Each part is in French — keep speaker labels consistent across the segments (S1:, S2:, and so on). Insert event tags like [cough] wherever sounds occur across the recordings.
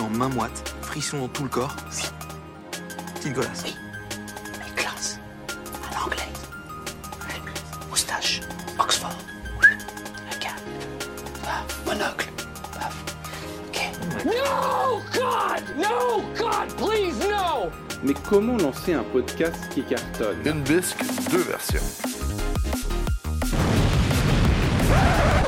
S1: en main moite, frisson dans tout le corps. Oui. Petite golasse.
S2: Oui. Mais classe. À l'anglais. Moustache. Oxford. Un gars. Paf. Monocle. Paf. Ok.
S3: No, God! No, God, please, no!
S4: Mais comment lancer un podcast qui cartonne
S5: Une bisque, deux versions.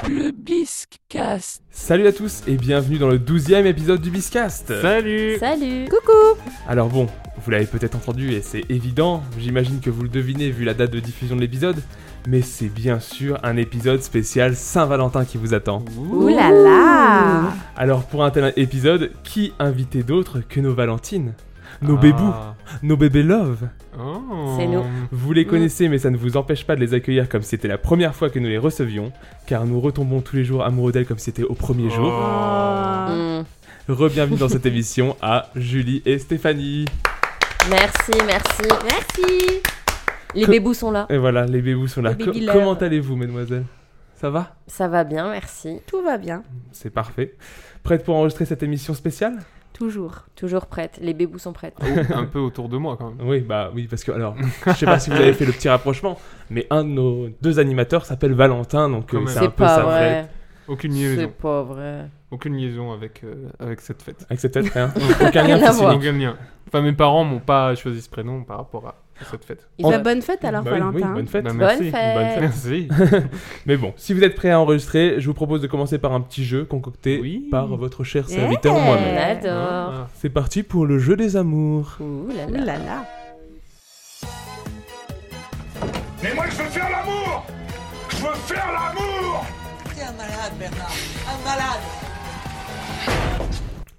S6: Le Biscast.
S7: Salut à tous et bienvenue dans le 12e épisode du Biscast.
S8: Salut
S9: Salut
S10: Coucou
S7: Alors bon, vous l'avez peut-être entendu et c'est évident, j'imagine que vous le devinez vu la date de diffusion de l'épisode, mais c'est bien sûr un épisode spécial Saint-Valentin qui vous attend.
S10: Ouh là là
S9: Ah.
S7: Alors pour un tel épisode, qui inviter d'autre que nos Valentines nos bébous, nos bébés love.
S8: Ah. Oh.
S10: C'est nous.
S7: Vous les connaissez, mais ça ne vous empêche pas de les accueillir comme si c'était la première fois que nous les recevions, car nous retombons tous les jours amoureux d'elles comme si c'était au premier jour.
S8: Oh.
S9: Hein.
S10: Mm.
S7: Rebienvenue dans cette émission à Julie et Stéphanie.
S10: Merci, merci.
S9: Merci
S10: Les
S7: Que-
S10: bébous sont là.
S7: Et voilà, les bébous sont là.
S9: Les
S7: Co-
S9: baby love.
S7: comment allez-vous, mesdemoiselles Ça va
S10: Ça va bien, merci.
S9: Tout va bien,
S7: C'est parfait. Prête pour enregistrer cette émission spéciale
S9: toujours.
S10: Toujours prête, les bébous sont prêtes.
S8: Un peu autour de moi quand même.
S7: Oui, bah oui, parce que alors, je sais pas si vous avez fait le petit rapprochement, mais un de nos deux animateurs s'appelle Valentin, donc
S8: Quand
S7: euh,
S8: même.
S7: c'est
S8: C'est
S7: un peu sa fête.
S8: Aucune
S10: C'est
S8: liaison.
S10: pas vrai.
S8: Aucune liaison avec, euh, avec cette fête.
S7: Avec cette tête,
S10: [laughs]
S7: rien. Aucun
S10: Rien
S7: lien
S10: à
S7: physique.
S10: voir.
S8: Aucun lien. Enfin, mes parents m'ont pas choisi ce prénom par rapport à à cette fête.
S10: Ils
S9: Bah,
S10: ont-
S9: bonne fête alors,
S7: Bah oui, oui,
S9: Valentin.
S7: bonne fête.
S8: Bah,
S10: Bonne
S8: merci.
S10: fête.
S7: [laughs]
S8: Merci.
S7: Mais bon, si vous êtes prêts à enregistrer, je vous propose de commencer par un petit jeu concocté
S8: Oui.
S7: par votre cher serviteur moi-même.
S10: On adore.
S8: Ah.
S7: C'est parti pour le jeu des amours.
S10: Ouh là
S9: Ouh
S10: là.
S9: là là.
S3: Mais moi, je veux faire l'amour Je veux faire l'amour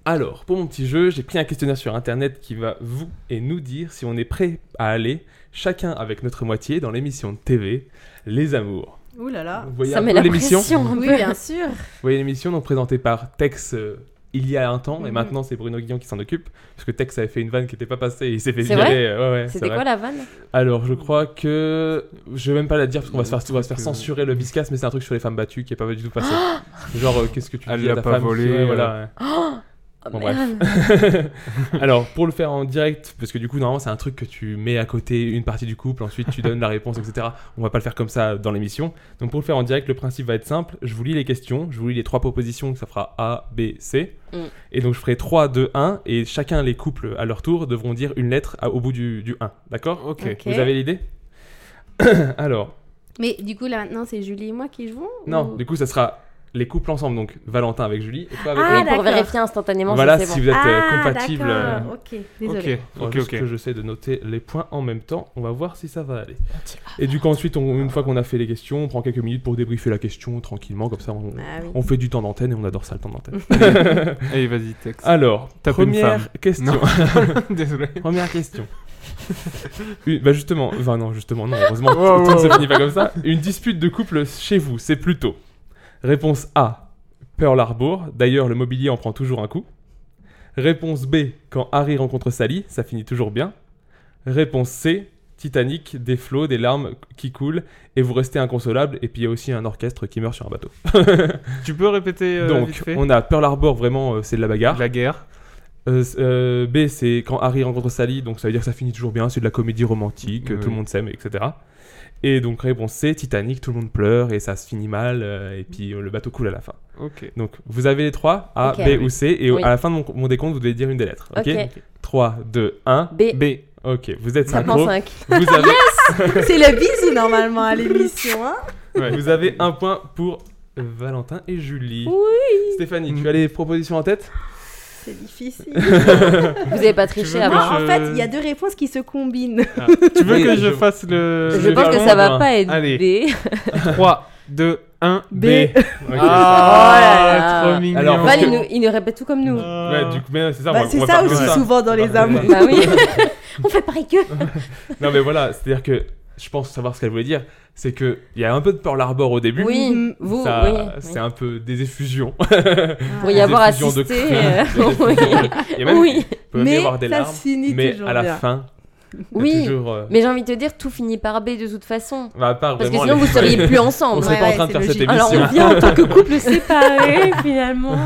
S7: Alors, pour mon petit jeu, j'ai pris un questionnaire sur internet qui va vous et nous dire si on est prêt à aller, chacun avec notre moitié, dans l'émission de TV Les Amours.
S9: Ouh là là.
S7: Vous voyez
S10: Ah, Ça
S7: un
S10: met
S7: peu
S10: la
S7: l'émission
S10: pression un
S9: Oui,
S10: peu.
S9: bien sûr.
S7: Vous voyez l'émission donc présentée par Tex euh, il y a un temps, et
S9: Mhm.
S7: maintenant c'est Bruno Guillon qui s'en occupe, parce que Tex avait fait une vanne qui n'était pas passée et il s'est fait
S10: C'est
S7: virer.
S10: vrai
S7: euh, ouais, ouais, c'est
S10: C'était
S7: vrai.
S10: quoi la vanne
S7: Alors, je crois que. Je vais même pas la dire parce qu'on va se faire,
S8: Le
S7: on va se faire
S8: truc, euh,
S7: censurer le biscasse, mais c'est un truc sur les femmes battues qui est pas du tout passé.
S10: Ah
S7: Genre, euh, qu'est-ce que tu
S8: Elle
S7: dis à
S8: l'a
S7: ta
S8: pas
S7: femme
S8: volé,
S7: Ouais,
S8: euh.
S7: voilà. ouais.
S9: Ah,
S10: Oh,
S7: Bon,
S10: merde.
S7: [laughs] Alors, pour le faire en direct, parce que du coup, normalement, c'est un truc que tu mets à côté une partie du couple, ensuite tu donnes la réponse, etc. On va pas le faire comme ça dans l'émission. Donc, pour le faire en direct, le principe va être simple. Je vous lis les questions, je vous lis les trois propositions, que ça fera A, B, C.
S10: Mm.
S7: Et donc, je ferai 3, 2, 1, et chacun, les couples à leur tour, devront dire une lettre à- au bout du, du 1. D'accord
S8: Ok.
S9: Ok.
S7: Vous avez l'idée [coughs] Alors.
S9: Mais du coup, là maintenant, c'est Julie et moi qui jouons
S7: Non,
S9: ou-
S7: du coup, ça sera les couples ensemble, donc Valentin avec Julie et toi avec
S9: Ah,
S7: moi.
S10: Mais pour
S9: d'accord.
S10: vérifier instantanément
S7: Voilà,
S10: si
S7: si
S10: c'est bon.
S7: vous êtes euh,
S9: ah,
S7: compatibles. euh,
S9: D'accord, ok, désolé.
S8: Ok,
S7: faut
S8: ok,
S7: juste
S8: ok.
S7: que j'essaie de noter les points en même temps. On va voir si ça va aller. Et du coup, ensuite, on- une fois qu'on a fait les questions, on prend quelques minutes pour débriefer la question tranquillement, comme ça, on,
S9: Ah oui.
S7: on fait du temps d'antenne et on adore ça, le temps d'antenne.
S8: Allez, vas-y, texte.
S7: Alors,
S8: Tape une femme.
S7: première question.
S8: Non. [laughs] Désolé. [laughs]
S7: Première question. [laughs] Une- bah justement, enfin non, justement, non,
S8: [laughs]
S7: heureusement, tout,
S8: Wow,
S7: tout ne
S8: wow,
S7: se
S8: wow.
S7: finit pas comme ça. Une dispute de couple chez vous, c'est plutôt. Réponse A, Pearl Harbor. D'ailleurs, le mobilier en prend toujours un coup. Réponse B, quand Harry rencontre Sally, ça finit toujours bien. Réponse C, Titanic, des flots, des larmes qui coulent, et vous restez inconsolable, et puis il y a aussi un orchestre qui meurt sur un bateau.
S8: Tu peux répéter euh,
S7: Donc,
S8: vite fait
S7: on a Pearl Harbor, vraiment, euh, c'est de la bagarre.
S8: La guerre.
S7: Euh, c- euh, B, c'est quand Harry rencontre Sally, donc ça veut dire que ça finit toujours bien, c'est de la comédie romantique,
S8: Oui.
S7: tout le monde s'aime, etc. Et donc réponse C, Titanic, tout le monde pleure et ça se finit mal, euh, et puis euh, le bateau coule à la fin.
S8: Ok.
S7: Donc vous avez les trois, A,
S10: Ok.
S7: B ou C, et
S10: Oui.
S7: à la fin de mon, mon décompte, vous devez dire une des lettres. Ok,
S10: Ok.
S7: 3, 2, 1.
S10: B.
S8: B.
S7: Ok, vous êtes
S10: Maintenant
S7: synchro.
S10: 5.
S7: Vous
S10: [laughs]
S7: avez,
S9: C'est le bisou normalement à l'émission. Hein
S8: Ouais.
S7: vous avez un point pour Valentin et Julie. Stéphanie,
S8: Mm.
S7: tu as les propositions en tête
S9: c'est difficile.
S10: Vous avez pas triché
S8: veux
S9: Non,
S10: avant.
S8: moi,
S9: en
S8: je-
S9: fait, il y
S7: euh,
S9: a deux réponses qui se combinent.
S8: Tu veux
S7: Oui,
S8: que
S7: je-
S8: je fasse le.
S7: Je
S10: Je pense que
S7: vais
S10: ça va
S7: répondre.
S10: pas être
S8: Allez.
S10: B.
S8: 3, 2, 1.
S7: Ok.
S10: Ah.
S8: Ah,
S10: Oh là là.
S8: trop mignon.
S7: Alors,
S10: Val,
S7: parce
S10: il
S7: que-
S10: nous, il nous répète tout comme nous.
S7: Ouais, du coup, mais c'est ça, on
S9: Bah,
S7: va- on
S9: c'est
S7: va
S9: ça
S7: faire
S9: aussi
S7: comme
S9: souvent dans les amours.
S10: Bah oui.
S7: [laughs]
S10: On fait pareil que.
S7: Non mais voilà, c'est-à-dire que je pense savoir ce qu'elle voulait dire, c'est que il y a un peu de Pearl Harbor au début.
S10: Oui, vous,
S7: Ça-
S10: oui.
S7: c'est
S10: oui.
S7: un peu des
S10: [laughs]
S7: effusions.
S10: Pour y
S7: Des
S10: avoir
S7: effusions de
S10: assisté. euh,
S7: cris, des effusions
S10: [laughs] oui.
S7: de- Il y a même-
S10: Oui,
S7: il peut même y
S9: Mais
S7: avoir des
S9: ça
S7: larmes,
S9: finit
S7: mais
S9: toujours
S7: à la
S9: bien.
S7: fin, il y a
S10: oui.
S7: toujours, euh,
S10: Mais j'ai envie de te dire, tout finit par B de toute façon.
S7: bah, à part
S10: Parce que
S7: vraiment
S10: sinon,
S7: les-
S10: vous
S7: [laughs]
S10: seriez plus
S7: on
S10: ensemble. hein.
S7: serait
S9: Ouais,
S7: pas en
S9: ouais,
S7: train de
S9: c'est
S7: faire cette émission.
S9: logique.
S10: Alors on vient en tant que couple séparé finalement.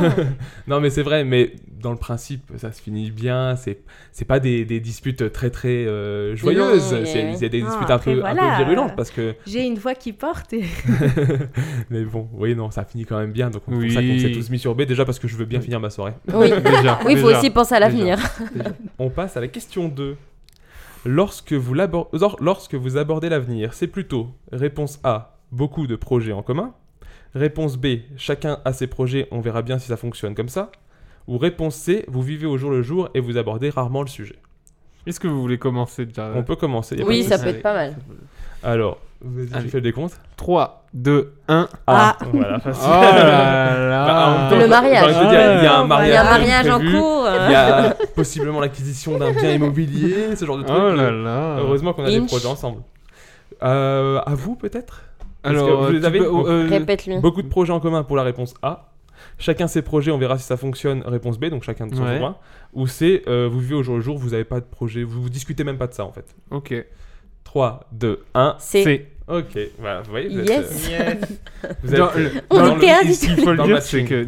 S7: Non mais c'est vrai, mais dans le principe, ça se finit bien. C'est c'est pas des, des disputes très très euh, joyeuses.
S10: mais-
S7: C'est- Il y a des
S9: Non,
S7: disputes un
S9: après,
S7: peu, un
S9: voilà.
S7: peu virulentes parce que.
S9: J'ai une voix qui porte et
S7: mais bon, oui, non, ça finit quand même bien. Donc on
S8: Oui.
S7: pour ça qu'on s'est tous mis sur B déjà parce que je veux bien finir ma soirée.
S10: Oui,
S8: Déjà.
S10: oui, faut
S8: déjà.
S10: aussi penser à l'avenir.
S7: On passe à la question 2. Lorsque vous, l'abor- lor- lorsque vous abordez l'avenir, c'est plutôt réponse A, beaucoup de projets en commun. Réponse B, chacun a ses projets, on verra bien si ça fonctionne comme ça. Ou réponse C, vous vivez au jour le jour et vous abordez rarement le sujet.
S8: Est-ce que vous voulez commencer déjà
S7: On peut commencer. y a
S10: Oui,
S7: pas de
S10: ça
S7: souci.
S10: peut être pas mal.
S7: Alors, vas-y,
S8: Allez.
S7: tu fais le décompte
S8: 3, 2, 1.
S9: Ah.
S7: voilà,
S8: Oh
S7: facile.
S8: là
S7: Bah,
S8: là
S7: en même temps,
S10: Le
S7: j'ai-
S10: mariage. Ah,
S7: j'ai envie de dire, Il y a un
S10: Il y a un
S7: mariage,
S10: mariage en
S7: prévu,
S10: cours. euh,
S7: Il y a possiblement l'acquisition d'un bien immobilier, ce genre de truc.
S8: Oh là là
S7: Heureusement qu'on a des
S10: Inch.
S7: projets ensemble. Euh, à vous peut-être
S8: Alors,
S7: Est-ce que vous
S8: tu
S7: avez-
S8: peux-
S7: bon.
S8: euh,
S10: Répète-lui.
S7: Beaucoup de projets en commun pour la réponse A. Chacun ses projets, on verra si ça fonctionne. Réponse B, donc chacun de son
S8: Ouais.
S7: coin. Ou C, euh, vous vivez au jour le jour, vous n'avez pas de projet, vous, vous discutez même pas de ça en fait.
S8: Ok.
S7: 3, 2, 1.
S10: C'est.
S7: Ok, voilà, vous voyez, vous êtes,
S10: Yes.
S7: euh, vous êtes,
S8: Dans le-
S7: euh,
S10: On
S7: dans
S10: était
S7: le-
S10: à du
S7: ici,
S8: Il faut le
S7: Dans
S8: dire,
S7: le
S8: bah, c'est que euh,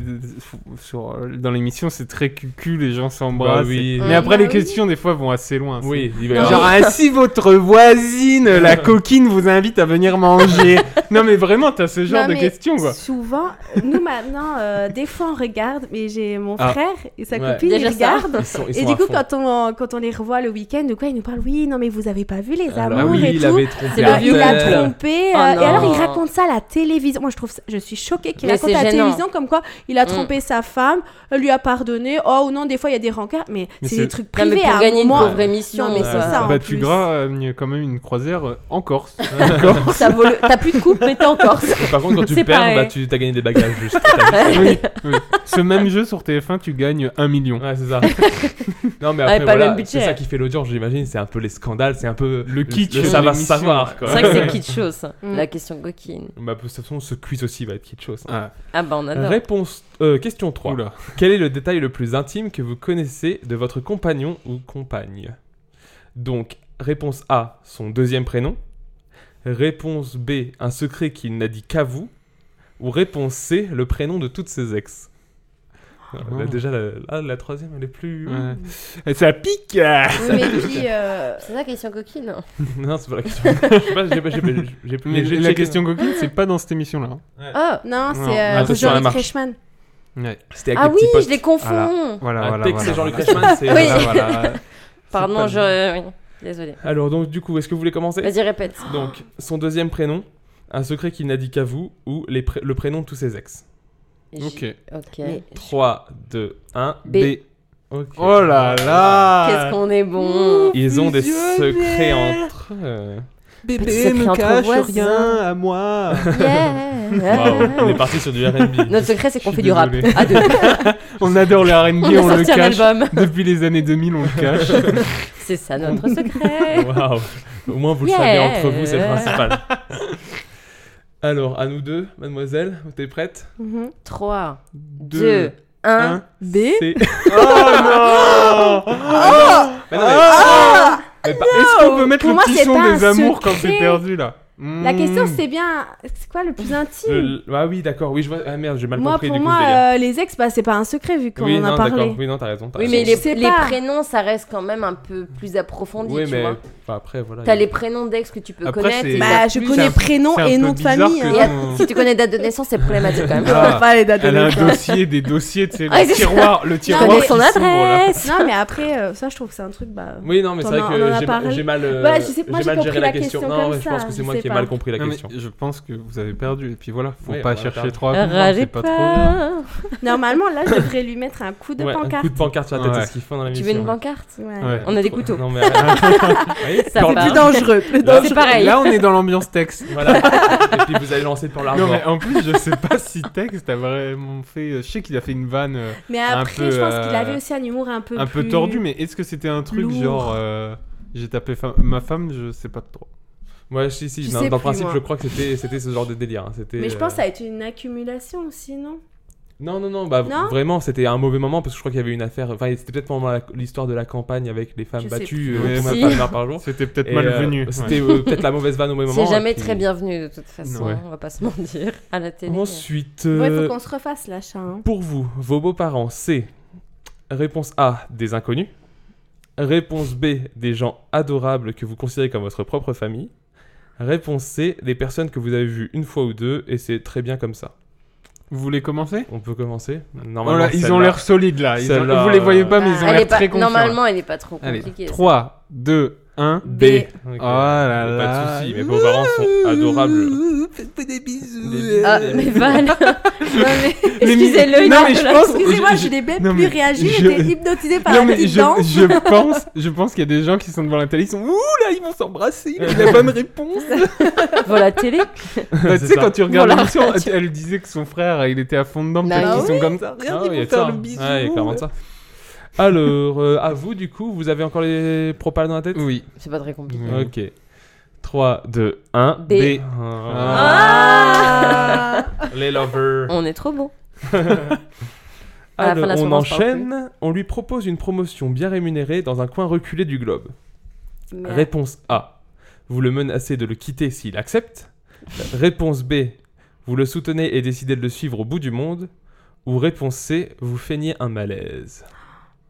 S8: sur, euh, dans l'émission, c'est très cucu, les gens s'embrassent.
S7: Bah oui.
S9: Euh,
S8: Mais après,
S10: Ah,
S8: les
S10: bah
S8: questions, des fois, vont assez loin. c'est-
S7: Oui, il va y
S10: Non.
S8: Genre,
S7: avoir-
S8: ah, si votre voisine, [laughs] la coquine, vous invite à venir [laughs] manger. non, mais vraiment, t'as ce genre
S9: Non,
S8: de
S9: mais
S8: questions, quoi.
S9: Souvent, nous maintenant, euh, des fois on regarde, mais j'ai mon
S8: Ah.
S9: frère et sa
S7: Ouais.
S9: copine,
S10: Déjà
S9: ils
S10: ça.
S9: regardent.
S7: ils sont- ils
S9: Et
S7: sont
S9: du
S7: à
S9: coup,
S7: fond.
S9: quand on, quand on les revoit le week-end ou quoi, ils nous parlent Oui, non, mais vous avez pas vu les
S7: Alors,
S9: amours
S8: bah oui,
S9: et
S7: Ah il
S9: tout.
S7: avait trompé
S10: C'est
S7: un
S10: le vieux
S9: il a
S7: tel.
S9: trompé.
S10: Oh
S9: euh, et
S10: non.
S9: alors, il raconte ça à la télévision. Moi, je trouve ça- je suis choquée qu'il
S10: Mais
S9: raconte
S10: c'est
S9: à la
S10: gênant. Mm.
S9: télévision comme quoi il a trompé sa femme, elle lui a pardonné. Oh ou non, des fois, il y a des rencarts. Mais,
S8: Mais
S9: c'est
S8: c'est-
S9: des trucs
S10: Non, mais
S9: privés. à
S10: pour
S9: un
S10: gagner une
S9: moment, [laughs]
S10: pauvre émission.
S9: Non, mais c'est
S10: quoi. [laughs]
S9: ça. en
S8: Bah, tu
S9: plus.
S8: gras euh, quand même une croisière euh, en
S9: [laughs]
S8: Corse. En Corse.
S9: hein.
S10: Ça vaut le- T'as plus de coupe, mais t'es en Corse.
S7: Et Par contre, quand tu
S10: C'est
S7: perds,
S10: pareil.
S7: bah, tu as gagné des bagages juste. T'as
S10: [laughs]
S7: vu
S8: Oui, oui. Ce même jeu sur TF1, tu gagnes 1 million.
S7: Ouais, c'est ça. non, mais
S10: Ouais,
S7: après,
S10: pas le
S7: voilà,
S10: même
S7: c'est
S10: budget.
S7: ça qui fait l'audience, j'imagine. C'est un peu les scandales, c'est un peu
S8: Le kitsch
S7: ça
S8: de
S7: va se
S8: l'émission.
S7: savoir, quoi.
S10: C'est vrai que c'est kitsch chose, ça.
S9: Mm.
S10: [laughs] la question coquine.
S7: Bah, de toute façon, ce quiz aussi va être kitsch. chose, hein.
S8: Ah,
S10: Ah bah on adore.
S7: Réponse, euh, question 3.
S8: oula.
S7: [laughs] Quel est le détail le plus intime que vous connaissez de votre compagnon ou compagne Donc, réponse A, son deuxième prénom. Réponse B, un secret qu'il n'a dit qu'à vous. Ou réponse C, le prénom de toutes ses ex. Alors, là,
S8: Oh.
S7: déjà, la, là, la troisième, elle est plus.
S8: Ouais. Et Ça pique euh.
S9: Oui, mais puis, euh,
S10: C'est ça question coquine.
S7: [laughs] non, c'est pas la [laughs] question. Je sais pas, j'ai pas- j'ai pas- j'ai plus-
S8: Mais
S7: j'ai-
S8: la
S7: j'ai-
S8: question coquine, c'est pas dans cette émission-là. hein.
S10: Oh.
S9: non,
S8: Non.
S9: c'est euh,
S7: Attention à la
S9: Jean-Luc
S7: marche.
S9: Reichmann.
S7: C'était avec
S10: Ah
S7: les
S10: oui,
S7: petits potes.
S10: je les confonds.
S8: Voilà,
S7: Ah,
S8: voilà.
S7: dès que
S8: voilà,
S7: c'est Jean-Luc
S8: voilà.
S7: Reichmann, c'est.
S10: Oui.
S7: voilà, voilà.
S10: Pardon,
S7: pas-
S10: je. euh, oui. Désolée.
S7: Alors, donc, du coup, est-ce que vous voulez commencer
S10: Vas-y, répète.
S7: Donc, son deuxième prénom, un secret qu'il n'a dit qu'à vous, ou les pré- le prénom de tous ses ex.
S8: Ok.
S10: Ok.
S9: Mais-
S7: 3, 2, 1.
S10: B.
S7: Ok.
S8: Oh là
S9: Ah.
S8: là
S10: Qu'est-ce qu'on est
S9: Mmh.
S10: bon.
S7: Ils ont des secrets entre eux.
S10: Petit secret entre voisins.
S8: à moi
S7: Waouh, [laughs] on est
S10: Yeah.
S7: parti sur du RB.
S10: [laughs] Notre secret, c'est
S8: Je
S10: qu'on
S8: suis
S10: fait du rap.
S8: désolé. [laughs]
S10: À deux.
S8: On adore le R&B,
S10: On
S8: on,
S10: a
S8: le
S10: sorti un
S8: cache.
S10: album.
S8: Depuis les années 2000, on le cache.
S10: C'est ça notre
S8: Mmh. [laughs]
S10: secret.
S7: Waouh. Au moins, vous le
S10: Yeah.
S7: savez entre vous, c'est le principal. [laughs] Alors, à nous deux, mademoiselle, t'es prête
S9: Mhm.
S10: 3, 2, 1.
S8: un.
S9: B.
S7: C'est.
S8: Oh non Eh ben,
S7: Mais non, mais-
S10: Ah.
S7: Mais pas-
S8: Est-ce qu'on peut mettre
S9: Pour
S8: le
S9: moi,
S8: petit
S9: c'est
S8: son
S9: pas
S8: des
S9: un
S8: amours quand
S9: secret.
S8: c'est perdu là
S9: La question,
S8: Mmh.
S9: c'est bien. C'est quoi le plus intime
S7: Euh, ah oui, d'accord, oui, je vois. Ah merde, j'ai mal
S9: Moi,
S7: compris
S9: pour
S7: du coup
S9: moi,
S7: ce délire.
S9: euh, les ex, bah, c'est pas un secret vu qu'on
S7: oui,
S9: en a
S7: non,
S9: parlé.
S7: d'accord, oui, non, t'as raison. t'as
S10: Oui,
S7: raison.
S10: mais
S9: Je
S10: les,
S9: sais
S10: les
S9: pas.
S10: prénoms, ça reste quand même un peu plus approfondi,
S7: Oui,
S10: tu
S7: mais
S10: vois.
S7: enfin, après, voilà.
S10: T'as
S7: il-
S10: les prénoms d'ex que tu peux
S8: euh, Après,
S10: connaître.
S8: c'est-
S10: Et
S9: Bah,
S10: t'as
S9: je
S10: plus-
S9: connais prénom
S8: c'est un
S9: et
S8: peu
S9: nom de
S8: bizarre
S9: famille.
S8: que
S9: hein.
S10: Et à-
S8: ton-
S10: si tu connais date de naissance, c'est problématique quand même.
S9: [laughs] On va
S8: Ah,
S9: pas les dates de
S8: Elle a un
S9: naissance.
S8: dossier, des dossiers, tu sais,
S10: Ah,
S8: le
S10: c'est ça.
S8: tiroir, le
S10: Tu
S8: tiroir
S10: connais
S8: qui
S10: son
S8: s'ouvre, là.
S10: adresse.
S9: Non, mais après, euh, ça, je trouve que c'est un truc. Bah...
S7: Oui, non, mais c'est
S9: T'en
S7: vrai
S9: as- on en a
S7: que j'ai mal-
S9: parlé.
S7: j'ai mal, euh,
S9: Voilà, Bah, je sais- moi, j'ai
S7: mal
S9: compris
S7: géré
S9: la
S7: la question.
S9: question
S7: Non,
S9: comme
S7: ouais, je
S9: ça,
S7: pense que c'est
S9: je
S7: moi
S9: sais
S7: qui ai
S9: pas.
S7: mal compris la
S8: Non, mais
S7: question.
S8: je pense que vous avez perdu. Et puis voilà, faut
S7: Oui, on
S8: pas
S7: a
S8: chercher
S7: perdu.
S8: trop à comprendre,
S10: Ragez
S8: c'est pas trop.
S10: pas.
S9: Normalement, là, je devrais lui mettre un coup de
S7: Ouais, Un
S9: pancarte.
S7: coup de pancarte sur la tête,
S8: Ouais.
S7: c'est ce qu'ils font dans la
S10: Tu veux une
S7: pancarte
S10: pancarte
S9: Ouais.
S8: Ouais.
S10: On a des couteaux.
S7: Non, mais
S9: [laughs]
S7: arrête. Oui,
S10: Ça
S7: Pearl
S10: va.
S9: Plus dangereux, plus
S7: Là,
S9: dangereux.
S10: C'est pareil.
S8: [laughs] Là, on est dans l'ambiance texte.
S9: [laughs]
S7: Voilà. Et puis vous allez lancer pour
S8: Non,
S7: l'argent.
S8: mais en plus, je sais pas si Tex a vraiment fait. Je sais qu'il a fait une vanne euh,
S9: Mais
S8: Un
S9: après,
S8: peu,
S9: je pense qu'il
S8: euh,
S9: avait aussi un humour un peu
S8: un peu
S9: plus-
S8: tordue, mais est-ce que c'était un truc
S9: lourd.
S8: genre. euh, J'ai tapé fa- ma femme, je sais pas trop.
S7: Ouais, si, si.
S9: Je
S7: non,
S9: sais
S7: dans le
S9: plus,
S7: principe,
S9: moi.
S7: je crois que c'était c'était ce genre de délire. hein, c'était,
S9: Mais je pense que
S7: euh,
S9: ça a été une accumulation aussi, non
S7: Non, non, non, bah v-
S9: Non
S7: vraiment, c'était un mauvais moment parce que je crois qu'il y avait une affaire. Enfin, c'était peut-être pendant la- l'histoire de la campagne avec les femmes
S9: Je sais
S7: battues,
S8: plus.
S7: euh,
S8: Oui,
S7: combien de
S10: si.
S7: femmes par- par jour.
S8: C'était peut-être [laughs]
S7: Et,
S8: malvenu.
S7: euh,
S8: ouais.
S7: C'était euh, peut-être la mauvaise vanne au même moment.
S10: C'est jamais
S7: et puis-
S10: très bienvenu de toute façon,
S8: Ouais.
S10: hein, on va pas se mentir. À la télé.
S7: Ensuite,
S9: Ouais, faut
S7: euh,
S9: qu'on se refasse l'achat. Hein.
S7: pour vous, vos beaux-parents, c'est Réponse A, des inconnus. Réponse B, des gens adorables que vous considérez comme votre propre famille. Réponse C, des personnes que vous avez vues une fois ou deux et c'est très bien comme ça.
S8: Vous voulez commencer
S7: On peut commencer
S8: Oh
S7: Normalement,
S8: là, Ils
S7: celle-là-
S8: ont l'air solides là. Ils ont-
S7: Celle-là,
S8: Vous les voyez pas, mais
S10: Ah,
S8: ils ont
S10: elle est
S8: l'air
S10: pas-
S8: très confiants.
S10: Normalement, elle est pas trop
S8: Allez,
S10: compliquée. ça.
S8: 3, 2, 1.
S7: B.
S10: B.
S7: Ok.
S8: Oh là là.
S7: Pas de soucis, mes beaux-parents sont adorables.
S1: Faites-moi des bisous.
S10: Ah,
S9: Euh,
S10: mais
S8: [laughs]
S10: Val. non, mais
S8: Mais mi-
S10: excusez-le. il
S8: non,
S10: a
S8: mais
S10: de
S8: je
S10: la-
S8: pense-
S9: Excusez-moi,
S8: je-
S9: je n'ai même
S8: non,
S9: plus
S8: mais
S9: réagi,
S8: je-
S9: j'étais hypnotisée par
S8: Non
S9: la
S8: mais je, [laughs]
S9: petite danse.
S8: je pense, je pense qu'il y a des gens qui sont devant la télé, ils sont ouh là, ils vont s'embrasser, il a eu la
S7: [laughs]
S8: bonne réponse.
S10: Devant la télé.
S8: Bah, tu sais
S7: ça.
S8: quand tu regardes
S10: Voilà.
S8: l'émission, elle- elle disait que son frère, il était à fond dedans,
S10: Bah
S8: peut-être qu'ils
S10: oui.
S8: sont comme ça.
S7: Ah, il y a de ça. Ouais, il y a clairement de ça. Alors, euh, à vous du coup, vous avez encore les propales dans la tête
S8: Oui.
S10: C'est pas très compliqué.
S8: Ouais.
S7: Ok. 3, 2, 1.
S10: B.
S7: Ah.
S10: Ah
S7: Les lovers.
S10: On est trop bon.
S8: [laughs]
S10: À la fin de
S7: Alors,
S10: la
S7: on
S10: semaine, on se parle
S7: enchaîne. On lui propose une promotion bien rémunérée dans un coin reculé du globe.
S10: Merde.
S7: Réponse A. Vous le menacez de le quitter s'il accepte. réponse B. Vous le soutenez et décidez de le suivre au bout du monde. Ou réponse C. Vous feignez un malaise.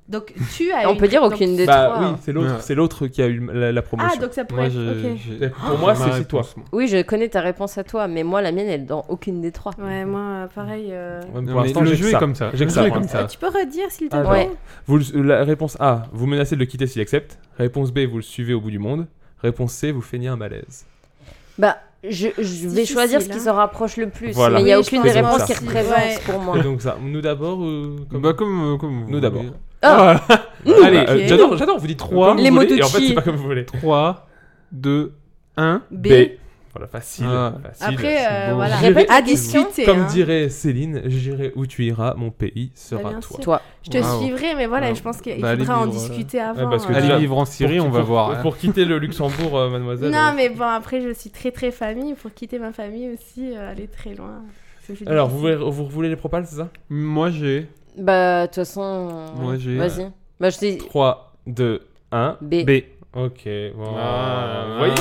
S9: Donc tu as
S10: On
S9: une-
S10: peut dire
S9: donc-
S10: aucune des
S7: bah
S10: trois.
S7: oui, c'est l'autre,
S8: Ouais.
S7: c'est l'autre qui a eu la, la
S9: Ah,
S7: promotion.
S9: donc ça
S8: Moi,
S9: pourrait être.
S8: je,
S9: ok.
S8: j'ai-
S7: Pour moi,
S8: j'ai
S7: c'est-
S8: ma
S7: c'est toi.
S8: réponse, moi.
S10: Oui, je connais ta réponse à toi, mais moi, la mienne, elle est dans aucune des trois.
S9: Ouais, moi, euh, pareil. euh,
S7: Ouais,
S8: Non,
S7: pour
S8: mais
S7: l'instant,
S8: le
S7: j'ai
S8: jeu
S7: que
S8: est
S7: ça.
S8: comme ça.
S7: J'ai
S8: Le
S7: que
S8: jeu
S7: ça
S8: est
S7: pour
S8: comme
S7: l'instant.
S8: ça.
S9: Tu peux redire, s'il te
S7: Ah,
S9: plaît
S10: Ouais.
S7: Vous le- la réponse A, vous menacez de le quitter s'il accepte. Réponse B, vous le suivez au bout du monde. Réponse C, vous feignez un malaise.
S10: Bah, je, je vais
S9: Difficile,
S10: choisir ce qui
S9: hein.
S10: se rapproche le plus,
S7: Voilà.
S10: mais il n'y a
S9: Oui, je
S10: aucune
S7: pense
S10: des
S7: moi
S10: réponses qui
S9: aussi.
S10: représente
S9: Ouais.
S10: pour moi.
S7: Et donc ça, nous d'abord euh, ou comme-
S8: Bah, comme, comme vous
S7: Nous d'abord.
S8: voulez.
S10: Ah.
S8: Ah, [laughs]
S7: Allez,
S9: Ok.
S7: euh, j'adore, j'adore, vous dites
S8: Trois.
S7: comme vous
S10: Les mots
S7: voulez,
S10: de
S7: et en fait,
S10: chi.
S7: c'est pas comme vous voulez.
S8: 3, 2, 1.
S9: B.
S7: Voilà, facile.
S8: Ah.
S7: facile.
S9: Après, euh,
S8: beau.
S9: voilà.
S10: Répète la
S9: À
S10: question.
S9: discuter.
S7: Comme
S9: hein.
S7: dirait Céline, j'irai où tu iras, mon pays
S9: Bah,
S7: sera
S9: bien
S7: toi.
S9: sûr.
S10: Toi.
S9: Je te
S8: Waouh.
S9: suivrai, mais voilà,
S8: Ouais.
S9: je pense qu'il
S8: Bah, allez
S9: faudra en
S8: vivre, euh,
S9: discuter avant.
S7: parce que
S9: euh.
S8: Allez
S7: déjà,
S8: vivre en Syrie,
S7: Pour-
S8: on va
S7: pour-
S8: voir. hein.
S7: Pour quitter le Luxembourg, euh, mademoiselle.
S9: Non, mais bon, après, je suis très très famille. Pour quitter ma famille aussi, euh, aller très loin. C'est- c'est
S7: Alors, vous
S9: difficile.
S7: voulez, vous voulez les propales, c'est ça
S8: Moi, j'ai.
S10: Bah, de toute façon.
S8: Moi, j'ai-
S10: Vas-y. Bah, je dis
S7: 3, 2, 1.
S10: B.
S7: Ok, bon.
S8: Ah,
S7: vous voyez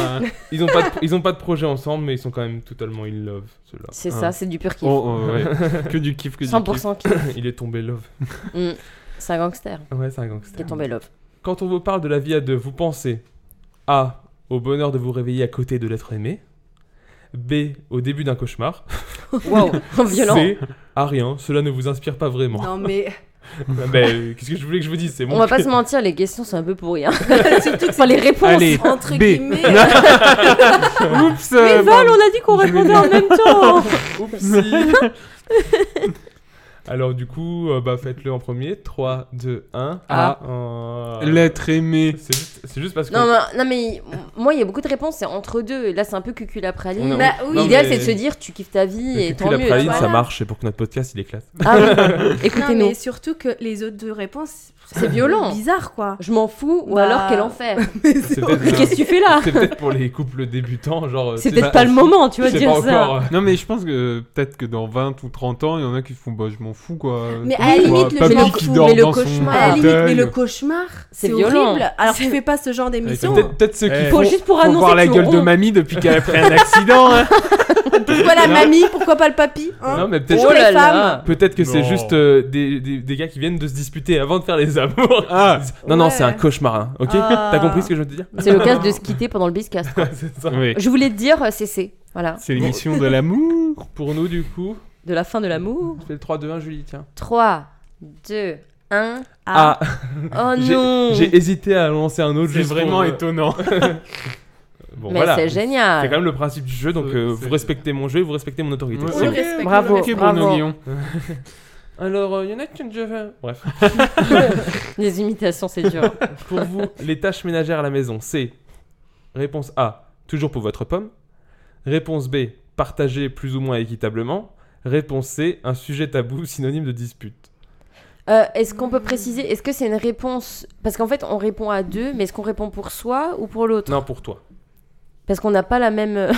S7: ils ont, pas de, ils ont pas de projet ensemble, mais ils sont quand même totalement in love,
S8: [laughs]
S7: ceux-là.
S10: C'est
S8: Ah.
S10: ça, c'est du pur kiff.
S8: Oh, oh, ouais. que du kiff, que du kiff.
S10: 100% kiff.
S7: Il est tombé love.
S10: [laughs] Mm. C'est un gangster
S7: Ouais, c'est un
S10: qui est
S7: gangster.
S10: tombé [laughs] love.
S7: Quand on vous parle de la vie à deux, vous pensez A. Au bonheur de vous réveiller à côté de l'être aimé. B. Au début d'un cauchemar.
S10: Waouh, [laughs] violent.
S7: C. À rien, cela ne vous inspire pas vraiment.
S9: Non, [laughs] mais
S7: [laughs] Mais euh, qu'est-ce que je voulais que je vous dise C'est
S10: On
S7: mon
S10: va pas se mentir, les questions sont un peu pourries. [laughs] Hein. Surtout que c'est les réponses.
S8: Allez,
S9: entre
S8: B.
S9: guillemets. euh,
S8: [laughs] Oups
S10: Mais
S8: euh,
S10: Val, on a dit qu'on
S8: Je vais
S10: répondait en même temps.
S7: Oupsie. Alors du coup, euh, bah, faites-le en premier. 3, 2, 1.
S10: Ah.
S7: Euh,
S8: L'être aimé.
S7: C'est juste, c'est juste parce que...
S10: Non, mais, non, mais moi, il y a beaucoup de réponses, c'est entre deux. Et là, c'est un peu cucul après
S7: On
S10: ligne.
S7: a-
S9: Bah oui. Non,
S10: L'idéal,
S7: mais-
S10: c'est de se dire, tu kiffes ta vie
S7: Le
S10: et tant
S7: calcul
S10: mieux.
S7: après ligne,
S10: tu vois.
S7: ça
S9: voilà.
S7: marche, c'est pour que notre podcast, il
S10: [laughs]
S7: éclate.
S10: Ah oui,
S9: Non,
S10: écoutez-nous.
S9: mais surtout que les autres deux réponses,
S10: C'est violent.
S9: [laughs] bizarre
S10: [laughs]
S9: quoi.
S10: Je m'en fous, ou
S9: Bah.
S10: alors quel enfer.
S7: C'est peut-être
S10: Mais [laughs] Qu'est-ce que tu fais là
S7: c'est peut-être pour les couples débutants, genre... euh,
S10: C'est
S7: tu
S10: peut-être
S7: sais,
S10: pas le moment, tu
S7: je
S10: vois, de
S7: sais
S10: dire
S7: pas
S10: ça.
S7: encore, euh,
S8: [laughs] Non mais je pense que peut-être que dans 20 ou 30 ans, il y en a qui se font bah je m'en fous quoi.
S9: Mais
S8: Comme
S9: à la
S8: quoi,
S9: limite, le-
S8: papy
S9: mais le-
S8: qui
S9: mais
S8: dort
S10: le
S8: dans son
S10: cauchemar.
S9: À la limite, mais
S8: fauteuil.
S9: le cauchemar,
S10: C'est
S9: c'est
S10: violent.
S9: horrible. Alors tu fais pas ce genre d'émission.
S7: Peut-être peut-être ceux qui
S8: Eh.
S7: font...
S10: Faut juste pour
S8: Faut
S10: annoncer
S8: voir la
S10: que
S8: gueule de
S10: on-
S8: mamie depuis qu'elle a pris un accident. hein.
S9: Pourquoi la mamie Pourquoi pas le papy hein
S7: Non, mais peut-être...
S9: Toujours
S10: Oh
S9: les
S10: là
S9: femmes.
S10: là.
S7: Peut-être que c'est
S8: Non.
S7: juste euh, des, des- des gars qui viennent de se disputer avant de faire les amours.
S8: Ah.
S7: Non, non,
S9: Ouais.
S7: c'est un cauchemar, hein, ok
S9: Ah.
S7: T'as compris ce que je veux
S8: [laughs]
S7: te dire
S10: C'est le cas de se quitter pendant le biscast.
S7: C'est ça.
S8: Oui.
S10: Je voulais te dire, euh, CC. Voilà.
S8: C'est l'émission de l'amour.
S7: Pour nous, du coup,
S10: De la fin de l'amour.
S7: c'est le 3-2-1, Julie, tiens.
S10: 3, 2,
S7: [laughs]
S10: 1.
S7: Ah,
S9: Ah.
S10: Oh
S7: J'ai-
S10: non
S7: j'ai hésité à lancer un autre
S8: [laughs] C'est
S7: juste pour,
S8: vraiment
S7: euh,
S8: étonnant.
S7: Bon,
S10: Mais
S7: voilà.
S10: c'est génial.
S7: C'est quand même le principe du jeu, donc
S8: Ouais,
S7: euh,
S8: c'est-
S7: vous respectez mon jeu et vous respectez mon autorité.
S8: Ouais.
S7: C'est
S9: On le
S7: bon.
S9: respecte, on le
S10: Bravo.
S9: respecte.
S8: Ok
S10: Bravo.
S8: Bruno Guillon.
S7: Alors, il y en a qui ont déjà fait. Bref.
S10: Les imitations, c'est dur.
S7: Pour
S9: [laughs]
S7: vous, les tâches ménagères à la maison, c'est réponse A, toujours pour votre pomme. Réponse B, partager plus ou moins équitablement. Réponse C, un sujet tabou [laughs] synonyme de dispute.
S10: [laughs] Euh, est-ce qu'on peut préciser Est-ce que c'est une réponse Parce qu'en fait, on répond à deux, mais est-ce qu'on répond pour soi ou pour l'autre
S7: Non, pour toi.
S10: Parce qu'on n'a pas la même. euh,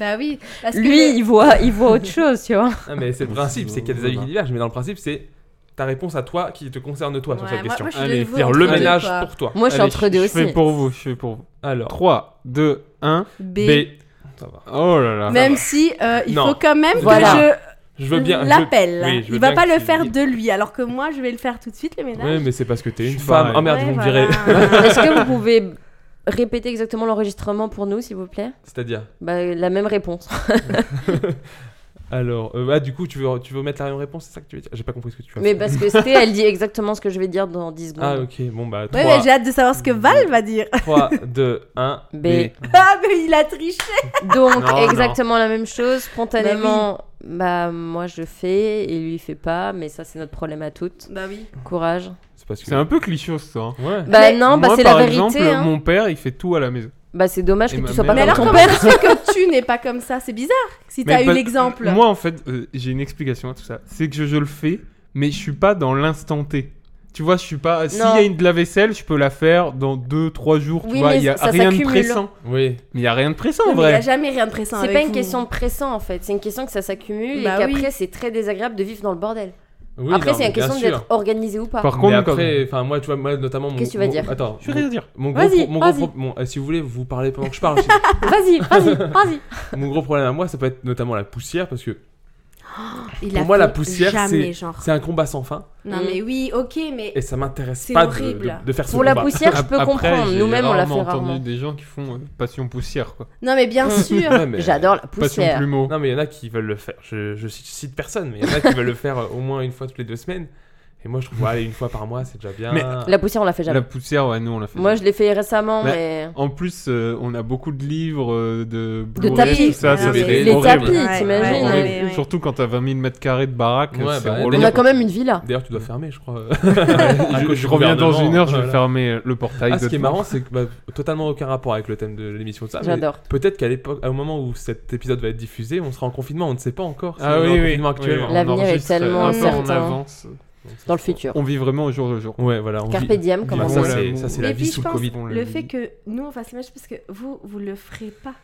S9: Bah oui. parce que
S10: [laughs] Lui, il voit, il voit autre chose, tu vois.
S7: Ah, mais c'est le
S8: Bon,
S7: principe,
S8: c'est
S7: c'est qu'il y a des
S8: bon,
S7: avis qui
S8: voilà.
S7: divergent, mais dans le principe, c'est ta réponse à toi qui te concerne toi
S9: Ouais,
S7: sur cette
S9: moi-
S7: question.
S9: moi, je suis
S8: Allez,
S9: de vous
S7: C'est-à-dire
S9: entre
S7: le
S9: deux,
S7: ménage
S9: quoi.
S7: pour toi.
S10: Moi, je suis
S8: Allez,
S10: entre deux
S8: Je fais
S10: aussi.
S8: pour vous, je fais pour vous.
S7: Alors,
S8: 3, 2, 1.
S9: B.
S7: B. Ça va.
S8: Oh là là.
S9: Même si euh, il
S7: Non.
S9: faut quand même
S10: Voilà.
S9: que
S7: Je veux bien. je-
S9: l'appelle.
S7: oui, je veux
S9: il va
S7: bien
S9: pas
S7: que
S9: le
S7: tu-
S9: faire de lui, alors que moi, je vais le faire tout de suite, le ménage.
S7: Oui, mais c'est parce que t'es
S8: Je
S7: une
S8: suis
S7: femme.
S8: pareil.
S7: Ah merde,
S9: Ouais,
S7: vous me
S9: voilà.
S7: direz. [laughs]
S10: Est-ce que vous pouvez répéter exactement l'enregistrement pour nous, s'il vous plaît
S7: C'est-à-dire.
S10: bah, La
S7: [laughs]
S10: même réponse.
S7: Alors, euh, ah, du coup, tu veux, tu veux mettre la même réponse C'est ça que tu veux dire J'ai pas compris ce que tu veux
S10: Mais parce que Sté, elle dit exactement ce que je vais dire dans 10 secondes.
S7: Ah, ok, bon, bah,
S9: Ouais, mais
S7: 3,
S9: j'ai hâte de savoir ce que Val
S7: [laughs]
S9: va dire.
S7: 3 2,
S9: [laughs]
S7: 1, B.
S10: B.
S9: Ah, mais il a triché.
S10: Donc,
S7: Non,
S10: exactement la même chose, spontanément. Bah, moi je fais et lui il fait pas, mais ça c'est notre problème à toutes.
S9: Bah oui.
S10: Courage.
S7: C'est parce que.
S8: C'est un peu cliché ça. hein.
S7: Ouais.
S10: Bah
S9: Mais
S10: non, bah
S8: Moi,
S10: c'est la
S8: par
S10: vérité.
S8: exemple,
S10: hein.
S8: mon père, il fait tout à la maison.
S10: Bah c'est dommage
S8: Et
S10: que
S8: ma
S10: tu sois pas
S9: Mais
S10: comme
S8: mère,
S9: alors,
S10: ton
S9: comment
S10: père.
S9: tu sais que tu n'es pas comme ça C'est bizarre si t'as
S8: Mais
S9: eu
S8: pas-
S9: l'exemple.
S8: Moi, en fait, euh, j'ai une explication à tout ça. C'est que je, je le fais, mais je suis pas dans l'instant T. Tu vois, je suis pas. euh, S'il y
S10: Non.
S8: a une de la vaisselle, je peux la faire dans 2-3 jours. Tu
S10: Oui,
S8: vois,
S10: mais
S8: il y a
S10: ça
S8: rien de
S10: s'accumule.
S8: pressant.
S7: Oui.
S8: Mais il y a rien de pressant en
S9: Non, mais Il n'y a
S8: vrai.
S9: jamais rien de [laughs] pressant.
S10: C'est
S9: avec
S10: pas une
S9: vous.
S10: question de pressant en fait, c'est une question que ça s'accumule
S9: Bah
S10: et
S9: oui.
S10: qu'après c'est très désagréable de vivre dans le bordel.
S7: Oui,
S10: après
S7: non,
S10: c'est la
S7: mais bien
S10: question
S7: sûr.
S10: d'être organisé ou pas.
S8: Par
S7: Mais
S8: contre,
S7: après, enfin moi, tu vois, moi notamment mon.
S10: Qu'est-ce que tu vas
S7: mon-
S10: dire
S7: Attends,
S8: je vais
S7: mon-
S8: rien dire.
S7: Mon gros,
S10: Vas-y,
S7: pro- mon gros
S10: vas-y.
S7: pro- mon- euh, si vous voulez, vous parlez pendant que je parle. c'est-
S10: Vas-y,
S8: [laughs]
S10: vas-y, vas-y.
S7: [laughs] mon gros problème à moi, ça peut être notamment la poussière parce que
S9: Il
S7: pour
S9: a
S7: moi la
S9: fait
S7: poussière,
S9: jamais,
S7: c'est
S9: genre.
S7: c'est un combat sans fin
S9: Non,
S10: Mm.
S9: mais oui, ok, mais.
S7: et ça m'intéresse
S9: C'est
S7: pas de-
S9: horrible.
S7: de, de faire ce
S10: Pour la
S7: combat.
S10: poussière, je peux
S8: bah, Après,
S10: comprendre.
S8: j'ai
S10: Nous-mêmes, on l'a fait
S8: rarement
S10: rarement.
S8: entendu des gens qui font euh, passion poussière, quoi.
S9: Non,
S7: [laughs]
S9: mais bien
S10: Mm.
S9: sûr.
S7: Ouais, mais-
S10: J'adore la
S8: Passion
S10: poussière.
S8: plumeau.
S7: Non, mais il y en a qui veulent le faire. Je, je cite- cite personne, mais il y en a qui veulent le faire euh, au moins une fois toutes les deux semaines. Et moi, je trouve, allez, une fois par mois, c'est déjà bien.
S8: Mais-
S10: La poussière, on l'a fait jamais.
S8: La poussière, ouais, nous on l'a fait.
S10: Moi, je l'ai fait récemment,
S8: Mais-
S10: mais.
S8: En plus, euh, on a beaucoup de livres, euh, de
S10: De
S8: Blu-ray,
S10: tapis.
S8: tout ça,
S9: Ah,
S8: c'est
S9: mais
S8: horrible.
S10: les
S8: horrible.
S10: tapis,
S9: Ouais,
S10: t'imagines
S9: ouais,
S8: Horrible.
S9: ouais, ouais.
S8: Surtout quand t'as 20 000 mètres carrés de baraque,
S7: Ouais,
S8: c'est
S7: bah,
S8: relou.
S10: On a quand même une
S8: Bah,
S10: villa.
S7: D'ailleurs, tu dois fermer, je crois.
S8: [laughs] Je- je, reviens dans une heure, je vais
S7: faire
S8: fermer euh, le portail.
S7: Ah, ce
S8: de
S7: qui est
S8: tout.
S7: marrant, c'est que bah, totalement aucun rapport avec le thème de l'émission de ça. mais
S10: J'adore.
S7: Peut-être qu'à l'époque, au moment où cet épisode va être diffusé, on sera en confinement, on ne sait pas encore. si
S8: Ah
S7: on est
S8: oui,
S7: en
S8: oui.
S7: confinement actuellement.
S8: oui, on
S10: L'avenir est
S8: enregistre
S10: tellement
S8: un peu en
S10: incertain.
S8: avance.
S7: Donc, ça,
S10: Dans le
S7: c'est-
S10: futur.
S8: On vit vraiment au jour le jour.
S7: Ouais, voilà. on vit-
S10: Carpe diem, comme
S7: Bah,
S10: on
S7: ça,
S8: dit.
S10: dit.
S7: c'est ça, c'est la
S9: Mais
S7: vie
S9: puis, je
S7: sous
S9: pense
S7: Covid.
S9: le fait que nous, on fasse l'image, parce que vous, vous le ferez pas.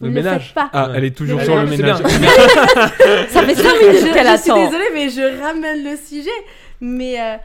S9: Vous
S7: Le
S9: ne le
S7: ménage.
S9: faites pas.
S8: Ah,
S7: Ouais.
S8: elle est toujours
S9: Mais
S8: sur
S9: non,
S8: le
S7: C'est
S8: ménage.
S7: bien.
S9: [laughs]
S10: Ça fait [laughs] 5
S9: Je,
S10: minutes qu'elle
S9: je suis
S10: attend.
S9: désolée, mais je ramène le sujet. Mais euh,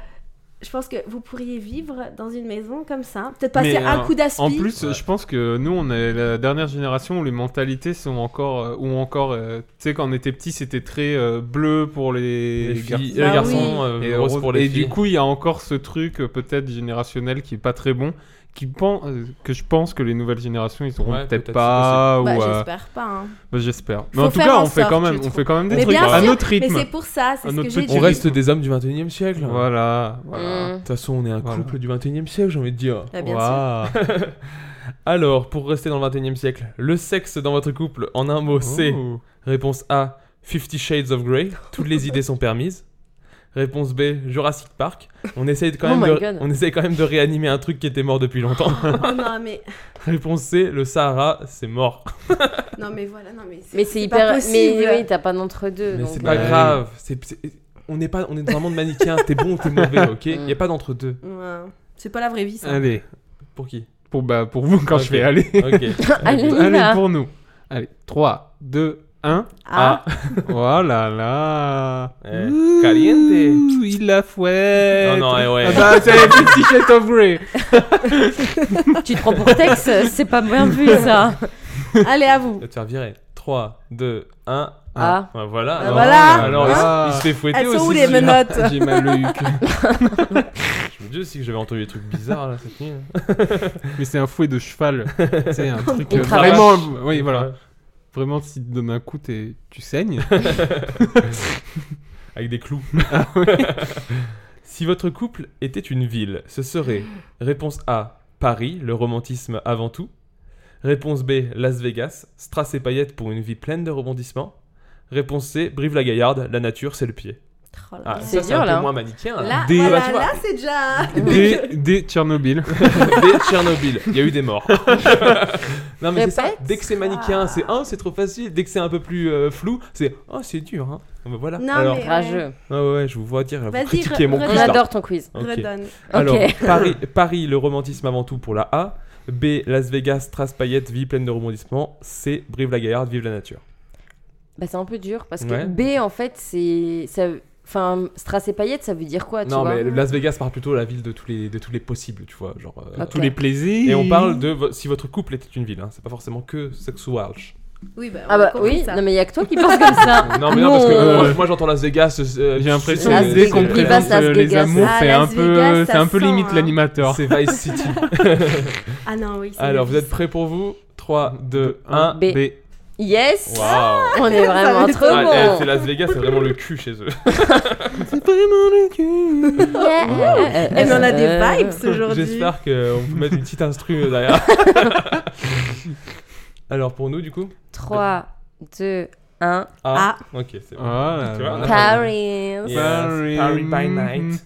S9: je pense que vous pourriez vivre dans une maison comme ça. Peut-être passer
S8: Mais,
S9: un
S8: euh,
S9: coup d'aspi.
S8: En plus,
S7: Ouais.
S8: je pense que nous, on est la dernière génération où les mentalités sont encore, euh, ou encore, euh, tu sais, quand on était petit, c'était très euh, bleu pour les,
S7: Les
S8: gar-
S7: filles-
S9: Bah
S10: Ah
S7: les garçons,
S9: oui.
S7: euh,
S8: Et,
S7: rose
S8: rose-
S7: pour les
S8: et
S7: filles.
S8: du coup, il y a encore ce truc euh, peut-être générationnel qui est pas très bon, qui pen- euh, que je pense que les nouvelles générations ils auront
S7: Ouais, peut-être,
S8: peut-être
S7: c'est
S8: pas ou
S9: Bah,
S8: euh,
S9: J'espère pas. hein.
S8: bah, j'espère. Mais
S9: Faut
S8: en tout
S9: faire
S8: cas,
S9: en
S8: on fait
S9: sorte,
S8: quand
S9: je
S8: même, on
S9: trouve.
S8: fait quand même des
S9: Mais
S8: trucs
S9: bien
S8: à
S9: sûr,
S8: notre rythme.
S9: Mais c'est pour ça, c'est
S8: Un
S9: ce que
S8: autre
S9: j'ai
S8: truc,
S9: dit.
S7: on reste des hommes du 21 e siècle. De
S8: Voilà, voilà.
S10: Mm.
S7: toute façon, on est un
S8: Voilà.
S7: couple du 21 e siècle, j'ai envie de dire.
S9: Ah, bien sûr.
S8: Waouh.
S7: [laughs] Alors, pour rester dans le 21 e siècle, le sexe dans votre couple, en un mot, c'est
S8: Oh.
S7: réponse A, Fifty Shades of Grey, toutes les idées sont permises. Réponse B, Jurassic Park. On essaye, de- quand
S10: Oh
S7: même
S10: my
S7: de-
S10: God.
S7: on essaye quand même de réanimer un truc qui était mort depuis longtemps.
S9: [laughs] Oh, non, mais,
S7: Réponse C, le Sahara, c'est mort.
S9: non, mais voilà. Non, mais
S10: Mais c'est
S9: pas
S10: hyper.
S9: possible.
S10: Mais oui, t'as pas d'entre-deux.
S7: Mais
S10: donc,
S7: c'est
S10: euh,
S7: pas grave. c'est- c'est- On est pas, on est dans un monde manichéen. T'es bon ou t'es mauvais, ok Il y a pas d'entre deux.
S9: Ouais. C'est pas la vraie vie,
S8: [laughs]
S9: ça.
S8: Allez,
S7: Pour qui
S8: pour bah pour vous quand
S7: Ok.
S8: je vais aller.
S7: Ok. Eh.
S10: [laughs] Allez, on
S8: [laughs]
S10: y
S8: Allez
S10: va.
S8: pour nous. Allez, 3 2 1.
S9: Ah,
S8: [laughs] Voilà là.
S7: Eh,
S8: Ouh,
S7: caliente.
S8: Il la fouette.
S7: Non, non, eh ouais.
S8: Ah bah,
S7: [laughs]
S8: c'est Fifty Shades of Grey.
S10: Tu te prends pour Tex, c'est pas bien vu
S7: [laughs]
S10: ça.
S9: allez, à vous.
S7: Tu vas te faire virer. 3, 2, 1.
S10: Ah.
S7: Ah, voilà.
S9: Ah, voilà. Hein
S7: Alors, il se-
S8: Ah.
S7: il, se fait fouetter
S9: Elles
S7: aussi.
S9: sont où les
S7: celui-là.
S9: menottes
S8: J'ai mal au huc.
S7: Je me dis aussi que j'avais entendu des trucs bizarres là cette nuit.
S8: [laughs] Mais c'est un fouet de
S7: [laughs]
S8: cheval. C'est un truc
S10: On
S8: euh,
S10: travaille.
S8: vraiment. Oui, voilà. Vraiment, si tu te donnes un coup, t'es- tu saignes.
S7: Avec des clous.
S9: Ah,
S7: [laughs] si votre couple était une ville, ce serait réponse A, Paris, le romantisme avant tout. Réponse B, Las Vegas, strass et paillettes pour une vie pleine de rebondissements. Réponse C, Brive-la-Gaillarde, la nature, c'est le pied.
S9: Oh là
S7: Ah,
S9: là.
S7: ça,
S10: C'est
S7: c'est un
S10: dur,
S7: peu
S10: là.
S7: moins manichéen.
S9: Là,
S8: Des-
S9: voilà,
S7: Bah, tu vois.
S9: là, c'est déjà. [laughs]
S8: Dès, dès Tchernobyl.
S7: Dès Tchernobyl, il y a eu des morts. non, mais c'est ça.
S10: Répète.
S7: Dès que c'est manichéen, c'est un, c'est trop facile. Dès que c'est un peu plus euh, flou, c'est oh, c'est dur. Hein. Bah, Voilà.
S9: Non,
S7: Alors,
S9: mais-
S10: Rageux.
S7: ah ouais, ouais, je vous vois dire, vous
S9: Vas-y,
S7: critiquez mon
S9: re-
S7: quiz.
S10: On
S7: là.
S10: adore ton quiz.
S7: Ok.
S9: Redonne.
S7: Alors,
S10: Ok.
S7: [laughs] Paris, Paris, le romantisme avant tout pour la A. B, Las Vegas, trace paillettes, vie pleine de rebondissements. C, Brive-la-Gaillarde, vive la nature.
S10: Bah, c'est un peu dur parce que
S7: Ouais.
S10: B en fait c'est ça enfin strass et paillettes ça veut dire
S9: Ah,
S10: quoi tu
S7: non,
S10: vois
S7: mais Las Vegas part plutôt à la ville de tous les, de tous les possibles, tu vois.
S9: Ah,
S7: Genre, euh,
S10: Ok.
S8: Tous les plaisirs.
S7: Et on parle de vo- si votre couple était une ville, hein, c'est pas forcément que sexual.
S9: Oui, bah, on
S10: Ah
S9: a
S10: bah
S9: compris
S10: oui,
S9: ça.
S10: non mais il y a que toi qui pense comme
S7: [laughs]
S10: ça.
S7: Non, mais non, parce que
S10: Non.
S7: euh, moi, moi, j'entends Las Vegas. euh,
S8: J'ai l'impression
S10: Las
S8: que dès qu'on
S10: Vegas,
S8: présente
S10: Las
S8: euh, les
S10: Vegas.
S8: amours,
S9: Ah,
S8: c'est
S9: Las
S8: un
S9: Vegas,
S8: peu,
S9: ça
S8: c'est un peu
S9: sent,
S8: limite
S9: hein.
S8: l'animateur. [laughs]
S7: C'est Vice City. [laughs]
S9: Ah non, oui. c'est
S7: Alors,
S9: le
S7: vous êtes
S9: vice.
S7: prêts pour vous 3, 2, 1.
S10: B. Yes
S7: Waouh
S10: On est vraiment
S9: m'étonne.
S10: trop
S7: Ah, eh, c'est
S10: bon.
S7: Las Vegas, c'est vraiment le cul chez eux.
S10: Yeah.
S9: Eh, mais on a
S10: Euh,
S7: [laughs]
S9: des vibes aujourd'hui.
S7: J'espère qu'on peut mettre une petite instru euh, derrière. Alors pour nous, du coup
S10: 3, 2, 1.
S7: Ah. Ok, c'est bon.
S8: Voilà.
S7: Tu vois, on a-
S10: Paris.
S7: Yes,
S8: Paris.
S7: Paris by night.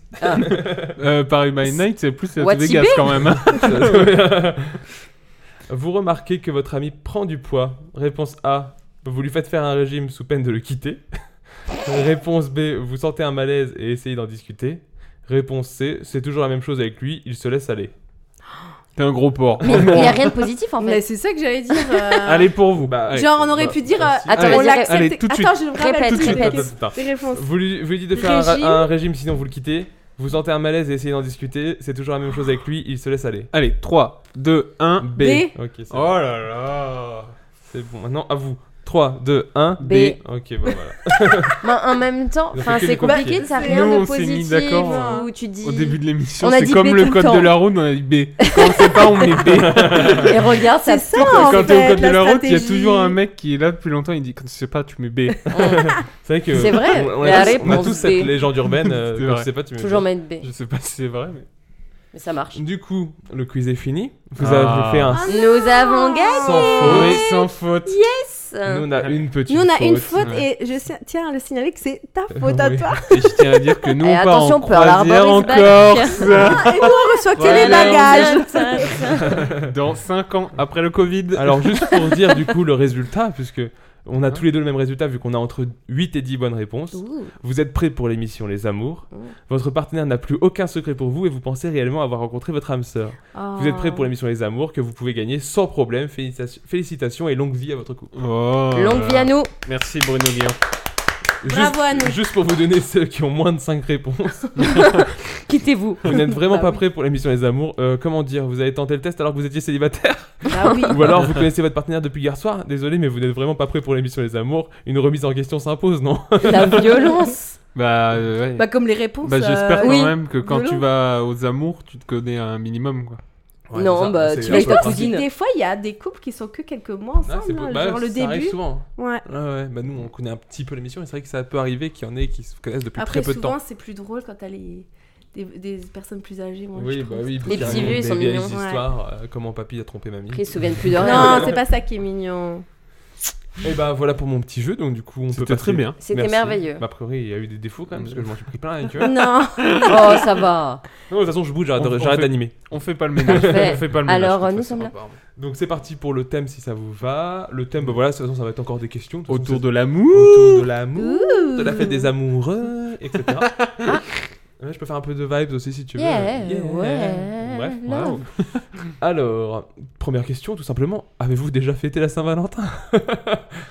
S8: Euh, Paris by Night, c'est plus Las
S10: What
S8: Vegas
S10: Tibet
S8: quand même. [laughs] hein.
S7: [laughs] Vous remarquez que votre ami prend du poids. Réponse A, vous lui faites faire un régime sous peine de le quitter. [laughs] Réponse B, vous sentez un malaise et essayez d'en discuter. Réponse C, c'est toujours la même chose avec lui, il se laisse aller.
S8: T'es un gros porc.
S10: Mais il n'y a rien de positif en
S9: Mais
S10: fait.
S9: c'est ça que j'allais dire. euh,
S7: [laughs] Allez pour vous. Bah, allez.
S9: Genre, on aurait pu dire. euh,
S10: Attends,
S9: on
S10: vas-y,
S9: l'accepte.
S8: allez, tout de suite.
S9: Attends, je me rappelle
S10: Répète,
S9: tout de suite
S10: répète.
S9: les-
S7: Attends, attends, attends.
S9: Les réponses.
S7: Vous lui, vous lui dites de faire un ra-
S9: Régime.
S7: un, régime, sinon vous le quittez. Vous sentez un malaise et essayez d'en discuter. C'est toujours la même chose avec lui, il se laisse aller.
S8: Allez, 3, 2, 1.
S7: B.
S9: B.
S7: Ok, c'est bon.
S8: Oh là là.
S7: C'est bon. Maintenant, à vous. 3, 2, 1.
S10: B.
S7: Ok, bah voilà.
S10: Mais en même temps,
S7: Ils ont
S10: enfin,
S7: fait que
S10: c'est
S7: des
S10: compliqué,
S7: copies.
S10: ça n'a
S9: Nous,
S10: rien
S8: on
S10: de
S8: Bah, s'est mis
S10: positif.
S8: d'accord,
S10: Où tu dis.
S8: Au début de l'émission,
S10: On a
S8: c'est
S10: dit B
S8: comme le
S10: tout le
S8: code
S10: temps.
S8: de la route, on a dit B. Quand on sait pas, on met B.
S10: Et regarde, ça
S9: C'est ça, en
S8: Quand t'es au
S9: fait,
S8: code de la route, il y a
S9: stratégie.
S8: toujours un mec qui est là depuis longtemps, il dit Quand tu sais pas, tu mets B.
S7: C'est vrai que.
S10: C'est vrai,
S7: On, on
S10: la
S7: a tous, on a
S10: réponse
S7: tous
S10: B.
S7: cette légende urbaine. [laughs] euh,
S8: C'est
S7: quand
S8: vrai.
S7: tu sais pas, tu mets
S10: Toujours
S7: B.
S10: mettre B.
S8: Je sais pas si c'est vrai, mais.
S10: Mais ça marche.
S7: [laughs] Du coup, le quiz est fini. Vous
S8: Ah.
S7: avez fait un
S9: Ah,
S10: Nous avons
S7: sans
S8: Oui,
S7: faute.
S8: sans faute.
S7: Nous,
S10: gagné.
S7: on a une petite.
S9: Nous, on a une
S7: faute.
S9: faute et je sais- tiens à le signaler que c'est
S7: [laughs]
S9: ta faute à
S7: Oui.
S9: toi.
S8: Et je tiens à dire que nous,
S10: Et
S8: on part en
S10: Eh, attention, Pearl Harbor
S8: croisière en
S10: is back.
S8: Corse
S10: [laughs]
S9: Ah, Et nous, on reçoit que les
S8: Voilà, on
S9: bagages.
S8: dans 5 ans après le Covid.
S7: Alors, juste [laughs] pour dire du coup le résultat, puisque on a tous les deux le même résultat, vu qu'on a entre 8 et 10 bonnes réponses.
S10: Ouh.
S7: Vous êtes prêts pour l'émission Les Amours. Votre partenaire n'a plus aucun secret pour vous et vous pensez réellement avoir rencontré votre âme sœur. Vous êtes
S10: Oh.
S7: prêts pour l'émission Les Amours que vous pouvez gagner sans problème. Félicitations, félicitations et longue vie à votre couple.
S8: Oh,
S10: Longue vie à nous.
S8: Merci Bruno Guillon.
S9: Bravo à nous.
S7: Juste pour vous donner ceux qui ont moins de 5 réponses.
S10: Quittez-vous.
S7: Vous n'êtes vraiment
S10: Bah
S7: pas
S10: oui.
S7: prêts pour l'émission Les Amours. Euh, comment dire Vous avez tenté le test alors que vous étiez célibataire
S10: Bah
S7: [laughs]
S10: oui.
S7: Ou alors vous connaissez votre partenaire depuis hier soir Désolé, mais vous n'êtes vraiment pas prêts pour l'émission Les Amours. Une remise en question s'impose, non
S10: La violence.
S8: Bah, euh, ouais.
S9: Bah, comme les réponses.
S8: Bah, j'espère
S9: euh,
S8: quand
S10: oui.
S8: même que quand
S9: Violent.
S8: tu vas aux amours, tu te connais un minimum quoi.
S7: Ouais,
S10: Non,
S7: c'est ça,
S10: bah,
S7: c'est-
S10: tu
S7: Ah,
S10: vas avec
S7: c'est
S10: ta
S7: pas-
S10: cousine.
S9: Des fois, il y a des couples qui sont que quelques mois
S7: Ah,
S9: ensemble.
S7: c'est beau.
S9: hein,
S7: Bah,
S9: genre le
S7: ça arrive
S9: début.
S7: souvent.
S9: Ouais.
S7: Ouais, ouais, bah nous on connaît un petit peu l'émission et c'est vrai que ça peut arriver qu'il y en ait qui se connaissent depuis
S9: Après,
S7: très peu de temps.
S9: souvent, c'est plus drôle quand t'as les... des, des personnes plus âgées. Moi, je
S7: Oui, bah
S9: trouve.
S7: oui,
S10: Les petits vieux, ils sont
S7: vieilles
S10: mignons.
S7: histoires, euh, comment papy a trompé mamie.
S10: Après, ils se souviennent plus de rien.
S9: Non, c'est pas ça qui est mignon.
S7: Et bah voilà pour mon petit jeu, donc du coup on peut
S8: C'était
S7: passer-
S8: très bien.
S10: C'était
S7: Merci.
S10: merveilleux.
S7: Bah, a priori, il y a eu des défauts quand même, parce que je m'en suis pris plein. tu vois. non,
S9: Non.
S10: Oh, ça va.
S7: de toute façon, je bouge, j'arrête
S8: On-
S7: de-
S8: on
S7: j'arrête
S8: fait-
S7: d'animer.
S8: On fait pas le ménage.
S10: Parfait.
S8: On fait pas le ménage.
S10: Alors,
S8: de toute
S10: nous
S8: façon,
S10: sommes là.
S8: apparemment.
S7: Donc c'est parti pour le thème si ça vous va. Le thème, bah voilà, de toute façon, ça va être encore des questions. De toute façon,
S8: Autour
S7: c'est-
S8: de l'amour.
S7: autour de l'amour, de la fête des amoureux, etc. Ouais, je peux faire un peu de vibes aussi si tu veux.
S10: Yeah,
S7: Yeah.
S10: ouais,
S7: Bref,
S10: love.
S7: waouh. Alors, première question, tout simplement, avez-vous déjà fêté la Saint-Valentin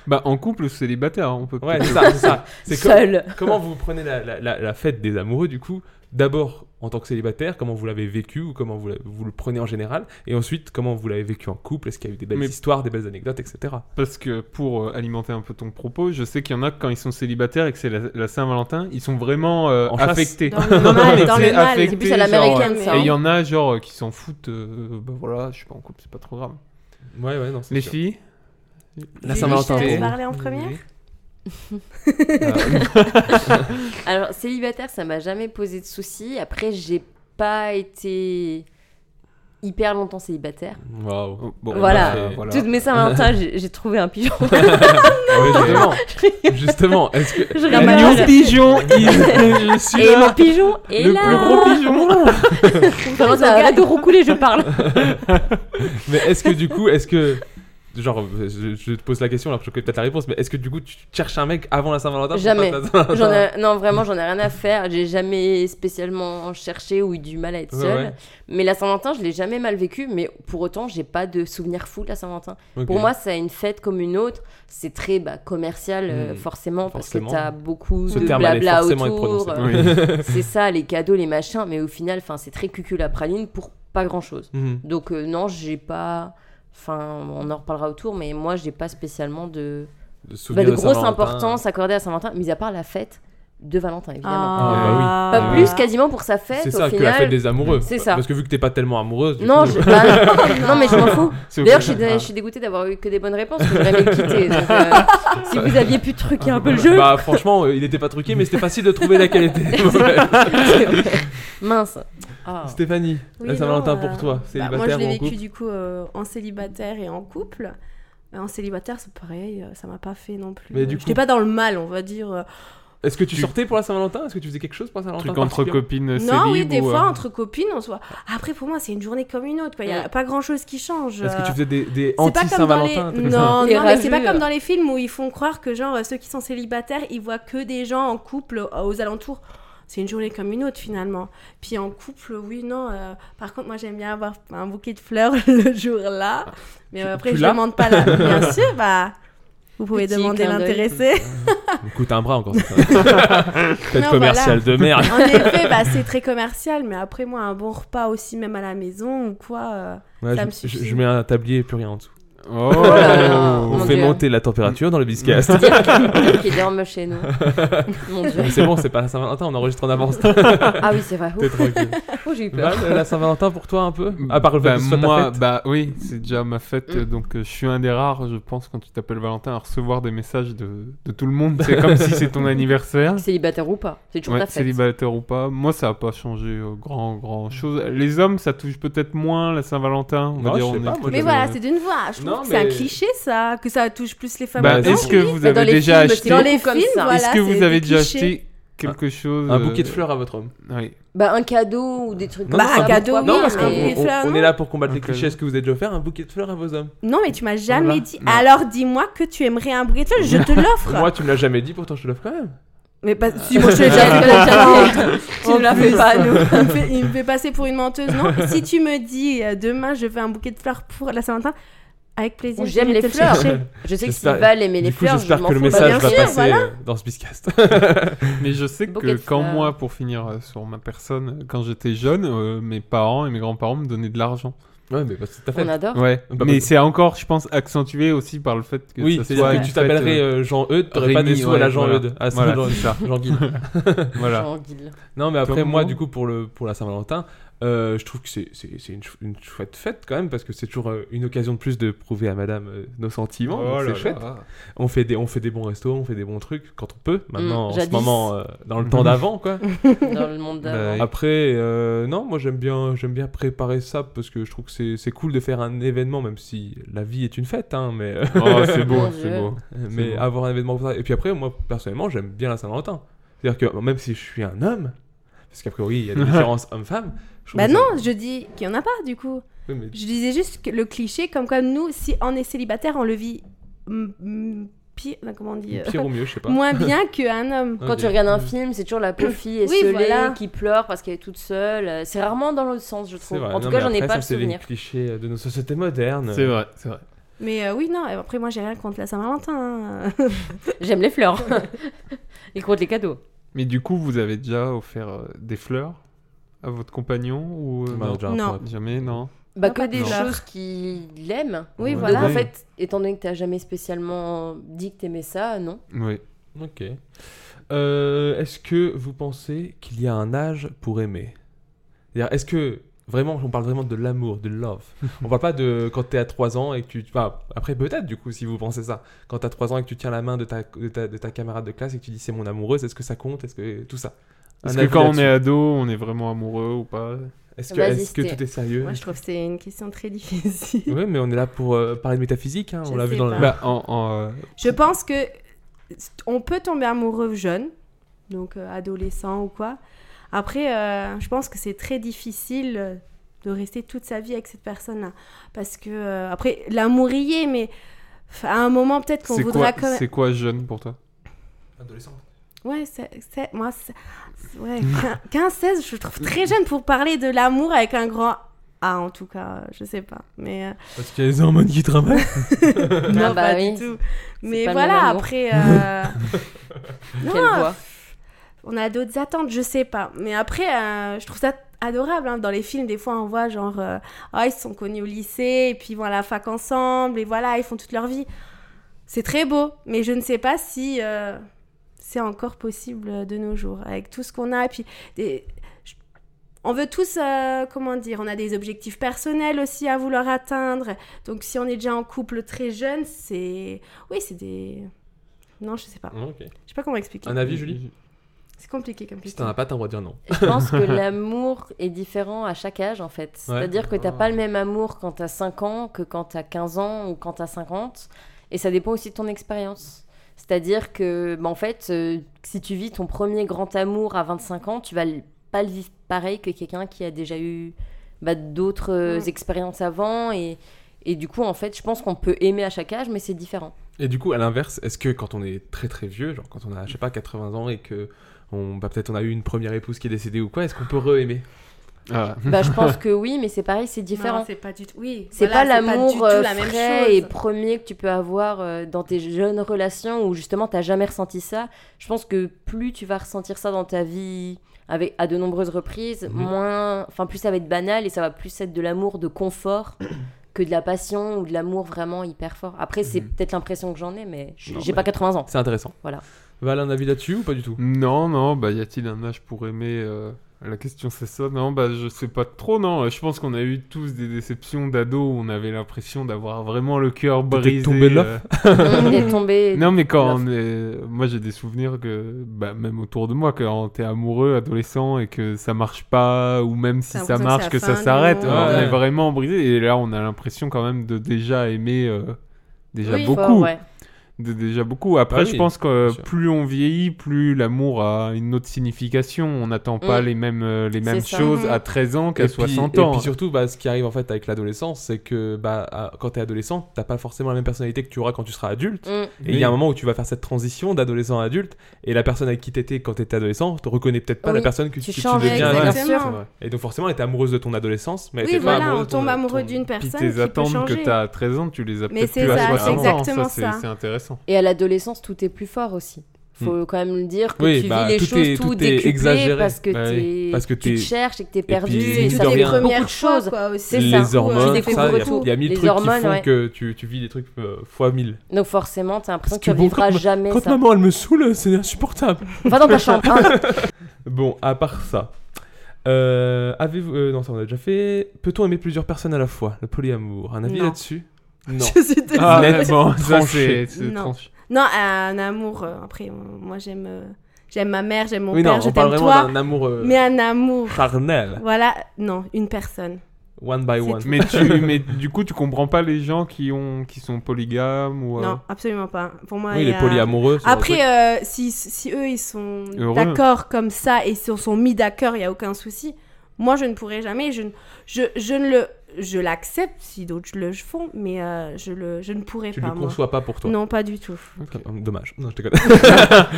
S8: Bah en couple ou célibataire, hein, on peut.
S7: Ouais, c'est ça, c'est ça. C'est comme-
S10: Seul.
S7: Comment vous prenez la, la- la- la fête des amoureux, du coup D'abord, en tant que célibataire, comment vous l'avez vécu ou comment vous, la- vous le prenez en général Et ensuite, comment vous l'avez vécu en couple Est-ce qu'il y a eu des belles
S8: Mais-
S7: histoires, des belles anecdotes, etc.
S8: Parce que pour euh, alimenter un peu ton propos, je sais qu'il y en a que quand ils sont célibataires et que c'est la, la Saint-Valentin, ils sont vraiment euh,
S7: En chasse.
S8: affectés.
S9: Dans
S8: [laughs]
S9: le mal, dans le mal.
S8: affecté,
S10: C'est plus à
S8: genre,
S10: l'américaine,
S9: euh,
S10: ça.
S8: Et
S10: hein.
S8: il y en a genre euh, qui s'en foutent. euh, bah voilà, je suis pas en couple, c'est pas trop grave.
S7: Ouais, ouais, non, c'est
S8: Les
S7: sûr.
S8: filles.
S7: La
S9: Julie,
S7: Saint-Valentin.
S9: je te laisse
S7: bon.
S9: parler en première
S10: Alors, célibataire, ça m'a jamais posé de soucis. Après, j'ai pas été hyper longtemps célibataire.
S7: Waouh.
S8: Oh, bon,
S10: Voilà.
S8: bah, voilà.
S10: Toutes mes Saint-Valentin, j'ai j'ai trouvé un [laughs] pigeon.
S7: Ah ouais, justement, justement, est-ce que.
S9: [laughs]
S10: Je
S8: [laughs] Un
S10: ramasse-
S8: mignon pigeon,
S7: [laughs]
S8: il- je suis
S10: Et
S8: là.
S10: mon pigeon est
S8: le
S10: là.
S8: plus gros pigeon.
S10: Vraiment, ça arrête de roucouler,
S7: [laughs]
S10: je parle.
S7: Mais est-ce que du coup, est-ce que. Genre, je, je te pose la question alors que je connais peut-être la réponse, mais est-ce que du coup, tu cherches un mec avant la Saint-Valentin pour
S10: Jamais.
S7: pas la Saint-Valentin
S10: [laughs] J'en ai- non, vraiment, j'en ai rien à faire. J'ai jamais spécialement cherché ou eu du mal à être
S7: Ouais,
S10: seule.
S7: ouais.
S10: Mais la Saint-Valentin, je l'ai jamais mal vécu. Mais pour autant, j'ai pas de souvenir fou de la Saint-Valentin.
S7: Ok.
S10: Pour moi, c'est une fête comme une autre. C'est très bah, commercial, euh,
S7: Mm.
S10: forcément, parce
S7: Forcément.
S10: que t'as beaucoup
S7: Ce
S10: de
S7: terme allait
S10: blabla
S7: forcément être
S10: autour.
S7: prononcé.
S10: euh, c'est ça, les cadeaux, les machins. Mais au final, 'fin, c'est très cucul à praline pour pas grand-chose.
S7: Mhm.
S10: Donc euh, non, j'ai pas Enfin, on en reparlera autour, mais moi, j'ai pas spécialement de, [laughs]
S7: De
S10: bah,
S7: souvenirs
S10: de grosse
S7: Saint-Valentin.
S10: importance accordée à Saint-Valentin, mis à part la fête de Valentin, évidemment.
S7: Ah,
S9: bah
S10: Pas
S7: Ah.
S10: plus quasiment pour sa fête,
S7: C'est
S10: au
S7: ça, que
S10: final.
S7: la fête des amoureux.
S10: C'est ça.
S7: Parce que vu que t'es pas tellement amoureuse. du
S10: Non,
S7: coup- euh,
S10: je- bah, non,
S7: [laughs]
S10: non, mais je m'en fous.
S8: C'est
S10: D'ailleurs, je
S8: ok.
S10: suis, dé- je suis dégoûtée d'avoir eu que des bonnes réponses. parce que
S7: [laughs]
S10: J'aurais aimé le quitter. donc, euh, si vous aviez pu truquer un peu le jeu.
S7: Bah, franchement, euh, il était pas truqué, mais c'était facile de trouver laquelle
S10: [laughs]
S7: était. mauvaise.
S10: c'est vrai. [laughs] Mince. Ah.
S7: Stéphanie,
S9: Oui,
S7: la Saint-Valentin
S9: non, euh,
S7: pour toi,
S9: Bah,
S7: célibataire
S9: moi, je
S7: ou en
S9: l'ai vécu
S7: couple
S9: du coup euh, en célibataire et en couple. Euh, en célibataire, c'est pareil, euh, ça m'a pas fait non plus.
S7: Mais du
S9: Euh,
S7: coup-
S9: J'étais pas dans le mal, on va dire. euh.
S7: Est-ce que tu sortais pour la Saint-Valentin Est-ce que tu faisais quelque chose pour la Saint-Valentin
S8: Truc entre
S7: particulier
S8: copines euh,
S9: Non, oui,
S8: célib
S9: des
S8: ou, euh,
S9: fois, entre copines, on se voit. Après, pour moi, c'est une journée comme une autre, quoi. Il y a pas grand chose qui change.
S7: Est-ce que tu
S9: euh.
S7: faisais des, des
S9: C'est pas comme dans les...
S7: anti-Saint-Valentin un truc comme ça
S9: Non,
S10: Les
S9: non, mais c'est pas
S10: rageux.
S9: comme dans les films où ils font croire que genre ceux qui sont célibataires, ils voient que des gens en couple euh, aux alentours. C'est une journée comme une autre finalement. Puis en couple, oui, non. euh, Par contre, moi j'aime bien avoir un bouquet de fleurs [laughs] le jour là. Mais euh, après,
S7: tu
S9: je
S7: l'as
S9: demande
S7: [laughs]
S9: pas là. Bien sûr, bah. Vous pouvez
S10: Petit
S9: demander
S10: clin d'œil.
S9: [laughs] l'intéressé.
S7: Me coûte un bras encore.
S9: [laughs]
S7: ça. Fête
S9: Non,
S7: commerciale de merde.
S9: en effet, bah, c'est très commercial, mais après, moi, un bon repas aussi, même à la maison ou quoi. euh,
S7: Ouais,
S9: Ça me
S7: je,
S9: suffit.
S7: je- je mets un tablier et plus rien en dessous.
S8: [laughs] Oh,
S10: Oh là là,
S7: On
S10: mon
S7: fait
S10: Dieu.
S7: monter la température dans le
S9: [laughs]
S7: biscast.
S10: Qui dorment chez nous. Mon dieu.
S7: c'est bon, c'est pas la Saint-Valentin, on enregistre en avance.
S10: Ah oui, c'est vrai.
S7: T'es
S10: Ouf,
S9: [laughs]
S7: tranquille.
S10: oh, j'ai eu peur.
S7: Val, la Saint-Valentin pour toi un peu À part le fait
S8: bah,
S7: que ce soit ta
S8: moi,
S7: fête
S8: bah oui, c'est déjà ma fête,
S10: Mm.
S8: euh, donc euh, je suis un des rares, je pense, quand tu t'appelles Valentin, à recevoir des messages de, de tout le monde. C'est comme si c'est ton anniversaire.
S10: Célibataire ou pas C'est toujours
S8: Ouais,
S10: ta fête.
S8: célibataire ou pas, moi ça a pas changé euh, grand grand chose. Les hommes ça touche peut-être moins la Saint-Valentin, on va
S7: Non,
S8: dire.
S7: je sais
S8: on
S7: pas,
S8: est- euh,
S7: moi,
S9: Mais
S7: je-
S9: voilà, c'est d'une voix. Je trouve
S7: Non,
S9: que c'est un
S7: mais-
S9: cliché, ça, que ça touche plus les femmes.
S8: Bah,
S7: Bah,
S8: est-ce
S7: non,
S8: que vous
S10: Mais dans
S8: avez
S10: les
S8: déjà
S10: films,
S8: acheté
S10: c'est
S9: Dans les
S10: beaucoup comme
S9: films,
S10: ça.
S9: voilà.
S8: Est-ce que
S9: c'est
S8: vous
S9: des
S8: avez déjà
S9: clichés.
S8: acheté quelque chose
S7: Un bouquet de
S8: euh,
S7: fleurs à votre homme.
S8: oui.
S10: Bah, un cadeau ou des trucs
S7: Non,
S10: comme
S7: non,
S10: ça.
S7: c'est Bah, un
S9: cadeau,
S10: pourquoi
S9: oui,
S10: pas,
S7: Non, parce qu'on
S10: mais- [laughs]
S9: mais-
S7: on-
S9: fleurs,
S7: on
S9: non.
S7: est là pour combattre les
S8: Ok.
S7: clichés. Est-ce que vous avez déjà offert un bouquet de fleurs à vos hommes
S9: Non, mais tu m'as jamais
S8: Voilà.
S9: dit.
S8: Non.
S9: Alors dis-moi que tu aimerais un bouquet de fleurs, je
S8: [laughs]
S9: te l'offre.
S7: Moi, tu me l'as jamais dit, pourtant je te l'offre quand même.
S9: mais pas...
S8: [laughs]
S9: si, moi je te l'ai
S10: J'avais
S9: déjà
S10: pas
S9: fait.
S10: jamais- Tu ne la fais pas, nous.
S9: [laughs] il, me fait, il me fait passer pour une menteuse. Non, si tu me dis euh, demain je veux un bouquet de fleurs pour la Saint-Valentin, avec plaisir. je
S10: J'aime
S9: vais
S10: les
S9: te le
S10: fleurs.
S8: [laughs]
S9: chercher.
S10: Je sais que s'ils
S7: J'espère-
S10: valent aimer les
S7: du coup,
S10: fleurs, je
S7: j'espère
S10: m'en
S7: que le
S10: fous. Bah,
S7: message
S9: bien
S7: va
S9: sûr,
S7: passer
S9: voilà.
S7: euh, dans ce [laughs] biscast.
S8: Mais je sais
S10: Bouquet
S8: que
S10: de
S8: quand
S10: fleurs.
S8: moi, pour finir euh, sur ma personne, euh, quand j'étais jeune, euh, mes parents et mes grands-parents me donnaient de l'argent.
S7: ouais, mais parce que c'est ta
S10: On
S7: fête.
S10: adore.
S8: Ouais.
S7: Bah,
S8: mais
S7: bah,
S8: c'est encore, je pense, accentué aussi par le fait que
S7: Oui,
S8: ça
S7: c'est
S8: soit
S7: que
S8: une
S7: tu
S8: fête,
S7: t'appellerais
S8: euh,
S7: euh, Jean-Eudes, t'aurais pas des
S8: Rémi,
S7: sous à la Ah,
S8: ouais,
S7: Jean-Eudes.
S8: voilà.
S7: À ce
S8: Voilà,
S7: genre-
S8: [laughs] c'est ça.
S7: Jean-Guy. euh,
S8: euh, voilà.
S10: Jean-Guil.
S7: Non, mais après,
S8: Comment
S7: moi, du coup, pour, le, pour la Saint-Valentin, euh, je trouve que c'est c'est- c'est une, chou- une chouette fête quand même, parce que c'est toujours euh, une occasion de plus de prouver à madame euh, nos sentiments.
S8: Oh
S7: donc c'est chouette. On, fait des, on fait des bons restos, on fait des bons trucs quand on peut. Maintenant, en ce
S10: Mm, jadis.
S7: moment, euh, dans le temps d'avant, quoi.
S10: Dans le monde d'avant.
S8: Bah,
S7: Après, euh, non, moi, j'aime bien, j'aime bien préparer ça, parce que je trouve que c'est- c'est cool de faire un événement, même si la vie est une fête, hein, mais.
S8: Oh, [laughs] c'est
S10: Mon
S8: beau,
S10: Dieu.
S8: c'est
S7: [laughs]
S8: beau.
S7: mais
S8: bon.
S7: avoir un événement comme ça. Et puis après, moi, personnellement, j'aime bien la Saint-Valentin. C'est-à-dire que même si je suis un homme, parce qu'a priori, il
S10: [laughs]
S7: y a des différences hommes-femmes. je trouve
S9: Bah
S7: que
S9: non,
S7: ça-
S9: je dis qu'il y en a pas du coup.
S7: Oui, mais-
S9: Je disais juste que le cliché, comme quoi nous, si on est célibataire, on le vit mm, mm, pire, comment on dit, euh,
S7: Pire ou mieux, je sais
S8: [laughs]
S7: pas.
S9: moins bien qu'un homme.
S10: Quand tu
S7: Bah, Ok.
S10: regardes un film, c'est toujours la pauvre fille
S9: Oui,
S10: esselée
S9: voilà.
S10: qui pleure parce qu'elle est toute seule. Euh, C'est rarement dans l'autre sens, je
S7: C'est
S10: trouve.
S7: vrai.
S10: En tout
S7: Non,
S10: cas,
S7: mais
S10: j'en ai
S7: après,
S10: pas
S7: ça,
S10: le
S7: C'est les
S10: souvenir.
S7: clichés de nos sociétés modernes.
S8: C'est vrai, c'est vrai.
S9: Mais euh, oui, non, après moi j'ai rien contre la Saint-Valentin. hein.
S10: J'aime les
S7: [laughs]
S10: fleurs. Et contre les cadeaux.
S8: Mais du coup, vous avez déjà offert euh, des fleurs à votre compagnon ou euh,
S7: On
S8: non
S7: a Bah, déjà un
S9: Non.
S7: point.
S8: Jamais, non.
S10: Bah,
S9: Non,
S10: que
S9: pas de
S10: des
S9: fleurs.
S10: choses qu'il aime.
S9: Oui,
S8: Ouais.
S9: voilà.
S10: Donc, en fait, étant donné que t'as jamais spécialement dit que t'aimais ça, non.
S8: Oui.
S7: Ok. Euh, est-ce que vous pensez qu'il y a un âge pour aimer C'est-à-dire, est-ce que vraiment, on parle vraiment de l'amour, de love On parle pas de quand t'es à 3 ans et que tu. Enfin, après, peut-être du coup, si vous pensez ça. Quand t'as 3 ans et que tu tiens la main de ta, de ta, de ta camarade de classe et que tu dis c'est mon amoureuse, est-ce que ça compte Est-ce que. Tout ça.
S8: Est-ce
S7: Un
S8: que
S7: avis
S8: quand on est
S7: là-dessus.
S8: ado, on est vraiment amoureux ou pas
S7: Est-ce que,
S10: Vas-y,
S7: est-ce que
S10: Sté.
S7: tout est sérieux
S9: Moi je trouve que c'est une question très difficile.
S7: Oui, mais on est là pour euh, parler de métaphysique. hein,
S9: Je
S7: On l'a vu
S9: sais
S7: dans
S9: pas.
S7: le.
S8: Bah, en, en, euh,
S9: Je pense que on peut tomber amoureux jeune, donc euh, adolescent ou quoi. Après, euh, je pense que c'est très difficile euh, de rester toute sa vie avec cette personne-là, parce que euh, après l'amour y est, mais f- à un moment peut-être qu'on
S8: c'est
S9: voudra
S8: quoi,
S9: quand même.
S8: c'est quoi jeune pour toi
S7: Adolescent.
S9: Ouais, c'est, c'est- moi, c'est- c'est- ouais, 15-16, je trouve très jeune pour parler de l'amour avec un grand A en tout cas, je sais pas, mais. euh,
S7: Parce qu'il y a les hormones qui travaillent.
S9: Non,
S10: Ah bah
S9: pas
S10: oui,
S9: du tout.
S10: c'est
S9: Mais
S10: pas le même
S9: voilà,
S10: amour. [laughs]
S9: après. euh,
S10: Quelle
S9: non,
S10: voix.
S9: on a d'autres attentes, je sais pas. Mais après, euh, je trouve ça adorable. hein. Dans les films, des fois, on voit genre, euh, Ah, ils se sont connus au lycée, et puis ils vont à la fac ensemble, et voilà, ils font toute leur vie. C'est très beau, mais je ne sais pas si euh, c'est encore possible de nos jours, avec tout ce qu'on a. Et puis, des- je- on veut tous, euh, comment dire, on a des objectifs personnels aussi à vouloir atteindre. Donc, si on est déjà en couple très jeune, c'est. Oui, c'est des. Non, je sais pas. Je sais pas comment expliquer.
S7: Un avis, Julie
S9: C'est compliqué comme
S7: Si
S9: question.
S7: t'en as pas, t'as le droit de dire non.
S10: Je pense que l'amour est différent à chaque âge en fait. C'est-à-dire que t'as pas le même amour quand t'as 5 ans que quand t'as 15 ans ou quand t'as 50. Et ça dépend aussi de ton expérience. C'est-à-dire que, bah, en fait, euh, si tu vis ton premier grand amour à 25 ans, tu vas le- pas le vivre pareil que quelqu'un qui a déjà eu bah, d'autres euh,
S9: Mm.
S10: expériences avant. Et, et du coup, en fait, je pense qu'on peut aimer à chaque âge, mais c'est différent.
S7: Et du coup, à l'inverse, est-ce que quand on est très très vieux, genre quand on a, je sais pas, 80 ans et que on, bah, peut-être on a eu une première épouse qui est décédée ou quoi, est-ce qu'on peut re-aimer
S8: Ah.
S10: Bah,
S7: [laughs]
S10: je pense que oui, mais c'est pareil, c'est différent.
S9: Non, c'est pas du tout. Oui.
S10: C'est
S9: voilà,
S10: pas l'amour
S9: du tout
S10: euh,
S9: la même
S10: frais
S9: chose.
S10: et premier que tu peux avoir euh, dans tes jeunes relations où justement t'as jamais ressenti ça. Je pense que plus tu vas ressentir ça dans ta vie avec à de nombreuses reprises,
S7: Mhm.
S10: moins, enfin plus ça va être banal et ça va plus être de l'amour
S7: [coughs]
S10: de confort que de la passion ou de l'amour vraiment hyper fort. Après c'est
S7: Mhm.
S10: peut-être l'impression que j'en ai, mais je-
S7: Non,
S10: j'ai
S7: mais- [laughs]
S10: pas 80 ans.
S7: C'est intéressant.
S10: Voilà.
S7: Val, un avis là-dessus ou pas du tout
S8: Non, non, bah y a-t-il un âge pour aimer euh, La question c'est ça. Non, bah je sais pas trop, non. Euh, Je pense qu'on a eu tous des déceptions d'ados où on avait l'impression d'avoir vraiment le cœur
S7: D'être
S8: brisé.
S7: tombé là.
S8: euh.
S10: On est tombé.
S8: Non, mais quand
S10: Là.
S8: on est. Moi j'ai des souvenirs que. Bah, même autour de moi, quand t'es amoureux, adolescent et que ça marche pas, ou même si
S9: T'as
S8: ça
S9: l'impression que
S8: marche,
S9: c'est
S8: que
S9: la
S8: ça
S9: fin du
S8: s'arrête,
S7: monde.
S8: on
S7: Ouais.
S8: est vraiment brisé. Et là on a l'impression quand même de déjà aimer. euh, Déjà
S10: Oui,
S8: beaucoup,
S9: bah
S10: fort, ouais.
S8: de- déjà beaucoup. Après,
S7: Ah
S8: je
S7: oui,
S8: pense que euh,
S7: bien sûr.
S8: plus on vieillit, plus l'amour a une autre signification. On n'attend pas
S10: Mm.
S8: les mêmes, euh, les mêmes
S10: ça.
S8: choses
S9: Mhm.
S8: à 13 ans qu'à
S7: Et puis-
S8: 60
S7: Et
S8: ans. hein.
S7: puis surtout, bah, ce qui arrive en fait avec l'adolescence, c'est que bah, à- quand t'es adolescent, t'as pas forcément la même personnalité que tu auras quand tu seras adulte.
S10: Mm.
S7: Et il y a un moment où tu vas faire cette transition d'adolescent à adulte, et la personne avec qui t'étais quand t'étais adolescent te reconnaît peut-être pas
S10: Oui,
S7: la personne que
S10: tu
S7: tu, que tu
S10: changes,
S7: deviens.
S9: exactement.
S7: adulte. Et donc forcément, elle était amoureuse de ton adolescence, mais elle
S9: Oui,
S7: était pas
S9: voilà,
S7: amoureuse
S9: on
S7: de ton-
S9: tombe amoureux
S7: ton-
S9: d'une personne
S8: Puis
S9: qui
S8: tes
S9: peut
S8: attentes que
S9: changer.
S8: tu as à 13 ans, tu les as
S9: Mais
S8: peut-être
S9: c'est
S8: plus à
S9: ça, c'est
S8: 60 ans.
S9: exactement
S8: c'est-
S9: ça.
S8: C'est intéressant.
S10: Et à l'adolescence, tout est plus fort aussi. Faut quand même le dire que
S7: Hmm. Oui,
S10: tu
S7: bah,
S10: vis les
S7: tout
S10: choses
S7: est-
S10: tout,
S7: tout est exagéré.
S10: décuplé parce que,
S8: Bah oui.
S10: t'es-
S7: Parce que
S10: tu te
S7: t'es-
S10: cherches et que t'es
S7: puis,
S10: perdu
S7: tu
S10: et,
S7: vis
S10: ça
S7: dans
S10: fait
S9: les
S7: rien.
S10: beaucoup
S9: premières
S10: de choses.
S9: Quoi, aussi.
S10: C'est
S7: les
S10: ça,
S7: hormones,
S10: tu
S7: ça, il y a-
S10: découvres
S7: il y, a mille
S10: tout.
S7: trucs
S10: Les
S7: qui font
S10: hormones, ouais.
S7: que tu, tu vis des trucs euh, fois mille.
S10: Donc forcément, t'as l'impression que
S7: Parce
S10: tu
S7: que bon,
S10: vivras
S7: quand ma-
S10: jamais
S7: Quand
S10: ça.
S7: maman elle me saoule, c'est insupportable.
S10: Va dans ta chambre. hein.
S7: Bon, à part ça, euh, avez-vous euh, non ça on a déjà fait. Peut-on aimer plusieurs personnes à la fois Le polyamour, un avis
S9: Non.
S7: là-dessus [laughs] Non.
S9: Je suis désolée.
S8: Ah,
S7: Net,
S8: mais bon, ça
S7: tranché.
S8: c'est c'est
S9: Non.
S8: tranché.
S9: Non, un amour. euh, après, euh, moi, j'aime euh, j'aime ma mère, j'aime mon
S7: oui
S9: père,
S7: non,
S9: je
S7: on parle
S9: t'aime
S7: vraiment
S9: toi.
S7: d'un amour euh,
S9: Mais un amour.
S7: charnel,
S9: Voilà, non, une personne.
S7: one by
S9: C'est
S7: one.
S8: Mais, tu, mais du coup, tu comprends pas les gens qui, ont, qui sont polygames ou. euh,
S9: Non, absolument pas. Pour moi,
S7: oui,
S9: il
S7: les
S9: y a-
S7: polyamoureux. c'est un truc-
S9: euh, Après, euh, si, si eux, ils sont
S8: Heureux.
S9: d'accord comme ça et se sont mis d'accord, il n'y a aucun souci. Moi, je ne pourrais jamais. Je, ne- je, je ne le. Je l'accepte si d'autres le font, mais euh, je, le, je ne pourrais
S7: tu
S9: pas.
S7: le
S9: Moi.
S7: conçois pas pour toi. hum,
S9: Non, pas
S7: [laughs]
S9: du tout.
S7: Dommage. Non, je déconne.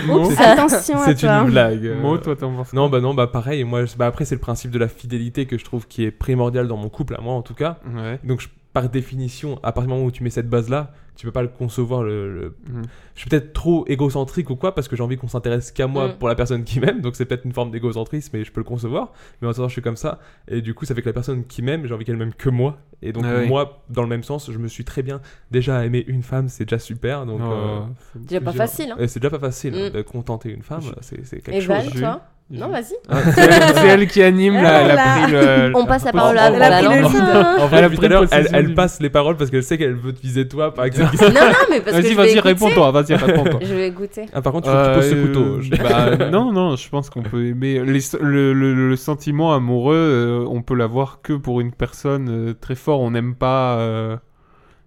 S8: Mo,
S9: Attention à
S7: [laughs] C'est
S9: toi.
S7: une blague. euh.
S8: Mo, toi, t'en penses
S7: Non, bah non, bah pareil. Moi, je- bah après, c'est le principe de la fidélité que je trouve qui est primordial dans mon couple, à moi en tout cas.
S8: quoi Ouais.
S7: Donc, je- par définition, à partir du moment où tu mets cette base-là, tu peux pas le concevoir. Le, le-
S8: Mhm.
S7: Je suis peut-être trop égocentrique ou quoi, parce que j'ai envie qu'on s'intéresse qu'à moi
S10: Mhm.
S7: pour la personne qui m'aime. Donc, c'est peut-être une forme d'égocentrisme, mais je peux le concevoir. Mais en attendant, je suis comme ça. Et du coup, ça fait que la personne qui m'aime, j'ai envie qu'elle m'aime que moi. Et donc,
S8: Ah oui.
S7: moi, dans le même sens, je me suis très bien déjà aimé une femme, c'est déjà super. Donc, euh,
S8: Oh,
S10: Déjà pas
S7: plusieurs-
S10: facile. hein.
S7: Et c'est déjà pas facile hein,
S10: Mm.
S7: de contenter une femme, c'est c'est quelque
S10: Ah, Et
S7: chose.
S10: Val,
S8: Jules.
S10: toi Non, vas-y.
S8: C'est elle- c'est elle qui anime la, elle a
S9: Voilà.
S8: pris le-
S10: On passe la
S8: position.
S10: parole à
S7: en-
S9: Elle a
S10: Val.
S9: pris le
S10: alors.
S7: En
S9: lead.
S8: vrai, elle
S7: vrai,
S8: a
S7: depuis tout
S8: pris
S7: à l'heure, elle,
S8: possession
S7: elle
S8: du-
S7: passe les paroles parce qu'elle sait qu'elle veut te viser
S8: [laughs]
S7: toi, par exemple.
S10: Non, non, mais parce
S8: Vas-y,
S10: que je vais
S8: vas-y,
S10: écouter.
S8: réponds-toi, vas-y, réponds-toi.
S10: [laughs] Je vais goûter.
S7: Ah, par contre, il faut que tu poses ce couteau. Je-
S8: Euh, bah, [laughs] non, non, je pense qu'on peut aimer. les- le, le- le sentiment amoureux, euh, on peut l'avoir que pour une personne euh, très fort. On n'aime pas. euh,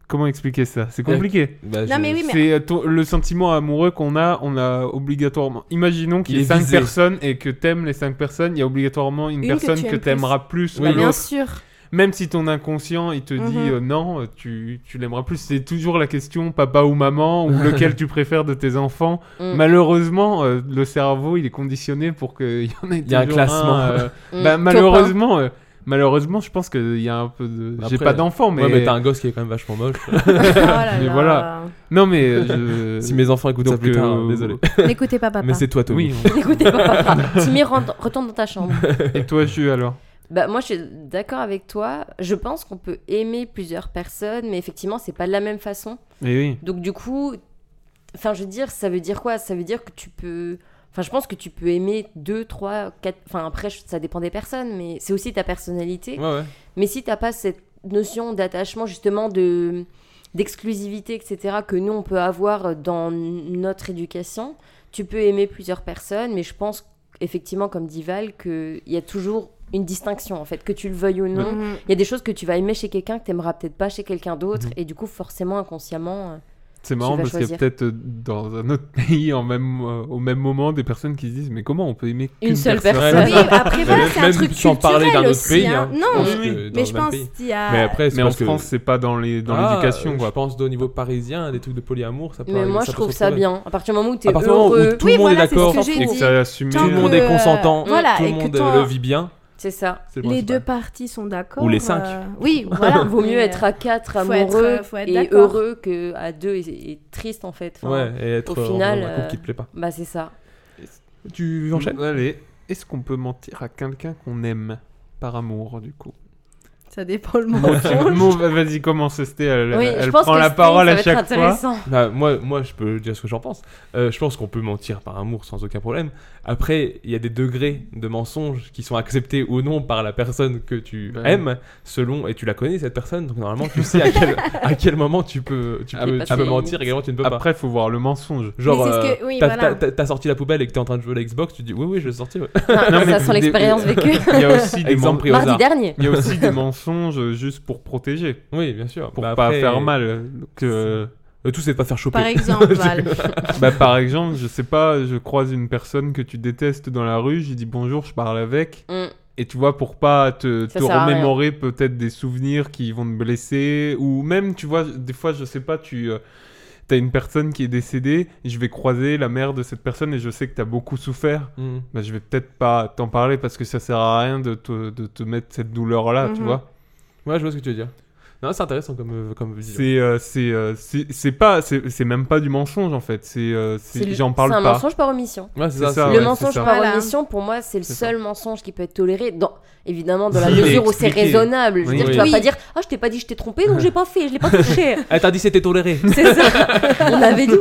S8: Comment expliquer ça C'est compliqué.
S7: Bah,
S9: Non,
S7: je-
S9: mais oui, mais.
S8: C'est euh, ton- le sentiment amoureux qu'on a, on a obligatoirement. Imaginons qu'il y
S7: Il
S8: ait
S7: est
S8: 5
S7: visé.
S8: personnes et que t'aimes les 5 personnes, il y a obligatoirement une,
S9: Une que
S8: personne
S9: tu
S8: que
S9: aimes
S8: t'aimeras plus,
S9: Bah,
S8: que
S9: bien
S8: l'autre.
S7: [laughs]
S9: sûr.
S8: Même si ton inconscient il te dit
S9: Mhm.
S8: euh, non, euh, tu, tu l'aimeras plus. C'est toujours la question papa ou
S7: [laughs]
S8: maman, ou lequel tu préfères de tes enfants.
S10: Mm,
S8: Malheureusement, euh, le cerveau, il est conditionné pour qu'il [laughs] y en ait
S7: Il y a un
S8: toujours
S7: classement.
S8: euh, bah,
S10: mm. Top, [laughs] hein.
S8: malheureusement, euh, malheureusement, je pense qu'il y a un peu de.
S7: Bah,
S8: J'ai
S7: après,
S8: pas d'enfant, mais.
S7: Ouais, mais t'as un gosse qui est quand même
S8: [laughs]
S7: vachement moche.
S9: Oh là
S8: Mais
S9: là.
S8: voilà. Non, mais.
S7: [laughs]
S8: euh, je-
S7: si mes enfants écoutent ça
S8: donc,
S7: plus tard,
S8: euh,
S7: désolé.
S9: N'écoutez pas papa.
S7: Mais c'est toi, Tommy.
S8: Oui.
S7: [laughs]
S10: Écoutez, papa. Timmy, rentre- retourne dans ta chambre.
S8: Et toi, je alors
S10: Bah, moi, je suis d'accord avec toi. Je pense qu'on peut aimer plusieurs personnes, mais effectivement, c'est pas de la même façon.
S8: Et oui.
S10: Donc, du coup, enfin, je veux dire, ça veut dire quoi Ça veut dire que tu peux. Enfin, je pense que tu peux aimer deux, trois, quatre. Enfin, après, je- ça dépend des personnes, mais c'est aussi ta personnalité.
S7: Ouais, ouais.
S10: Mais si t'as pas cette notion d'attachement, justement, de d'exclusivité, etc., que nous, on peut avoir dans notre éducation, tu peux aimer plusieurs personnes, mais je pense, effectivement, comme dit Val, qu'il y a toujours une distinction, en fait, que tu le veuilles ou non.
S9: Mhm.
S10: Il y a des choses que tu vas aimer chez quelqu'un que tu aimeras peut-être pas chez quelqu'un d'autre, et du coup, forcément, inconsciemment. euh,
S8: C'est marrant
S10: vas
S8: parce qu'il y a
S10: choisir.
S8: peut-être euh, dans un autre [laughs] pays en même, euh, au même moment des personnes qui se disent mais comment on peut aimer
S10: Une
S8: qu'une
S10: seule
S9: Oui,
S7: [laughs]
S10: bah,
S9: après, voilà,
S7: Même
S9: c'est un truc
S7: sans parler d'un
S9: culturel
S7: autre
S9: aussi,
S7: pays. hein.
S9: hein.
S7: Je
S9: Non,
S7: pense
S8: oui,
S7: que dans
S9: mais
S7: le
S9: je
S7: même
S9: pense
S7: pays.
S9: qu'il y a...
S7: Mais après, c'est
S8: Mais en
S7: parce que-
S8: France c'est pas dans les dans
S7: Ah,
S8: l'éducation
S7: euh,
S8: quoi.
S7: Je pense au niveau parisien, des trucs de polyamour,
S8: Ah
S7: ça peut
S10: Mais
S7: arriver,
S10: moi,
S7: peut
S10: je trouve
S7: se
S10: ça
S7: retrouver.
S10: bien. À partir du moment où tu
S7: À
S10: es
S7: partir du moment où
S10: heureux,
S7: tout
S9: Oui,
S7: le monde est
S9: voilà, c'est ce
S7: d'accord,
S9: que j'ai
S7: et
S8: Et
S7: que
S8: que
S9: dit.
S8: ça assume
S7: tout
S9: Tant
S7: le
S9: que,
S7: monde est consentant,
S9: euh, voilà,
S7: tout le
S9: et que
S7: monde
S9: tant-
S7: euh, le vit bien,
S10: c'est ça.
S7: c'est le
S9: les deux
S7: principal.
S9: parties sont d'accord.
S7: Ou les cinq.
S9: euh,
S10: [laughs]
S7: [laughs]
S9: Oui, voilà.
S10: Vaut mieux
S9: mais,
S10: être à quatre
S9: faut être,
S10: amoureux
S9: euh, faut être
S10: et
S9: d'accord.
S10: heureux que à deux et, et triste en fait. Enfin,
S7: Ouais, et être
S10: au
S7: euh,
S10: final,
S7: dans un couple
S10: euh,
S7: qui te plaît pas.
S10: Bah c'est ça.
S7: Tu
S8: Mm, Allez, est-ce qu'on peut mentir à quelqu'un qu'on aime par amour du coup
S9: [laughs] Ça dépend le moment.
S8: Bon, va- Vas-y commence Esté, elle,
S10: oui,
S8: elle
S10: je pense
S8: prend
S10: que
S8: la
S10: Sting,
S8: parole
S10: ça
S8: à
S10: va être
S8: chaque fois.
S10: intéressant.
S7: Bah, moi, moi, je peux dire ce que j'en pense. Euh, je pense qu'on peut mentir par amour sans aucun problème. Après, il y a des degrés de mensonges qui sont acceptés ou non par la personne que tu
S8: Ben.
S7: aimes, selon et tu la connais cette personne, donc normalement tu sais à quel, à quel moment tu peux, tu
S8: Ah,
S7: peux,
S8: mais
S7: tu peux
S10: tu-
S7: mentir et également tu ne peux pas.
S8: Après faut voir le mensonge.
S7: [laughs] Genre,
S9: Mais c'est ce
S7: euh,
S9: que- oui,
S7: t'as
S9: voilà.
S7: t'as- t'as sorti la poubelle et que t'es en train de jouer à la Xbox, tu dis oui, oui, je l'ai sorti.
S8: [laughs]
S7: ouais.
S10: Non,
S8: [laughs] Non, mais
S10: ça sent
S8: des-
S10: l'expérience vécue.
S8: Il y a aussi [laughs] des,
S7: Exemple
S8: men-
S7: pris au
S10: Mardi
S7: hasard.
S10: dernier.
S8: il y a aussi des mensonges euh, juste pour protéger,
S7: Oui, bien sûr.
S8: pour
S7: Bah,
S8: pas
S7: après,
S8: faire mal. Donc, euh,
S7: Le tout, c'est de pas faire choper. [laughs]
S9: Par exemple, Val.
S8: Bah, par exemple, je sais pas, je croise une personne que tu détestes dans la rue, j'ai dit bonjour, je parle avec.
S10: Mm.
S8: Et tu vois, pour pas te,
S10: Ça
S8: te
S10: sert à rien.
S8: remémorer peut-être des souvenirs qui vont te blesser, ou même, tu vois, des fois, je sais pas, tu euh, t'as une personne qui est décédée, je vais croiser la mère de cette personne et je sais que t'as beaucoup souffert,
S7: Mm.
S8: bah, je vais peut-être pas t'en parler parce que ça sert à rien de te, de te mettre cette douleur-là, tu
S9: Mhm.
S8: vois.
S7: Ouais, je vois ce que tu veux dire. Non, c'est intéressant comme, euh, comme vision.
S8: C'est euh, c'est euh, c'est- c'est pas, c'est c'est même pas du mensonge en fait, c'est euh, c'est-
S10: C'est le-
S8: j'en parle
S10: c'est un
S8: pas.
S10: mensonge par omission.
S7: Ouais, c'est
S8: C'est
S7: ça.
S8: ça,
S7: c'est-
S10: le
S8: ouais,
S10: mensonge
S8: c'est ça.
S10: par
S9: Voilà.
S10: omission, pour moi, c'est le
S8: C'est
S10: seul mensonge qui peut être toléré, dans,
S8: [laughs]
S10: évidemment dans la
S8: Il est
S10: mesure où c'est
S8: expliqué.
S10: raisonnable. Je veux
S8: Oui,
S10: dire,
S7: oui.
S10: tu vas
S9: Oui.
S10: pas dire Ah, je t'ai pas dit, je t'ai trompé, donc j'ai pas fait,
S8: [laughs]
S10: je l'ai pas touché.
S7: Eh, t'as dit c'était toléré.
S10: c'est ça. On avait dit.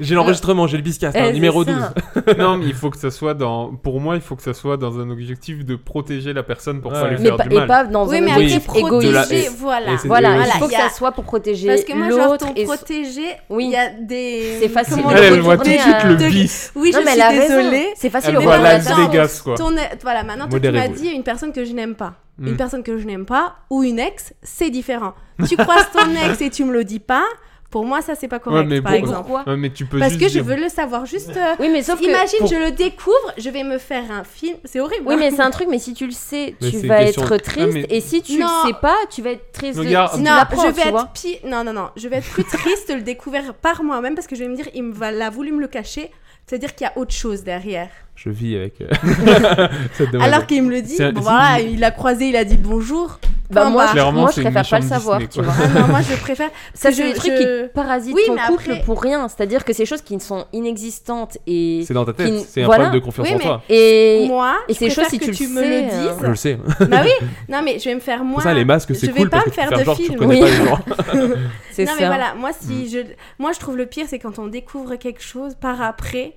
S7: J'ai l'enregistrement, j'ai le biscast,
S10: Eh,
S7: hein,
S10: c'est
S7: numéro
S10: ça.
S7: 12.
S8: [laughs] Non, mais il faut que ça soit dans. Pour moi, il faut que ça soit dans un objectif de protéger la personne pour pas
S7: Ouais.
S8: lui
S10: Mais
S8: faire
S10: pas-
S8: du
S10: et
S8: mal.
S10: pas dans
S9: Oui,
S10: un
S9: mais
S7: Oui,
S9: après,
S10: objectif
S9: protéger,
S7: la-
S10: égoïste.
S7: et-
S9: voilà.
S7: et c'est-
S10: Voilà,
S7: Voilà,
S10: il faut
S9: il
S10: que
S9: y a-
S10: ça soit pour protéger
S9: Parce que moi, j'entends
S10: l'autre.
S9: ton
S10: et so-
S9: protéger,
S10: Oui.
S9: il y a des...
S10: C'est facile.
S9: Comment
S8: Elle, elle
S9: dire,
S8: voit
S9: des-
S8: tout de
S10: retourner
S8: suite
S10: à-
S8: le
S9: de-
S8: vice.
S9: Oui,
S10: Non,
S9: je
S10: mais
S9: suis
S10: elle a raison.
S9: désolée.
S10: C'est facile
S8: Elle
S10: au
S9: mais
S8: voit
S9: dans
S8: Las
S9: le sens-
S8: Vegas, quoi.
S9: Ton- e- Voilà, maintenant, toi, tu m'as
S7: Modérez-vous. Hmm.
S9: dit une personne que je n'aime pas.
S8: Mm.
S9: Une personne que je n'aime pas ou une ex, c'est différent.
S7: [laughs]
S9: Tu croises ton ex et tu me le dis pas, pour moi, ça, c'est pas correct,
S8: mais
S9: par
S8: bon-
S9: exemple.
S10: Pourquoi
S8: Ouais, mais tu peux
S9: Parce
S8: juste
S9: que je
S8: dire-
S9: veux le savoir juste... euh,
S10: Oui, mais sauf que-
S9: Imagine,
S10: pour-
S9: je le découvre, je vais me faire un film. C'est horrible.
S10: Oui,
S9: hein.
S10: mais c'est un truc, mais si tu le sais,
S7: Mais c'est
S10: tu
S7: une
S10: vas
S7: question-
S10: être triste.
S8: Non, mais-
S10: Et si tu le
S9: Non.
S10: sais pas, tu vas être triste. de-
S8: Regarde-
S10: si tu
S9: Non,
S10: l'apprends,
S9: je vais
S10: tu vois.
S9: être pi- Non, non, non, je vais être plus triste de le découvrir par moi-même parce que je vais me dire, il me va, l'a voulu me le cacher. C'est-à-dire qu'il y a autre chose derrière.
S7: [laughs] Je vis avec
S9: [laughs]
S7: euh, cette demande.
S9: Alors qu'il me le dit,
S8: C'est-
S9: bon, voilà, il l'a croisé, il a dit bonjour.
S10: Bah,
S9: Point
S10: moi,
S9: barre.
S10: je-
S8: Clairement,
S10: moi, je
S8: c'est une
S10: préfère pas le
S8: méchante
S10: savoir,
S8: Disney,
S10: tu vois.
S9: Ah non, moi je préfère.
S10: Ça,
S9: Parce que
S10: c'est
S9: je-
S10: des trucs qui
S9: je-
S10: te parasitent
S9: Oui,
S10: ton
S9: mais
S10: couple
S9: après-
S10: pour rien. C'est-à-dire que c'est des choses qui ne sont inexistantes et.
S7: C'est dans ta
S10: qui-
S7: tête, c'est un
S10: voilà.
S7: problème de confiance
S9: Oui,
S7: en
S9: mais-
S7: toi.
S10: Et.
S9: Moi,
S10: et
S9: je
S10: c'est chaud
S9: préfère
S10: si
S9: que
S10: tu le
S9: me
S10: sais,
S9: le
S10: hein.
S9: dises.
S7: Je le sais.
S9: Bah oui, non mais je vais me faire moins.
S7: Pour ça, les masques, c'est
S9: je vais
S7: cool
S9: pas
S7: parce
S9: me
S7: que tu peux faire
S9: faire de
S7: genre, tu
S9: film.
S7: connais
S10: Oui.
S7: pas les gens.
S10: C'est
S9: non
S10: ça.
S9: mais voilà, moi si je, moi je trouve le pire c'est quand on découvre quelque chose par après.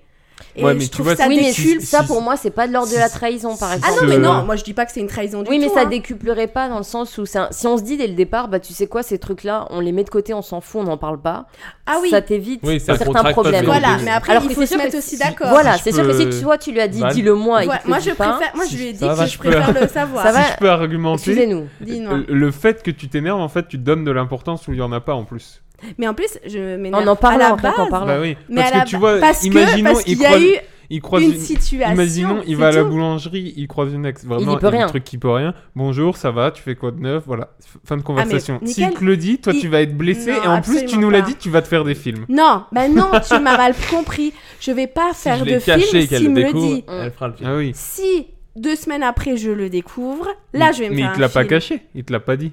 S9: Et
S8: Ouais, mais
S9: je
S8: tu
S9: trouve
S8: vois,
S9: ça
S10: oui, mais
S8: si-
S9: décuple.
S10: ça,
S8: si-
S10: pour moi, c'est pas de l'ordre de la trahison, par
S8: si-
S10: exemple.
S9: Ah non mais
S8: ce-
S9: non, moi je dis pas que c'est une trahison du
S10: Oui,
S9: tout.
S10: mais ça
S9: hein.
S10: décuplerait pas dans le sens où ça- si on se dit dès le départ, bah tu sais quoi, ces trucs-là, on les met de côté, on s'en fout, on n'en parle pas.
S9: Ah oui.
S10: Ça t'évite
S7: Oui, ça
S10: certains
S7: contracte pas de
S10: problèmes.
S7: vérité.
S9: Voilà,
S7: Oui.
S9: mais après
S10: Alors que
S9: il faut
S10: c'est
S9: se
S10: sûr que
S9: mettre aussi d'accord.
S10: Voilà,
S8: Si
S10: c'est
S8: je
S10: sûr que
S8: peux-
S10: si toi tu lui as dit,
S7: Val.
S10: dis-le-moi. et
S9: Ouais,
S10: qu'il te
S9: moi
S10: le
S9: je
S10: dit pas,
S9: préfère, moi je
S8: Si-
S9: lui ai dit
S7: ça
S9: que
S7: va,
S9: je
S7: je
S9: préfère le savoir. hein.
S10: Ça va Euh,
S8: Si je peux argumenter,
S10: Excusez-nous.
S9: Dis-moi.
S8: le le fait que tu t'énerves, en fait, tu donnes de l'importance où il y en a pas en plus.
S9: Mais en plus, je
S10: On
S9: m'énerve
S10: en
S9: à
S10: parle
S9: la
S10: en fait,
S9: base.
S10: en parlant.
S8: Bah oui,
S9: Mais
S8: parce
S9: à la
S8: que tu
S9: ba-
S8: vois,
S9: parce que
S8: imaginons,
S9: parce
S8: il
S9: qu'il y a
S8: croise-
S9: eu
S8: il croise
S9: une
S8: une-
S9: situation.
S8: Imaginons, il
S9: c'est
S8: va à la
S9: tout.
S8: boulangerie, il croise une ex,
S10: Il
S8: vraiment
S10: y peut
S8: un
S10: rien.
S8: truc qui peut rien. Bonjour, ça va, tu fais quoi de neuf Voilà, F- fin de conversation.
S9: Ah, nickel.
S8: S'il te le dit, toi
S9: Il-
S8: tu vas être blessé
S9: Non,
S8: et en plus tu
S9: absolument
S8: nous l'as
S9: pas.
S8: dit, tu vas te faire des films.
S9: Non, bah non, tu m'as mal compris. Je vais pas [laughs] faire
S7: je
S9: de
S7: l'ai caché
S9: film
S7: qu'elle
S9: s'il
S7: le
S9: me le
S7: découvre,
S9: dit.
S7: elle fera le film.
S8: Ah oui.
S9: Si deux semaines après je le découvre, là
S8: Mais-
S9: je vais me
S8: Mais il
S9: faire un
S8: te l'a pas
S9: film.
S8: caché, il te l'a pas dit.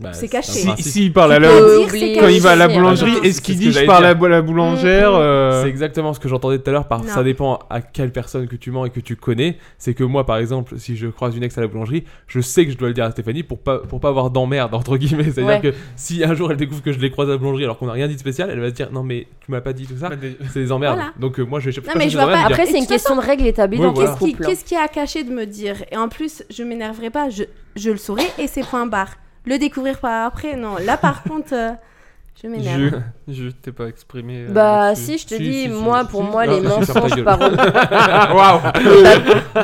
S7: Bah,
S9: C'est caché.
S7: un
S8: Si,
S7: principe.
S8: s'il parle à
S10: Tu
S8: la...
S10: peux
S9: dire
S10: oublier
S9: c'est
S10: que
S8: Quand il va à la
S9: hein.
S10: c'est un
S8: boulangerie,
S7: truc.
S8: est-ce qu'il
S7: C'est ce
S8: dit
S7: que
S8: je
S7: j'allais
S8: parle à la
S7: dire.
S8: bo- la boulangère euh,
S7: C'est exactement ce que j'entendais tout à l'heure par
S9: Non.
S7: ça dépend à quelle personne que tu mens et que tu connais. C'est que moi, par exemple, si je croise une ex à la boulangerie, je sais que je dois le dire à Stéphanie pour pas, pour pas avoir d'emmerde, entre guillemets. C'est-à-dire
S10: Ouais.
S7: que si un jour elle découvre que je l'ai croisé à la boulangerie alors qu'on n'a rien dit de spécial, elle va se dire non, mais tu m'as pas dit tout ça. C'est des emmerdes.
S9: Voilà.
S7: Donc euh, moi, je vais
S9: Non, mais je vois pas.
S10: Après,
S9: Et de
S10: c'est une
S9: toute
S10: question de règles établies
S7: Oui,
S10: dans
S7: voilà.
S10: ton
S9: Qu'est-ce qui,
S10: couple.
S9: qu'est-ce qui a caché de me dire Et en plus, je m'énerverai pas, je, je le saurai et c'est point barre. Le découvrir par après, non. Là,
S10: [laughs]
S9: par contre, euh, je m'énerve.
S8: Je, je t'ai pas exprimé. euh,
S10: Bah
S8: là-dessus.
S10: si, je te
S8: Si,
S10: dis,
S8: si, si,
S10: moi,
S8: si,
S10: pour
S8: si.
S10: moi,
S7: Non,
S8: [laughs]
S7: [laughs] je
S10: les
S7: vais faire ta
S10: mensonges
S7: gueule.
S10: par...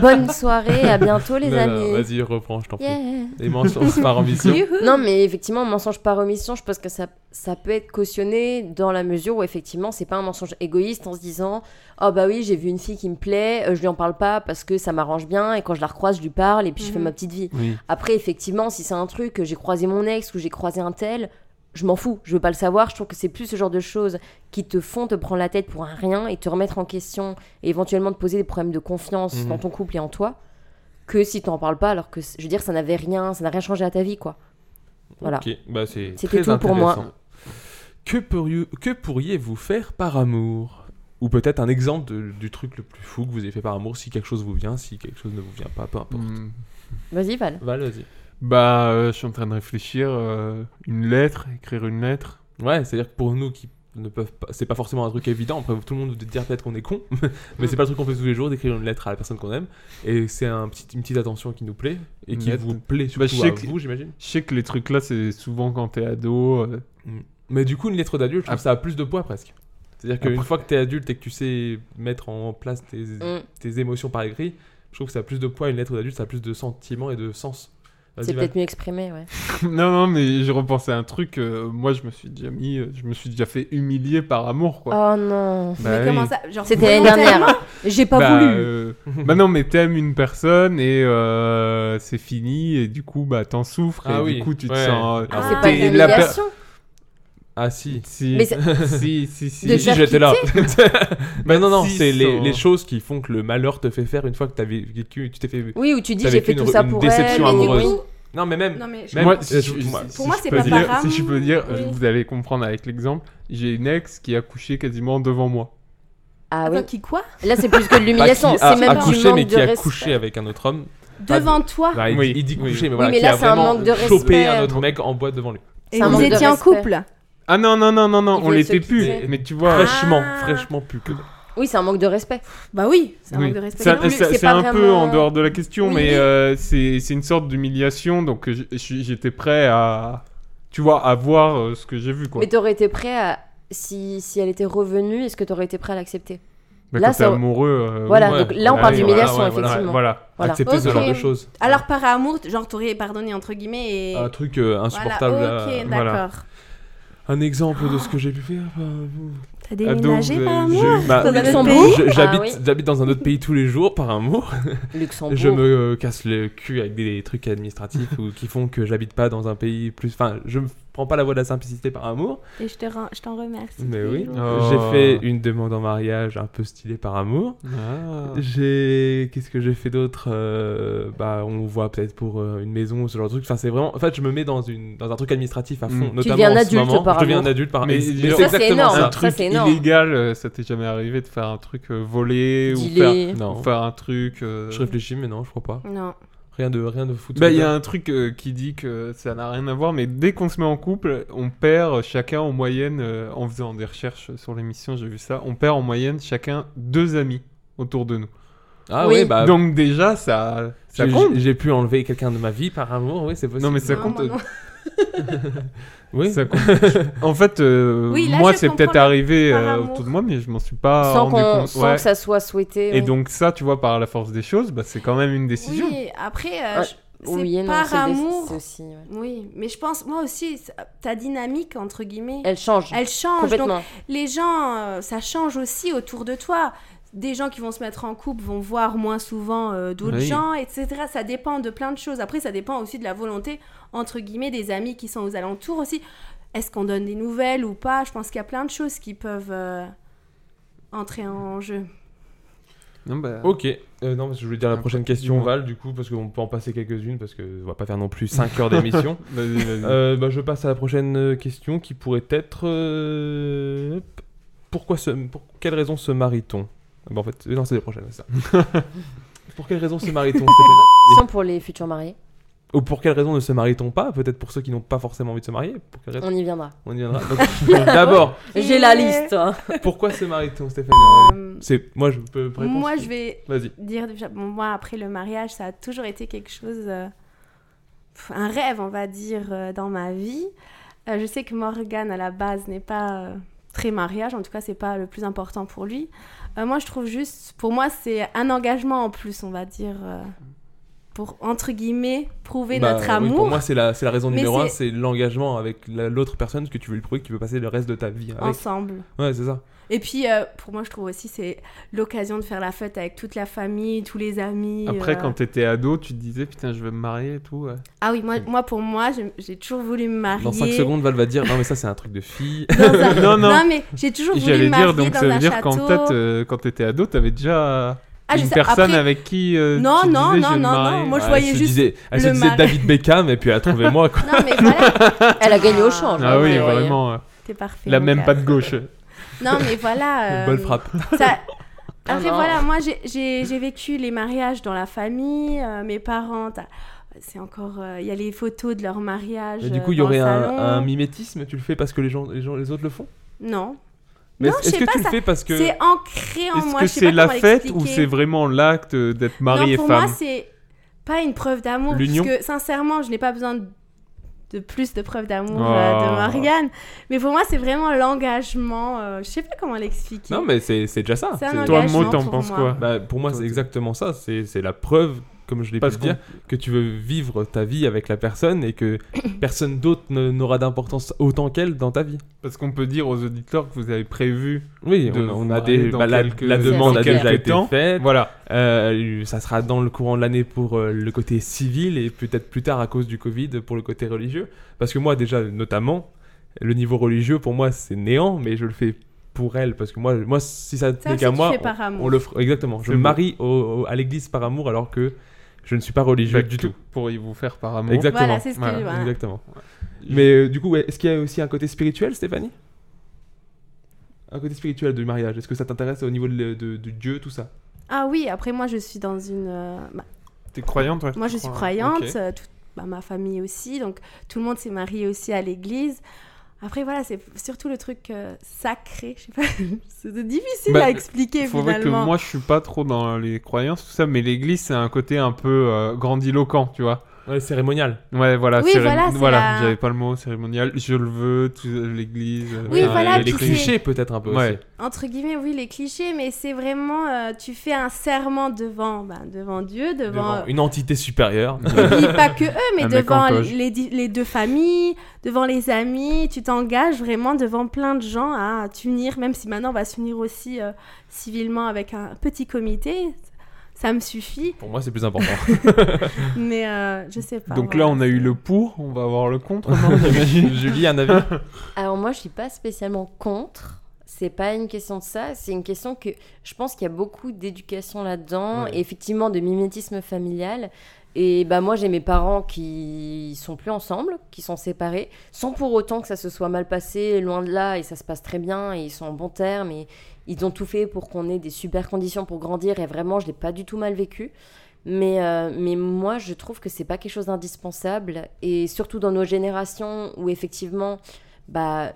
S10: Bonne soirée, à bientôt les
S7: Non, non,
S10: amis.
S7: euh, Vas-y, reprends, je t'en prie.
S10: Yeah.
S7: Les mensonges
S10: [laughs]
S7: par ambition.
S9: Youhou.
S10: Non, mais effectivement, mensonge par omission, je pense que ça, ça peut être cautionné dans la mesure où effectivement, c'est pas un mensonge égoïste en se disant Oh bah oui, j'ai vu une fille qui me plaît, euh, je lui en parle pas parce que ça m'arrange bien et quand je la recroise, je lui parle et puis je fais
S9: Mhm.
S10: ma petite vie.
S8: Oui.
S10: Après, effectivement, si c'est un truc, euh, j'ai croisé mon ex ou j'ai croisé un tel, je m'en fous, je veux pas le savoir. Je trouve que c'est plus ce genre de choses qui te font te prendre la tête pour un rien et te remettre en question et éventuellement te poser des problèmes de confiance
S7: Mhm.
S10: dans ton couple et en toi que si t'en parles pas alors que c- je veux dire ça n'avait rien ça n'a rien changé à ta vie quoi voilà
S7: Ok, bah, c'est
S10: C'était
S7: très
S10: tout pour moi.
S7: intéressant. Que, pourriez- que pourriez-vous faire par amour Ou peut-être un exemple de- du truc le plus fou que vous avez fait par amour, si quelque chose vous vient, si quelque chose ne vous vient pas, peu importe.
S8: Hmm.
S10: vas-y Val
S7: Val, vas-y.
S8: Bah, euh, je suis en train de réfléchir. euh, une lettre, écrire une lettre.
S7: Ouais, c'est-à-dire que pour nous qui ne peuvent pas, c'est pas forcément un truc évident. Après, tout le monde peut dire peut-être qu'on est con, [laughs]
S10: Mm.
S7: mais c'est pas le truc qu'on fait tous les jours d'écrire une lettre à la personne qu'on aime. Et c'est un petit, une petite attention qui nous plaît et
S8: Une
S7: qui
S8: lettre.
S7: vous plaît surtout
S8: Bah, je sais
S7: à
S8: que-
S7: vous, j'imagine.
S8: Je sais que les trucs là, c'est souvent quand t'es ado. euh, [laughs]
S7: Mais du coup, une lettre d'adulte, je trouve que ça a plus de poids presque. C'est-à-dire qu'une
S8: Ah. Après-
S7: fois que t'es adulte et que tu sais mettre en place tes,
S10: Mm.
S7: tes émotions par écrit, je trouve que ça a plus de poids. Une lettre d'adulte, ça a plus de sentiments et de sens. Vas-y,
S10: c'est
S7: Val.
S10: peut-être mieux exprimé ouais
S8: non, non, mais je repensais à un truc. euh, moi, je me suis déjà mis. euh, je me suis déjà fait humilier par amour, quoi.
S10: oh non
S8: Bah
S9: Mais
S8: oui.
S9: comment ça Genre,
S10: c'était l'année
S7: [laughs]
S10: dernière j'ai pas
S8: bah,
S10: voulu
S8: euh, bah non, mais t'aimes une personne et euh, c'est fini et du coup bah t'en souffres
S7: Ah
S8: et
S7: oui,
S8: du coup tu te
S7: ouais.
S8: sens.
S7: Ah,
S10: c'est pas
S8: t'es
S10: une
S8: la per-
S10: humiliation
S7: Ah si.
S8: Si.
S10: Mais c'est-
S8: [laughs] si, si, si.
S10: De
S7: Si, si,
S10: faire
S7: j'étais là. [laughs] Mais Bah, non, non,
S8: Si,
S7: c'est les,
S8: ça-
S7: les choses qui font que le malheur te fait faire une fois que t'as vécu, tu t'es fait
S10: oui où tu
S7: [laughs]
S10: dis
S7: T'as
S10: j'ai
S7: vécu
S10: fait
S7: une-
S10: tout ça
S7: une
S10: pour
S9: euh,
S7: déception
S10: elle mais du
S7: amoureuse.
S10: coup-
S7: Non, mais même.
S9: Non, mais je-
S7: même-
S8: Moi, si,
S7: euh,
S8: je-
S7: je- moi-
S8: si
S9: Pour moi,
S8: je
S9: c'est
S8: peux
S9: pas
S8: dire-
S9: par
S8: Si je peux dire,
S9: amour.
S8: je- vous allez comprendre avec l'exemple, j'ai une ex qui a couché quasiment devant moi.
S10: ah oui
S9: Attends, qui quoi
S10: là c'est plus que de
S7: pas
S10: l'humiliation
S7: qui
S10: c'est
S7: a
S10: même du
S7: accouché,
S10: manque
S7: mais
S10: de
S7: qui a
S10: respect
S7: couché avec un autre homme.
S9: Devant toi
S7: Bah, il,
S8: Oui,
S7: il dit
S8: oui.
S7: coucher, mais
S8: Oui,
S7: voilà,
S10: mais
S7: qui
S10: là,
S7: a
S10: c'est un
S7: vraiment
S10: manque de
S7: chopé
S10: respect.
S7: un autre mec en boîte devant lui.
S9: Et
S10: un
S9: vous
S10: manque de
S9: étiez en
S10: respect.
S9: couple
S8: Ah non, non, non, non, non,
S10: Ils
S8: on
S10: veulent
S8: l'était
S10: se
S8: plus.
S10: quitter.
S8: Mais tu vois,
S7: Fraîchement, fraîchement pu.
S10: oui c'est un manque de respect
S9: Bah oui, c'est un
S8: Oui.
S9: manque de respect.
S8: Ça-
S9: Non, mais-
S8: ça-
S10: c'est
S8: c'est
S10: pas
S8: un peu
S10: vraiment-
S8: en dehors de la question,
S10: Oui,
S8: mais
S10: oui.
S8: euh, c'est c'est une sorte d'humiliation, donc je- je- j'étais prêt à, tu vois, à voir euh, ce que j'ai vu, quoi.
S10: mais t'aurais été prêt à si, si elle était revenue est-ce que t'aurais été prêt à l'accepter
S8: Mais
S10: là,
S8: Bah, quand t'es
S10: ça-
S8: amoureux... euh,
S10: voilà
S7: ouais.
S10: donc là on
S8: Ouais,
S10: parle
S8: oui,
S10: d'humiliation
S7: voilà, ouais, voilà,
S10: effectivement
S8: Voilà.
S10: Voilà.
S7: Accepter ce
S9: Ok.
S7: genre de choses.
S9: Alors par amour, genre t'aurais pardonné entre guillemets et.
S8: Ah,
S7: Un truc euh, insupportable.
S9: Voilà, ok,
S7: euh,
S9: d'accord.
S8: voilà.
S7: Un exemple de ce que j'ai pu faire. bah,
S9: T'as
S8: Ado,
S9: déménagé
S8: vous
S9: par
S8: avez-
S9: amour
S8: j'ai eu ma-
S10: Au
S9: Dans notre
S10: Luxembourg
S9: pays
S7: Je- J'habite
S10: Ah oui.
S7: j'habite dans un autre pays tous les jours par amour.
S9: Oh.
S10: Luxembourg
S7: Je me euh, casse le cul avec des trucs administratifs ou qui font que j'habite pas dans un pays plus. Enfin, je me prends pas la voie de la simplicité par amour.
S9: Et je te rends- je t'en remercie.
S7: Mais oui.
S8: Oh.
S7: J'ai fait une demande en mariage un peu stylée par amour.
S10: Ah.
S7: Ah. J'ai. Qu'est-ce que j'ai fait d'autre Euh, Bah, on voit peut-être pour euh, une maison ou ce genre de truc. Enfin, c'est vraiment. En fait, je me mets dans, une... dans un truc administratif à fond.
S8: Mm. Tu
S7: Notamment
S10: deviens
S7: en
S10: un
S7: ce
S10: adulte
S7: moment.
S10: par
S7: Je deviens un
S10: amour.
S7: adulte par
S8: Mais-
S7: Et-
S8: mais ça,
S10: c'est
S7: c'est exactement
S10: énorme.
S7: ça.
S8: un truc
S10: Ah, c'est énorme.
S8: illégal, euh, ça t'est jamais arrivé de faire un truc euh, volé ou
S10: Dealer.
S8: faire,
S7: Non.
S8: ou faire un truc. euh,
S7: Je réfléchis, mais non, je crois
S8: Ah.
S7: pas.
S9: Non.
S7: Rien de, rien de foutu.
S8: Bah, il y a un truc euh, qui dit que ça n'a rien à voir, mais dès qu'on se met en couple, on perd chacun en moyenne, euh, en faisant des recherches sur l'émission, j'ai vu ça, on perd en moyenne chacun deux amis autour de nous.
S7: Ah
S10: Oui.
S7: ouais, bah.
S8: Donc déjà, ça, ça
S7: j'ai-
S8: compte.
S7: J'ai pu enlever quelqu'un de ma vie par amour, oui, c'est possible.
S8: Non mais ça
S10: Ah.
S9: Non,
S8: compte.
S9: moi, non.
S7: Oui.
S8: ça compte. [laughs] en fait, euh,
S9: Oui, là,
S8: moi
S9: je
S8: c'est
S9: comprends
S8: peut-être
S9: le-
S8: arrivé
S9: par
S8: euh,
S9: amour.
S8: autour de moi, mais je m'en suis pas
S10: sans,
S8: rendu
S10: qu'on-
S8: compte.
S10: sans
S8: Ouais.
S10: que ça soit souhaité
S8: Et
S10: oui.
S8: donc ça, tu vois, par la force des choses, bah, c'est quand même une décision.
S9: Oui, après, euh,
S10: Ah,
S9: je- c'est
S10: oui et non,
S9: par
S10: c'est le dé-
S9: amour.
S10: c'est aussi, ouais.
S9: Oui, mais je pense, moi aussi, ça- ta dynamique, entre guillemets, elle,
S10: Elle change.
S9: change. Donc,
S10: complètement.
S9: les gens, euh, ça change aussi autour de toi. Des gens qui vont se mettre en couple vont voir moins souvent euh, d'autres
S8: Oui.
S9: gens, etc. Ça dépend de plein de choses. Après, ça dépend aussi de la volonté, entre guillemets, des amis qui sont aux alentours aussi. Est-ce qu'on donne des nouvelles ou pas Je pense qu'il y a plein de choses qui peuvent euh, entrer en jeu.
S8: Non, bah,
S7: Ok. Euh, non, parce que je voulais dire la
S8: Un
S7: prochaine
S8: peu-
S7: question,
S8: dis-moi.
S7: Val, du coup, parce qu'on peut en passer quelques-unes, parce que on va pas faire non plus 5 heures d'émission.
S8: vas-y, vas-y.
S7: Euh, bah, je passe à la prochaine euh, question qui pourrait être. euh, p- Pourquoi se... Pour quelle raison se marie-t-on Ah, bah, en fait, euh, non, c'est la prochaine,
S9: [laughs]
S7: c'est ça. pour quelle raison se marie-t-on, Stéphanie
S10: Question pour les futurs mariés.
S7: Ou pour quelle raison ne se marie-t-on pas Peut-être pour ceux qui n'ont pas forcément envie de se marier. Pour quelle raison
S10: On y viendra.
S7: On y viendra.
S9: [laughs] Ah
S7: Donc, D'abord,
S10: J'ai la liste. [laughs] hein.
S7: pourquoi se marie-t-on, Stéphanie
S9: Euh,
S7: C'est moi, je peux répondre.
S9: moi, je vais
S7: Vas-y.
S9: dire déjà, bon, moi, après le mariage, ça a toujours été quelque chose, euh, pff, un rêve, on va dire, euh, dans ma vie. Euh, je sais que Morgan, à la base, n'est pas euh, très mariage, en tout cas, c'est pas le plus important pour lui. Euh, moi, je trouve juste, pour moi, c'est un engagement en plus, on va dire, euh, pour, entre guillemets, prouver
S7: Bah,
S9: notre
S7: oui,
S9: amour.
S7: pour moi, c'est la, c'est la raison
S9: Mais
S7: numéro un,
S9: c'est-
S7: c'est l'engagement avec la- l'autre personne que tu veux lui prouver que tu veux passer le reste de ta vie avec.
S9: ensemble.
S7: Ouais, c'est ça.
S9: Et puis, euh, pour moi, je trouve aussi c'est l'occasion de faire la fête avec toute la famille, tous les amis.
S8: Après,
S9: euh.
S8: quand t'étais ado, tu te disais putain, je vais me marier et tout. ouais.
S9: Ah oui, moi, moi pour moi, j'ai- j'ai toujours voulu me marier.
S7: Dans 5 secondes, Val va dire non mais ça c'est un truc de fille.
S9: [laughs]
S8: [laughs]
S9: dans un-
S8: Non, non.
S9: Non, mais j'ai toujours voulu
S8: J'allais
S9: me marier
S8: dire, donc
S9: dans
S8: ça veut
S9: un
S8: dire
S9: château.
S8: qu'en tête, euh, quand t'étais ado, t'avais déjà
S9: Ah, je
S8: une
S9: sais,
S8: personne
S9: après-
S8: avec qui. euh,
S9: Non,
S8: tu disais,
S9: non, non,
S8: je vais me
S9: non,
S8: marier.
S9: non, moi, je
S7: Ouais,
S9: voyais
S7: elle se
S9: juste
S7: disait, elle se
S9: le
S7: disait
S9: mari.
S7: David Beckham et puis elle a trouvé moi quoi.
S9: Non, mais
S8: [laughs]
S9: voilà,
S10: Elle a gagné au change.
S8: Ah
S10: hein,
S8: oui,
S10: mais ouais.
S8: vraiment. euh,
S9: t'es parfait.
S8: La
S9: mon
S8: même
S9: gars.
S8: patte gauche.
S9: euh, [laughs] Non, mais
S8: [laughs]
S9: voilà. euh,
S7: Bonne frappe.
S9: ça-
S10: Ah
S9: Après,
S10: non.
S9: voilà, moi, j'ai- j'ai j'ai vécu les mariages dans la famille, euh, mes parents. t'as- C'est encore. euh, Il y a les photos de leur mariage.
S7: Et du
S9: euh,
S7: coup, il y
S9: dans le
S7: aurait un,
S9: salon.
S7: un mimétisme. Tu le fais parce que les gens, les gens, les autres le font.
S9: Non,
S7: Mais
S9: Non,
S7: est-ce-
S9: je
S7: est-ce
S9: sais
S7: que
S9: pas,
S7: tu le
S9: ça-
S7: fais parce que
S9: c'est ancré en
S8: Est-ce
S9: moi.
S8: que
S9: je sais
S8: c'est
S9: pas
S8: la
S9: comment
S8: fête ou
S9: l'expliquer.
S8: c'est vraiment l'acte euh, d'être mari
S9: non,
S8: et
S9: pour
S8: femme
S9: moi, c'est pas une preuve d'amour.
S7: L'union.
S9: Parce que sincèrement, je n'ai pas besoin de- de plus de preuves d'amour
S8: Oh.
S9: euh, de Marianne. Mais pour moi, c'est vraiment l'engagement. euh, je sais pas comment l'expliquer.
S7: non mais c'est c'est déjà ça.
S9: C'est un
S7: C'est-
S9: engagement.
S8: Toi, Mo, t'en
S9: pour
S8: penses
S9: moi.
S8: quoi
S7: Bah, pour moi,
S8: Toi,
S7: c'est
S8: t'es-
S7: exactement ça. C'est c'est la preuve, comme je l'ai pu
S8: Parce
S7: le dire, que tu veux vivre ta vie avec la personne et
S9: [coughs]
S7: que personne d'autre ne- n'aura d'importance autant qu'elle dans ta vie.
S8: Parce qu'on peut dire aux auditeurs que vous avez prévu.
S7: Oui,
S8: De
S7: on, on a
S8: voir
S7: des,
S8: dans
S7: bah, la,
S8: quelques-
S7: la demande
S10: dans
S7: a déjà
S8: quelques
S7: été
S8: temps.
S7: faite.
S8: Voilà.
S7: Euh, ça sera dans le courant de l'année pour euh, le côté civil et peut-être plus tard à cause du Covid pour le côté religieux. Parce que moi, déjà, notamment, le niveau religieux pour moi c'est néant, mais je le fais pour elle parce que moi, moi si ça
S9: Ça,
S7: tenait
S9: c'est
S7: qu'à
S9: tu
S7: moi,
S9: fais par
S7: on-
S9: amour.
S7: on le fera- exactement. Je
S8: C'est
S7: me
S8: beau.
S7: marie au- au- à l'église par amour alors que je ne suis pas religieux
S8: Bah,
S7: du
S8: que
S7: tout.
S8: Pour y vous faire par amour.
S7: Exactement.
S9: Voilà, c'est ce que
S8: Voilà,
S9: voilà.
S7: Exactement. Mais euh, du coup, ouais, est-ce qu'il y a aussi un côté spirituel, Stéphanie Un côté spirituel du mariage. Est-ce que ça t'intéresse au niveau de, de- de Dieu, tout ça
S9: Ah oui, après, moi, je suis dans une. euh, bah,
S8: T'es croyante, ouais
S9: moi, je suis croyante.
S8: Ok.
S9: euh, tout- bah, ma famille aussi. Donc, tout le monde s'est marié aussi à l'église. Après, voilà, c'est surtout le truc euh, sacré. Je sais pas. [laughs] c'est difficile
S8: Bah,
S9: à expliquer,
S8: Il faudrait que
S9: finalement.
S8: moi je suis pas trop dans les croyances tout ça, mais l'église c'est un côté un peu euh, grandiloquent, tu vois.
S7: Ouais, cérémonial.
S8: Ouais, voilà.
S9: Oui,
S8: céré-
S9: voilà, c'est la-
S8: j'avais pas le mot cérémonial. Je le veux, tout- l'église. euh,
S9: Oui,
S8: voilà,
S9: voilà,
S8: et les
S7: les
S9: puis
S8: clichés.
S7: clichés peut-être un peu
S8: Ouais.
S7: aussi.
S9: entre guillemets, oui, les clichés, mais c'est vraiment, euh, tu fais un serment devant, ben, devant Dieu, devant,
S7: Devant une entité supérieure.
S9: et puis pas que eux,
S8: [laughs]
S9: mais
S8: Un mec en
S9: devant
S8: toge.
S9: les, di- les deux familles, devant les amis, tu t'engages vraiment devant plein de gens à t'unir, même si maintenant on va s'unir aussi euh, civilement avec un petit comité, ça me suffit,
S7: Pour moi, c'est plus important.
S9: mais euh, je sais pas.
S8: Donc là,
S9: voilà.
S8: on a eu le pour, on va avoir le contre, non, j'imagine.
S7: [laughs] Julie, un avis
S10: Alors moi, je suis pas spécialement contre. C'est pas une question de ça, c'est une question que je pense qu'il y a beaucoup d'éducation là-dedans,
S7: Ouais.
S10: et effectivement de mimétisme familial. Et bah moi, j'ai mes parents qui sont plus ensemble, qui sont séparés, sans pour autant que ça se soit mal passé, loin de là, et ça se passe très bien, et ils sont en bon terme, et ils ont tout fait pour qu'on ait des super conditions pour grandir, et vraiment, je l'ai pas du tout mal vécu. Mais, euh, mais moi, je trouve que c'est pas quelque chose d'indispensable, et surtout dans nos générations où effectivement bah,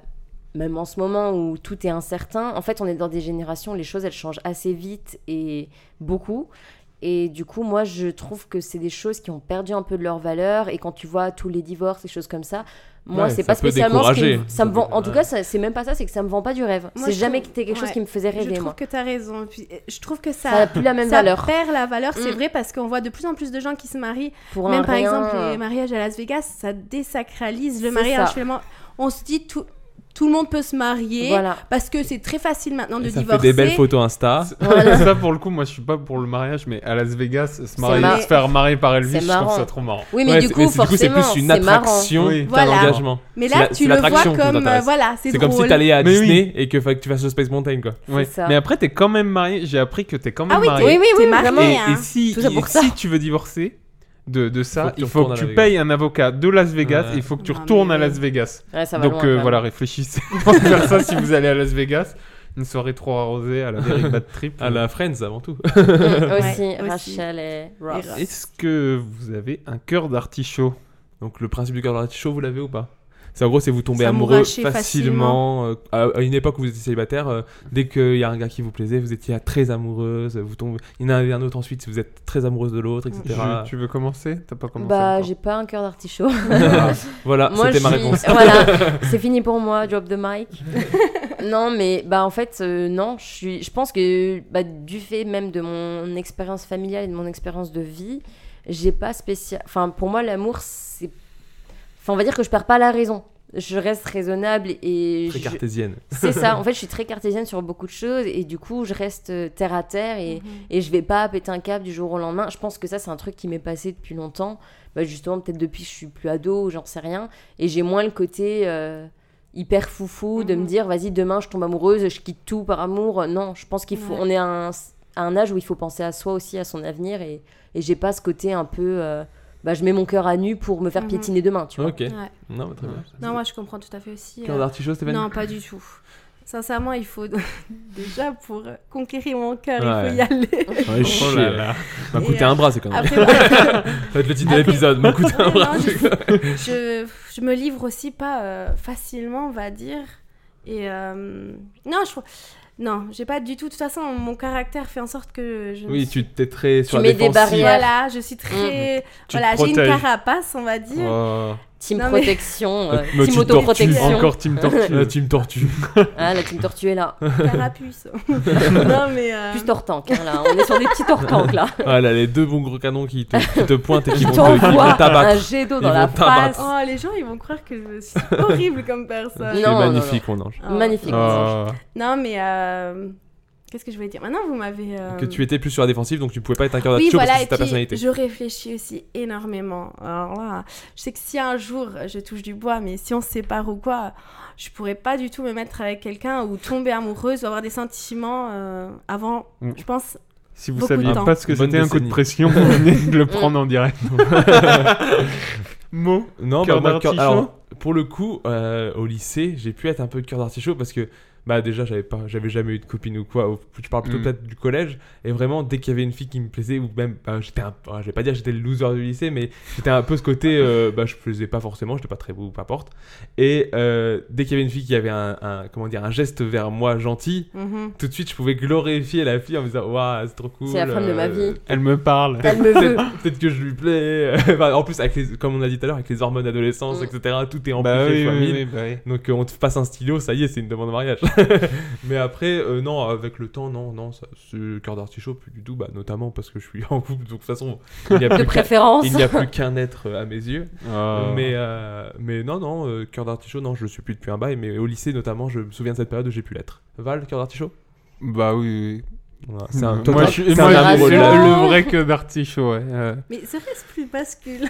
S10: même en ce moment où tout est incertain, en fait, on est dans des générations, où les choses, elles changent assez vite et beaucoup. Et du coup, moi, je trouve que c'est des choses qui ont perdu un peu de leur valeur. Et quand tu vois tous les divorces, les choses comme ça, moi,
S7: Ouais,
S10: c'est
S7: ça
S10: pas
S7: peut
S10: spécialement ce qui me-
S7: décourager.
S10: ça me vend. En tout
S7: Ouais.
S10: cas, ça- c'est même pas ça, c'est que ça me vend pas du rêve.
S9: Moi,
S10: C'est
S9: je
S10: jamais
S9: trouve-
S10: que- quelque chose
S9: ouais.
S10: qui me faisait
S9: Je
S10: rêver,
S9: trouve
S10: moi.
S9: que tu as raison. Puis, euh, je trouve que ça,
S10: Ça a plus la même
S9: ça
S10: valeur.
S9: perd la valeur. C'est
S10: Mm.
S9: vrai parce qu'on voit de plus en plus de gens qui se marient
S10: Pour un
S9: Même par
S10: rien,
S9: exemple,
S10: euh,
S9: les mariages à Las Vegas, ça désacralise le
S10: C'est
S9: mariage.
S10: ça.
S9: Finalement, on se dit tout. Tout le monde peut se marier.
S10: Voilà.
S9: Parce que c'est très facile maintenant de
S7: Et ça
S9: divorcer.
S7: fait des belles photos Insta.
S8: [laughs]
S10: Voilà.
S8: ça pour le coup, moi je suis pas pour le mariage, mais à Las Vegas, se, marier,
S10: marrant.
S8: se faire marier par Elvis,
S10: C'est
S8: je
S10: marrant.
S8: trouve ça trop marrant.
S10: Oui, mais
S7: Ouais,
S10: du
S7: c'est-
S10: coup,
S7: c'est- coup, c'est
S10: forcément,
S7: plus une
S10: c'est marrant.
S7: attraction
S8: Oui.
S7: qu'un
S9: Voilà.
S7: engagement.
S9: Mais
S7: C'est
S9: là,
S7: la- c'est
S9: tu le vois
S7: l'attraction qui
S9: comme. euh,
S7: t'intéresse.
S9: voilà, c'est
S7: C'est
S9: drôle.
S7: comme si t'allais à
S8: Mais oui.
S7: Disney et que, fa- que tu fasses le Space Mountain, quoi.
S8: Ouais.
S10: ça.
S8: Mais après, t'es quand même marié. J'ai appris que t'es quand même
S9: Ah oui,
S8: marié.
S9: t'es-
S10: Oui, oui, oui,
S9: t'es marié,
S10: vraiment.
S8: Et,
S9: hein.
S8: et si,
S10: Tout ça
S8: et
S10: pour
S8: si
S10: ça.
S8: tu veux divorcer de, de
S7: Faut
S8: ça,
S7: que tu
S8: il faut
S7: retournes
S8: que
S7: à
S8: tu
S7: Las
S8: payes un avocat de Las Vegas
S7: Ouais.
S8: et il faut que tu
S9: Non, mais
S8: retournes à
S9: oui.
S8: Las Vegas.
S10: Ouais, Ah, ça va
S8: Donc
S10: loin,
S8: euh,
S10: quand même. [laughs]
S8: voilà, réfléchissez [laughs] avant de faire ça si vous allez à Las Vegas. Une soirée trop arrosée à
S7: [laughs]
S8: la Very Bad Trip.
S7: À la Friends, avant tout. [laughs]
S10: Mm, aussi,
S9: Ouais, aussi.
S10: Rachel et Ross.
S9: Et Ross.
S8: Est-ce que vous avez un cœur d'artichaut
S7: Donc, le principe du cœur chaud, vous l'avez ou pas C'est en gros, c'est vous tombez
S9: Ça
S7: amoureux
S9: mouracher
S7: facilement. euh, à, à une époque où vous étiez célibataire, euh, dès qu'il y a un gars qui vous plaisait, vous étiez très amoureuse. Vous tombez... Il y en a un autre ensuite, vous êtes très amoureuse de l'autre, etc.
S8: Je- Tu veux commencer T'as pas commencé
S10: Bah,
S8: encore.
S10: j'ai pas un cœur d'artichaut.
S7: Voilà,
S10: Moi,
S7: Ah, c'était ma
S10: je suis-
S7: réponse.
S10: [laughs] voilà, c'est fini pour moi, drop
S9: [laughs]
S10: the mic. non, mais bah en fait, euh, non, je suis, je pense que bah, du fait même de mon expérience familiale et de mon expérience de vie, j'ai pas spécial. Enfin, pour moi, l'amour, c'est. Enfin, on va dire que je perds pas la raison. Je reste raisonnable et
S7: Très
S10: je-
S7: cartésienne.
S9: [laughs]
S10: c'est ça. En fait, je suis très cartésienne sur beaucoup de choses et du coup, je reste euh, terre à terre et,
S9: Mhm.
S10: et je vais pas péter un câble du jour au lendemain. Je pense que ça, c'est un truc qui m'est passé depuis longtemps. Bah, justement, peut-être depuis que je suis plus ado ou j'en sais rien. Et j'ai moins le côté euh, hyper foufou de me
S9: Mhm.
S10: dire, vas-y, demain, je tombe amoureuse, je quitte tout par amour. Non, je pense qu'il faut.
S9: Ouais.
S10: On est à un, à un âge où il faut penser à soi aussi, à son avenir. Et, et j'ai pas ce côté un peu. euh, bah, je mets mon cœur à nu pour me faire
S9: Mhm.
S10: piétiner demain, tu vois.
S7: Ok.
S9: Ouais.
S7: Ah. Non, mais très bien.
S9: Non, moi, je comprends tout à fait aussi.
S7: Cœur
S9: euh,
S7: d'artichaut, Stéphanie
S9: Non, pas du tout. Sincèrement, il faut [laughs] déjà pour euh, conquérir mon cœur, il
S7: Ouais.
S9: faut y aller.
S7: Ouais, chier.
S8: Oh là là.
S7: M'a
S9: Et,
S7: coûté
S9: euh,
S7: un bras, c'est quand même.
S9: Après, voilà.
S7: [laughs] Ça va être le titre de
S9: Après-
S7: l'épisode, m'a coûté un bras.
S9: [laughs] Non, je, [laughs] je, je me livre aussi pas euh, facilement, on va dire. Et euh, non, je trouve- Non, j'ai pas du tout. De toute façon, mon caractère fait en sorte que je.
S7: [laughs]
S9: ne
S7: Oui,
S9: suis-
S7: tu t'es très sur la
S10: mets des
S7: défensive.
S10: barrières.
S9: Voilà, je suis très.
S8: Tu te
S9: Voilà, j'ai une
S8: protèges.
S9: carapace, on va dire.
S8: Oh.
S10: Team
S9: Non, mais- [laughs]
S10: protection, euh,
S7: Me
S10: team
S7: tu
S10: autoprotection.
S8: Encore Team
S7: La [laughs]
S8: Tortue.
S7: Euh, team tortue.
S10: Ah, la team tortue est là.
S9: Carapuce. non, mais. euh,
S10: Plus tortank, hein, là. On est sur des petits tortanks, là.
S7: Ah là, les deux bons gros canons qui te, qui te pointent et qui
S10: Ils
S7: vont te qui vont
S10: t'envoient un
S7: t'abattre.
S10: jet d'eau
S7: Ils
S10: dans
S7: vont
S10: la
S7: t'abattre.
S10: face.
S9: Oh, les gens, ils vont croire que je suis horrible comme personne.
S10: Non,
S7: C'est magnifique, mon ange.
S9: Ah.
S10: Magnifique.
S8: Oh.
S9: Non, mais. euh, Qu'est-ce que je voulais dire Maintenant, vous m'avez. euh,
S7: Que tu étais plus sur la défensive, donc tu pouvais pas être un cœur
S9: Oui,
S7: d'artichaut
S9: voilà,
S7: parce que
S9: et
S7: c'est ta
S9: puis
S7: personnalité.
S9: je réfléchis aussi énormément. Alors là, je sais que si un jour euh, je touche du bois, mais si on se sépare ou quoi, je pourrais pas du tout me mettre avec quelqu'un ou tomber amoureuse ou avoir des sentiments euh, avant,
S8: Mm.
S9: je pense.
S8: Si vous
S9: Beaucoup de
S8: saviez
S9: temps. Mm.
S8: pas ce que
S7: Bonne
S8: c'était un coup de
S7: décennie.
S8: pression, vous venez de le prendre en direct. Mot.
S7: Non,
S8: Cœur
S7: bah, moi, cœur-
S8: d'artichaut
S7: alors, pour le coup, euh, au lycée, j'ai pu être un peu cœur d'artichaut parce que, bah, déjà, j'avais pas, j'avais jamais eu de copine ou quoi. ou- Je parle plutôt
S8: Mm.
S7: peut-être du collège. Et vraiment, dès qu'il y avait une fille qui me plaisait, ou même, bah, j'étais un, ah, je vais pas dire que j'étais le loser du lycée, mais j'étais un peu
S8: [laughs]
S7: ce côté, euh, bah, je plaisais pas forcément, j'étais pas très beau ou peu importe. Et euh, dès qu'il y avait une fille qui avait un, un- comment dire, un geste vers moi gentil,
S9: Mhm.
S7: tout de suite, je pouvais glorifier la fille en me disant, waouh, c'est trop cool. euh,
S10: C'est la femme de ma vie.
S8: Elle me parle.
S10: Elle me veut.
S7: Peut-être peut-être que je lui plais. [laughs] Enfin, en plus, avec les- comme on a dit tout à l'heure, avec les hormones d'adolescence,
S10: Mm.
S7: etc., tout est
S8: Bah
S7: amplifié
S8: oui,
S7: fois
S8: oui,
S7: mille.
S8: oui, bah oui.
S7: Donc euh, on te passe un stylo, ça y est, c'est une demande
S8: [laughs]
S7: en mariage. [laughs] Mais après, euh, non, avec le temps, non, non, ça, ce cœur d'artichaut, plus du tout, bah, notamment parce que je suis [laughs] en couple, donc de toute façon, il n'y a
S10: De
S7: plus qu'à-
S10: préférence.
S7: il n'y a plus qu'un être euh, à mes yeux.
S8: Oh.
S7: Mais, euh, mais non, non, euh, cœur d'artichaut, non, je le suis plus depuis un bail, mais au lycée notamment, je me souviens de cette période où j'ai pu l'être. Val, cœur d'artichaut
S8: Bah oui, oui.
S7: Voilà, C'est un
S8: moi,
S7: total-
S8: je suis,
S7: c'est
S8: moi,
S7: un
S8: je-
S7: amoureux de
S8: le,
S7: la-
S8: le vrai que d'artichaut, ouais. euh.
S9: Mais ça reste plus bascule.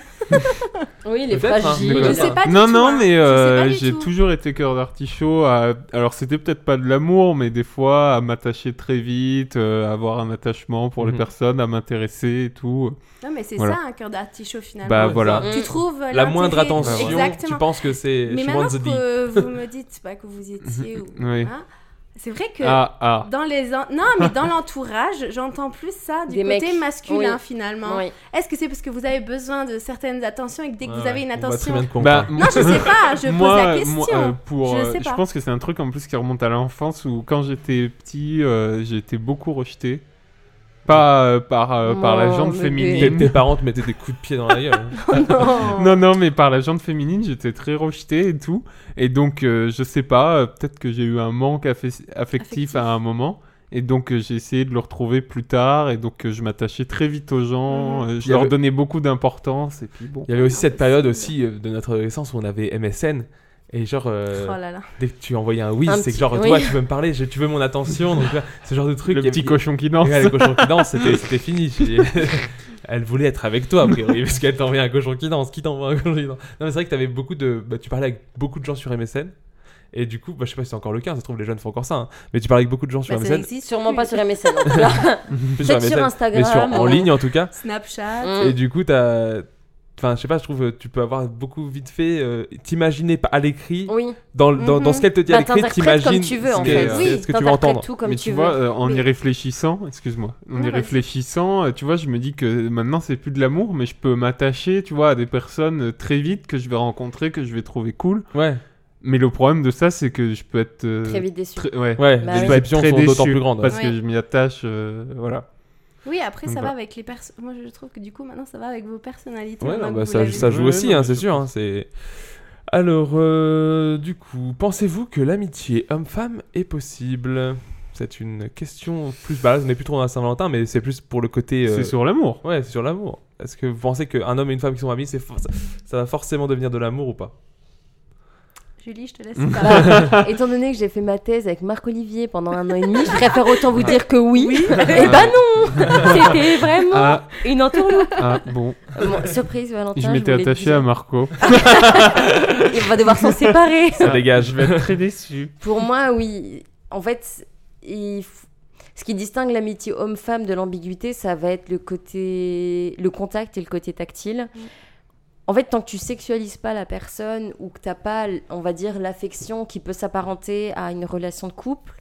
S10: Oui, il est
S7: Peut-être, hein,
S10: fragile.
S7: mais
S10: il
S9: je
S10: est-
S9: sais pas du
S8: non,
S9: tout,
S8: non,
S9: hein. Je
S8: mais
S9: sais
S8: euh,
S9: pas du
S8: j'ai
S9: tout.
S8: toujours été cœur d'artichaut. à- Alors, c'était peut-être pas de l'amour, mais des fois, à m'attacher très vite, euh, avoir un attachement pour les
S7: Mhm.
S8: personnes, à m'intéresser et tout.
S9: Non, mais c'est
S8: Voilà.
S9: ça un cœur d'artichaut finalement.
S8: Bah
S7: ouais,
S8: voilà.
S10: ça.
S9: tu trouves euh,
S7: la moindre
S9: l'intérêt.
S7: attention, tu
S9: Exactement.
S7: penses que c'est
S9: Mais
S7: she
S9: maintenant
S7: wants the D.
S9: que vous me dites bah, que
S7: [laughs]
S9: vous étiez ou
S8: Oui.
S9: hein, c'est vrai que
S8: Ah, ah.
S9: Dans les en- non mais
S7: [laughs]
S9: dans l'entourage, j'entends plus ça du
S10: Des
S9: côté
S10: mecs.
S9: masculin
S10: Oui.
S9: finalement.
S10: Oui.
S9: Est-ce que c'est parce que vous avez besoin de certaines attentions et que dès que
S7: Ouais,
S9: vous avez une
S7: ouais, on va très
S9: attention
S7: bien te
S8: Bah,
S7: comprendre.
S9: Non, je sais pas, je
S8: moi,
S9: pose la
S8: euh,
S9: question.
S8: moi, euh, pour,
S9: Je
S8: euh,
S9: sais
S8: je
S9: pas.
S8: pense que c'est un truc en plus qui remonte à l'enfance où quand j'étais petit, euh, j'ai été beaucoup rejeté. Pas euh, par, euh, par la
S10: Oh,
S8: jante
S10: bébé.
S7: Tes,
S9: Hum.
S8: féminine.
S7: tes parents te mettaient des coups de pied dans la gueule. hein.
S10: [laughs]
S8: Non, non, mais par la jante féminine, j'étais très rejeté et tout. Et donc, euh, je sais pas, euh, peut-être que j'ai eu un manque affe- affectif,
S9: Affectif.
S8: à un moment. Et donc, euh, j'ai essayé de le retrouver plus tard. Et donc, euh, je m'attachais très vite aux gens.
S9: Mhm.
S8: euh, je
S7: Il y
S8: leur
S7: avait-
S8: donnais beaucoup d'importance. Et puis, bon.
S7: Il y avait aussi cette période aussi euh, de notre adolescence où on avait MSN. Et genre, euh,
S9: Oh là là.
S7: dès que tu envoyais un oui,
S10: Un
S7: c'est que
S10: petit-
S7: genre,
S10: oui.
S7: toi, tu veux me parler, je- tu veux mon attention. Donc, tu vois, ce genre de truc.
S8: Le
S7: Et-
S8: petit cochon qui danse.
S7: Et ouais, le cochon qui danse, c'était c'était fini. J'ai- [laughs] Elle voulait être avec toi, a priori, parce qu'elle t'envoyait un cochon qui danse. Qui t'envoie un cochon qui danse Non, mais c'est vrai que t'avais beaucoup de. bah, tu parlais avec beaucoup de gens sur MSN. Et du coup, bah, je sais pas si c'est encore le cas, ça se trouve, les jeunes font encore ça. hein. Mais tu parlais avec beaucoup de gens sur
S9: Bah, ça
S7: MSN.
S9: n'existe
S10: Sûrement
S9: plus.
S10: [laughs] pas sur MSN.
S7: [laughs]
S10: en tout cas.
S7: plus
S10: Peut-être sur Instagram.
S7: mais [laughs] sur, en
S9: euh.
S10: ou-
S7: ligne en tout cas.
S9: Snapchat.
S10: Mm.
S7: Et du coup, t'as. Enfin, je sais pas, je trouve euh, tu peux avoir beaucoup vite fait. euh, t'imaginer pas à l'écrit,
S10: Oui.
S7: dans, dans, dans
S9: Mhm.
S7: ce qu'elle te dit à
S10: Mm. Bah,
S7: l'écrit,
S10: t'interprètes comme
S7: t'imagines
S10: tu veux, en
S7: ce qu'est-
S10: fait.
S7: euh,
S10: Oui,
S7: ce que tu veux entendre.
S10: t'interprètes tout comme
S8: mais
S10: tu
S8: tu,
S10: veux.
S8: vois, euh, en
S9: Mais-
S8: y réfléchissant, excuse-moi, en
S9: Non,
S8: y
S9: vas-y.
S8: réfléchissant, euh, tu vois, je me dis que maintenant c'est plus de l'amour, mais je peux m'attacher, tu vois, à des personnes euh, très vite que je vais rencontrer, que je vais trouver cool.
S7: Ouais,
S8: Mais le problème de ça, c'est que je peux être euh,
S10: Très vite déçu.
S8: très- ouais,
S7: ouais,
S10: Bah
S8: je
S10: oui.
S8: peux
S7: les
S8: être
S7: options
S8: très
S7: sont d'autant
S8: déçu
S7: plus grandes. hein. ouais.
S8: parce que
S9: Ouais.
S8: je m'y attache, euh, voilà.
S9: Oui, après,
S7: Mm.
S8: Donc
S9: ça
S8: voilà.
S9: va avec les personnes. Moi, je trouve que du coup, maintenant, ça va avec vos personnalités.
S7: Ouais,
S9: maintenant
S7: non,
S9: que
S7: bah,
S9: vous
S7: ça,
S9: l'avez
S7: ça
S9: vu.
S7: joue
S8: Ouais,
S7: aussi,
S8: non,
S7: hein,
S8: mais
S7: c'est
S8: je
S7: sûr. hein, c'est... Alors, euh, du coup, pensez-vous que l'amitié homme-femme est possible C'est une question plus... Bah là, on n'est plus trop dans la Saint-Valentin, mais c'est plus pour le côté... euh,
S8: C'est sur l'amour.
S7: Ouais, c'est sur l'amour. Est-ce que vous pensez qu'un homme et une femme qui sont amis, c'est for- ça- ça va forcément devenir de l'amour ou pas
S9: Julie, je
S7: [laughs]
S9: te laisse parler.
S10: Bah, étant donné que j'ai fait ma thèse avec Marc-Olivier pendant un an et demi, je préfère autant vous dire que oui. Eh ben
S7: [laughs]
S10: non C'était vraiment
S8: Ah,
S10: une entourloupe.
S8: ah, bon,
S10: Bon, surprise, Valentin.
S8: je
S10: vous
S8: m'étais
S10: l'ai dit.
S8: attaché à Marco.
S10: Et on va devoir s'en séparer.
S7: Ça dégage.
S8: très déçu.
S10: [laughs] Pour moi, oui. En fait, il f- ce qui distingue l'amitié homme-femme de l'ambiguïté, ça va être le côté, le contact et le côté tactile. En fait, tant que tu sexualises pas la personne ou que t'as pas, on va dire, l'affection qui peut s'apparenter à une relation de couple,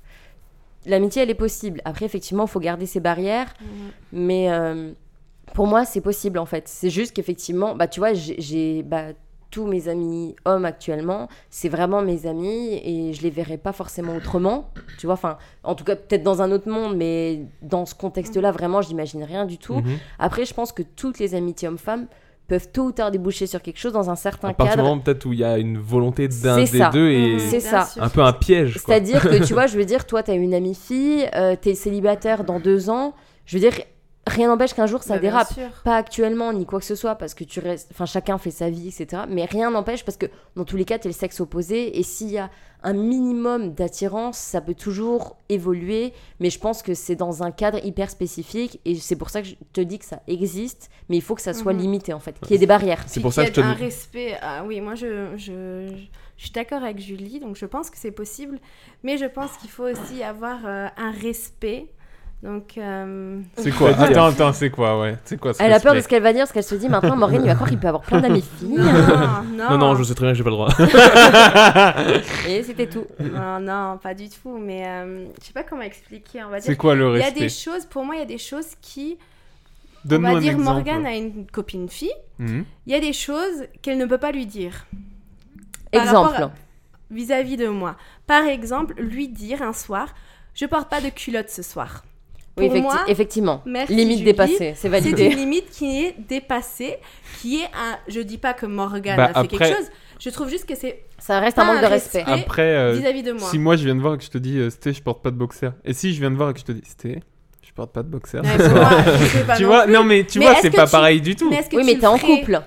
S10: l'amitié, elle est possible. Après, effectivement, il faut garder ses barrières, mais euh, pour moi, c'est possible en fait. C'est juste qu'effectivement, bah, tu vois, j'ai- j'ai bah, tous mes amis hommes actuellement, c'est vraiment mes amis et je les verrai pas forcément autrement. Tu vois, enfin, en tout cas, peut-être dans un autre monde, mais dans ce contexte-là, vraiment, je n'imagine rien du tout.
S7: [laughs] Mhm.
S10: Après, je pense que toutes les amitiés hommes-femmes peuvent tôt ou tard déboucher sur quelque chose dans un certain
S7: À partir du
S10: cadre.
S7: moment peut-être où il y a une volonté d'un
S10: C'est
S7: des
S10: ça. Mhm.
S7: deux et
S10: C'est ça.
S7: un peu un piège. Quoi.
S10: C'est-à-dire que,
S7: [laughs]
S10: tu vois, je veux dire, toi, t'as une amie fille, euh, t'es célibataire dans deux ans, je veux dire, rien n'empêche qu'un jour ça
S9: Bah, bien
S10: dérape.
S9: sûr.
S10: pas actuellement ni quoi que ce soit parce que tu restes enfin chacun fait sa vie etc mais rien n'empêche parce que dans tous les cas t'es le sexe opposé et s'il y a un minimum d'attirance ça peut toujours évoluer mais je pense que c'est dans un cadre hyper spécifique et c'est pour ça que je te dis que ça existe mais il faut que ça soit
S9: Mhm.
S10: limité en fait qu'il y ait des barrières
S7: C'est
S9: Puis
S7: pour ça
S9: qu'il
S7: que
S9: y
S7: je
S9: ait un
S7: te...
S9: respect. Ah oui, moi je, je, je- je suis d'accord avec Julie, donc je pense que c'est possible, mais je pense qu'il faut aussi avoir euh, un respect. Donc euh,
S8: [laughs] C'est quoi
S7: Vas-y,
S8: Attends, attends, c'est quoi, ouais C'est quoi ce
S10: elle a peur de
S8: respect
S10: ce qu'elle va dire parce qu'elle se dit maintenant Morgane il va croire qu'il peut avoir plein d'amis
S9: [laughs]
S10: filles
S8: [laughs]
S9: non,
S7: Non, non, je sais très bien que j'ai pas le droit.
S10: et c'était tout
S9: non, non, pas du tout. Mais euh, je sais pas comment expliquer. On va
S8: C'est
S9: dire.
S8: quoi le
S9: Il y a
S8: respect
S9: des choses. Pour moi, il y a des choses qui. On
S8: Donne-moi
S9: va
S8: un
S9: dire
S8: exemple.
S9: Morgane a une copine fille.
S8: Mhm.
S9: Il y a des choses qu'elle ne peut pas lui dire. Par
S10: exemple
S9: rapport vis-à-vis de moi. Par exemple, lui dire un soir, je porte pas de culotte ce soir.
S10: oui,
S9: Pour
S10: effecti-
S9: moi,
S10: effectivement
S9: Merci,
S10: limite
S9: Julie.
S10: dépassée c'est
S9: C'est
S10: validé
S9: une limite qui est dépassée, qui est un. Je dis pas que Morgane
S8: Bah,
S9: a fait
S8: après-
S9: quelque chose. Je trouve juste que c'est
S10: ça reste
S9: pas
S10: un manque de respect
S8: Après, euh,
S9: vis-à-vis de moi.
S8: Si moi je viens de voir et que je te dis, euh, Sté, je porte pas de boxer. Et si je viens de voir et que je te dis, Sté, je porte pas de boxer.
S9: Ouais, pour moi,
S8: [laughs]
S9: je sais pas
S8: tu
S9: non
S8: vois,
S9: plus.
S8: non mais tu
S9: Mais
S8: vois,
S9: est-ce
S8: c'est
S9: que
S8: pas
S9: tu-
S8: pareil du tout.
S9: Mais est-ce que
S10: Oui,
S9: tu
S10: mais
S9: le
S10: t'es en
S9: ferais [laughs]
S10: couple.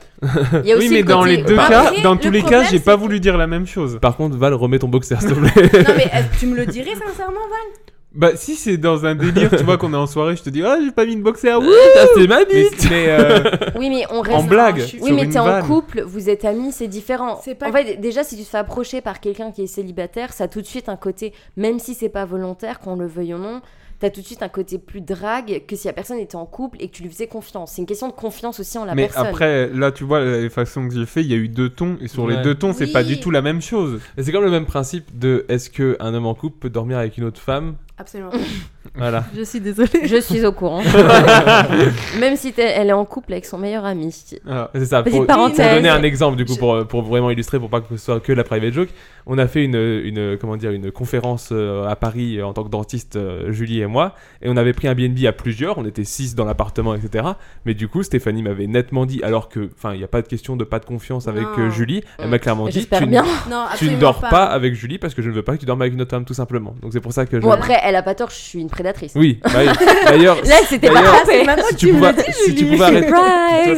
S10: Il y a aussi
S8: oui, mais
S10: le
S8: dans
S10: côté-
S8: les deux
S10: Bah,
S8: cas,
S9: après,
S8: dans
S9: le
S8: tous les
S9: problème,
S8: cas, j'ai
S9: c'est
S8: pas
S9: que-
S8: voulu dire la même chose.
S7: Par contre, Val, remets ton boxer, s'il te
S10: [laughs]
S7: plaît.
S9: Non, mais est-ce que tu me le dirais sincèrement, Val
S8: Bah, si c'est dans un délire, tu vois, qu'on est en soirée, je te dis, ah, j'ai pas mis de boxer. Ouh
S7: [laughs] C'est ma
S8: mais
S7: bite
S8: mais, euh,
S10: [laughs] Oui, mais on
S8: en
S10: reste.
S8: blague.
S9: je suis-
S10: Oui,
S8: sur
S10: mais
S8: une
S10: t'es en
S8: vanne.
S10: couple, vous êtes amis, c'est différent.
S9: C'est pas-
S10: En fait, déjà, si tu te fais approcher par quelqu'un qui est célibataire, ça a tout de suite un côté, même si c'est pas volontaire, qu'on le veuille ou non, t'as tout de suite un côté plus drague que si la personne était en couple et que tu lui faisais confiance. C'est une question de confiance aussi en la
S8: Mais
S10: personne.
S8: après, là, tu vois, la façon que j'ai fait, il y a eu deux tons. Et sur
S7: Ouais.
S8: les deux tons, c'est pas
S9: Oui.
S8: du tout la même chose.
S7: Mais C'est comme le même principe de est-ce que un homme en couple peut dormir avec une autre femme
S9: Absolument pas.
S10: [laughs]
S7: Voilà.
S9: Je suis désolée.
S10: Je suis au courant.
S7: [laughs]
S10: même si t'es- elle est en couple avec son meilleur ami.
S8: Ah.
S7: C'est ça.
S10: Petite
S7: Pour, pour
S10: parenthèse.
S7: donner un exemple du coup pour, pour vraiment illustrer pour pas que ce soit que la private joke, on a fait une, une comment dire une conférence euh, à Paris euh, en tant que dentiste euh, Julie et moi et on avait pris un BNB à plusieurs, on était six dans l'appartement etc. Mais du coup Stéphanie m'avait nettement dit alors que enfin il n'y a pas de question de pas de confiance avec
S9: Non.
S7: euh, Julie, elle m'a clairement dit
S10: J'espère
S7: tu, ne-
S10: bien.
S9: Non,
S7: tu ne
S9: absolument
S7: dors
S9: pas.
S7: pas. avec Julie parce que je ne veux pas que tu dormes avec une autre femme tout simplement. Donc c'est pour ça que je
S10: Bon, après, elle a pas tort, je suis une prédatrice.
S7: Oui, bah oui.
S10: [laughs]
S7: d'ailleurs.
S10: Là, c'était pas
S7: d'ailleurs,
S9: Ah, c'est maintenant
S7: si
S9: que
S7: tu
S9: tu me
S7: pouvais-
S9: le dis,
S7: si tu
S9: Julie.
S7: pouvais arrêter-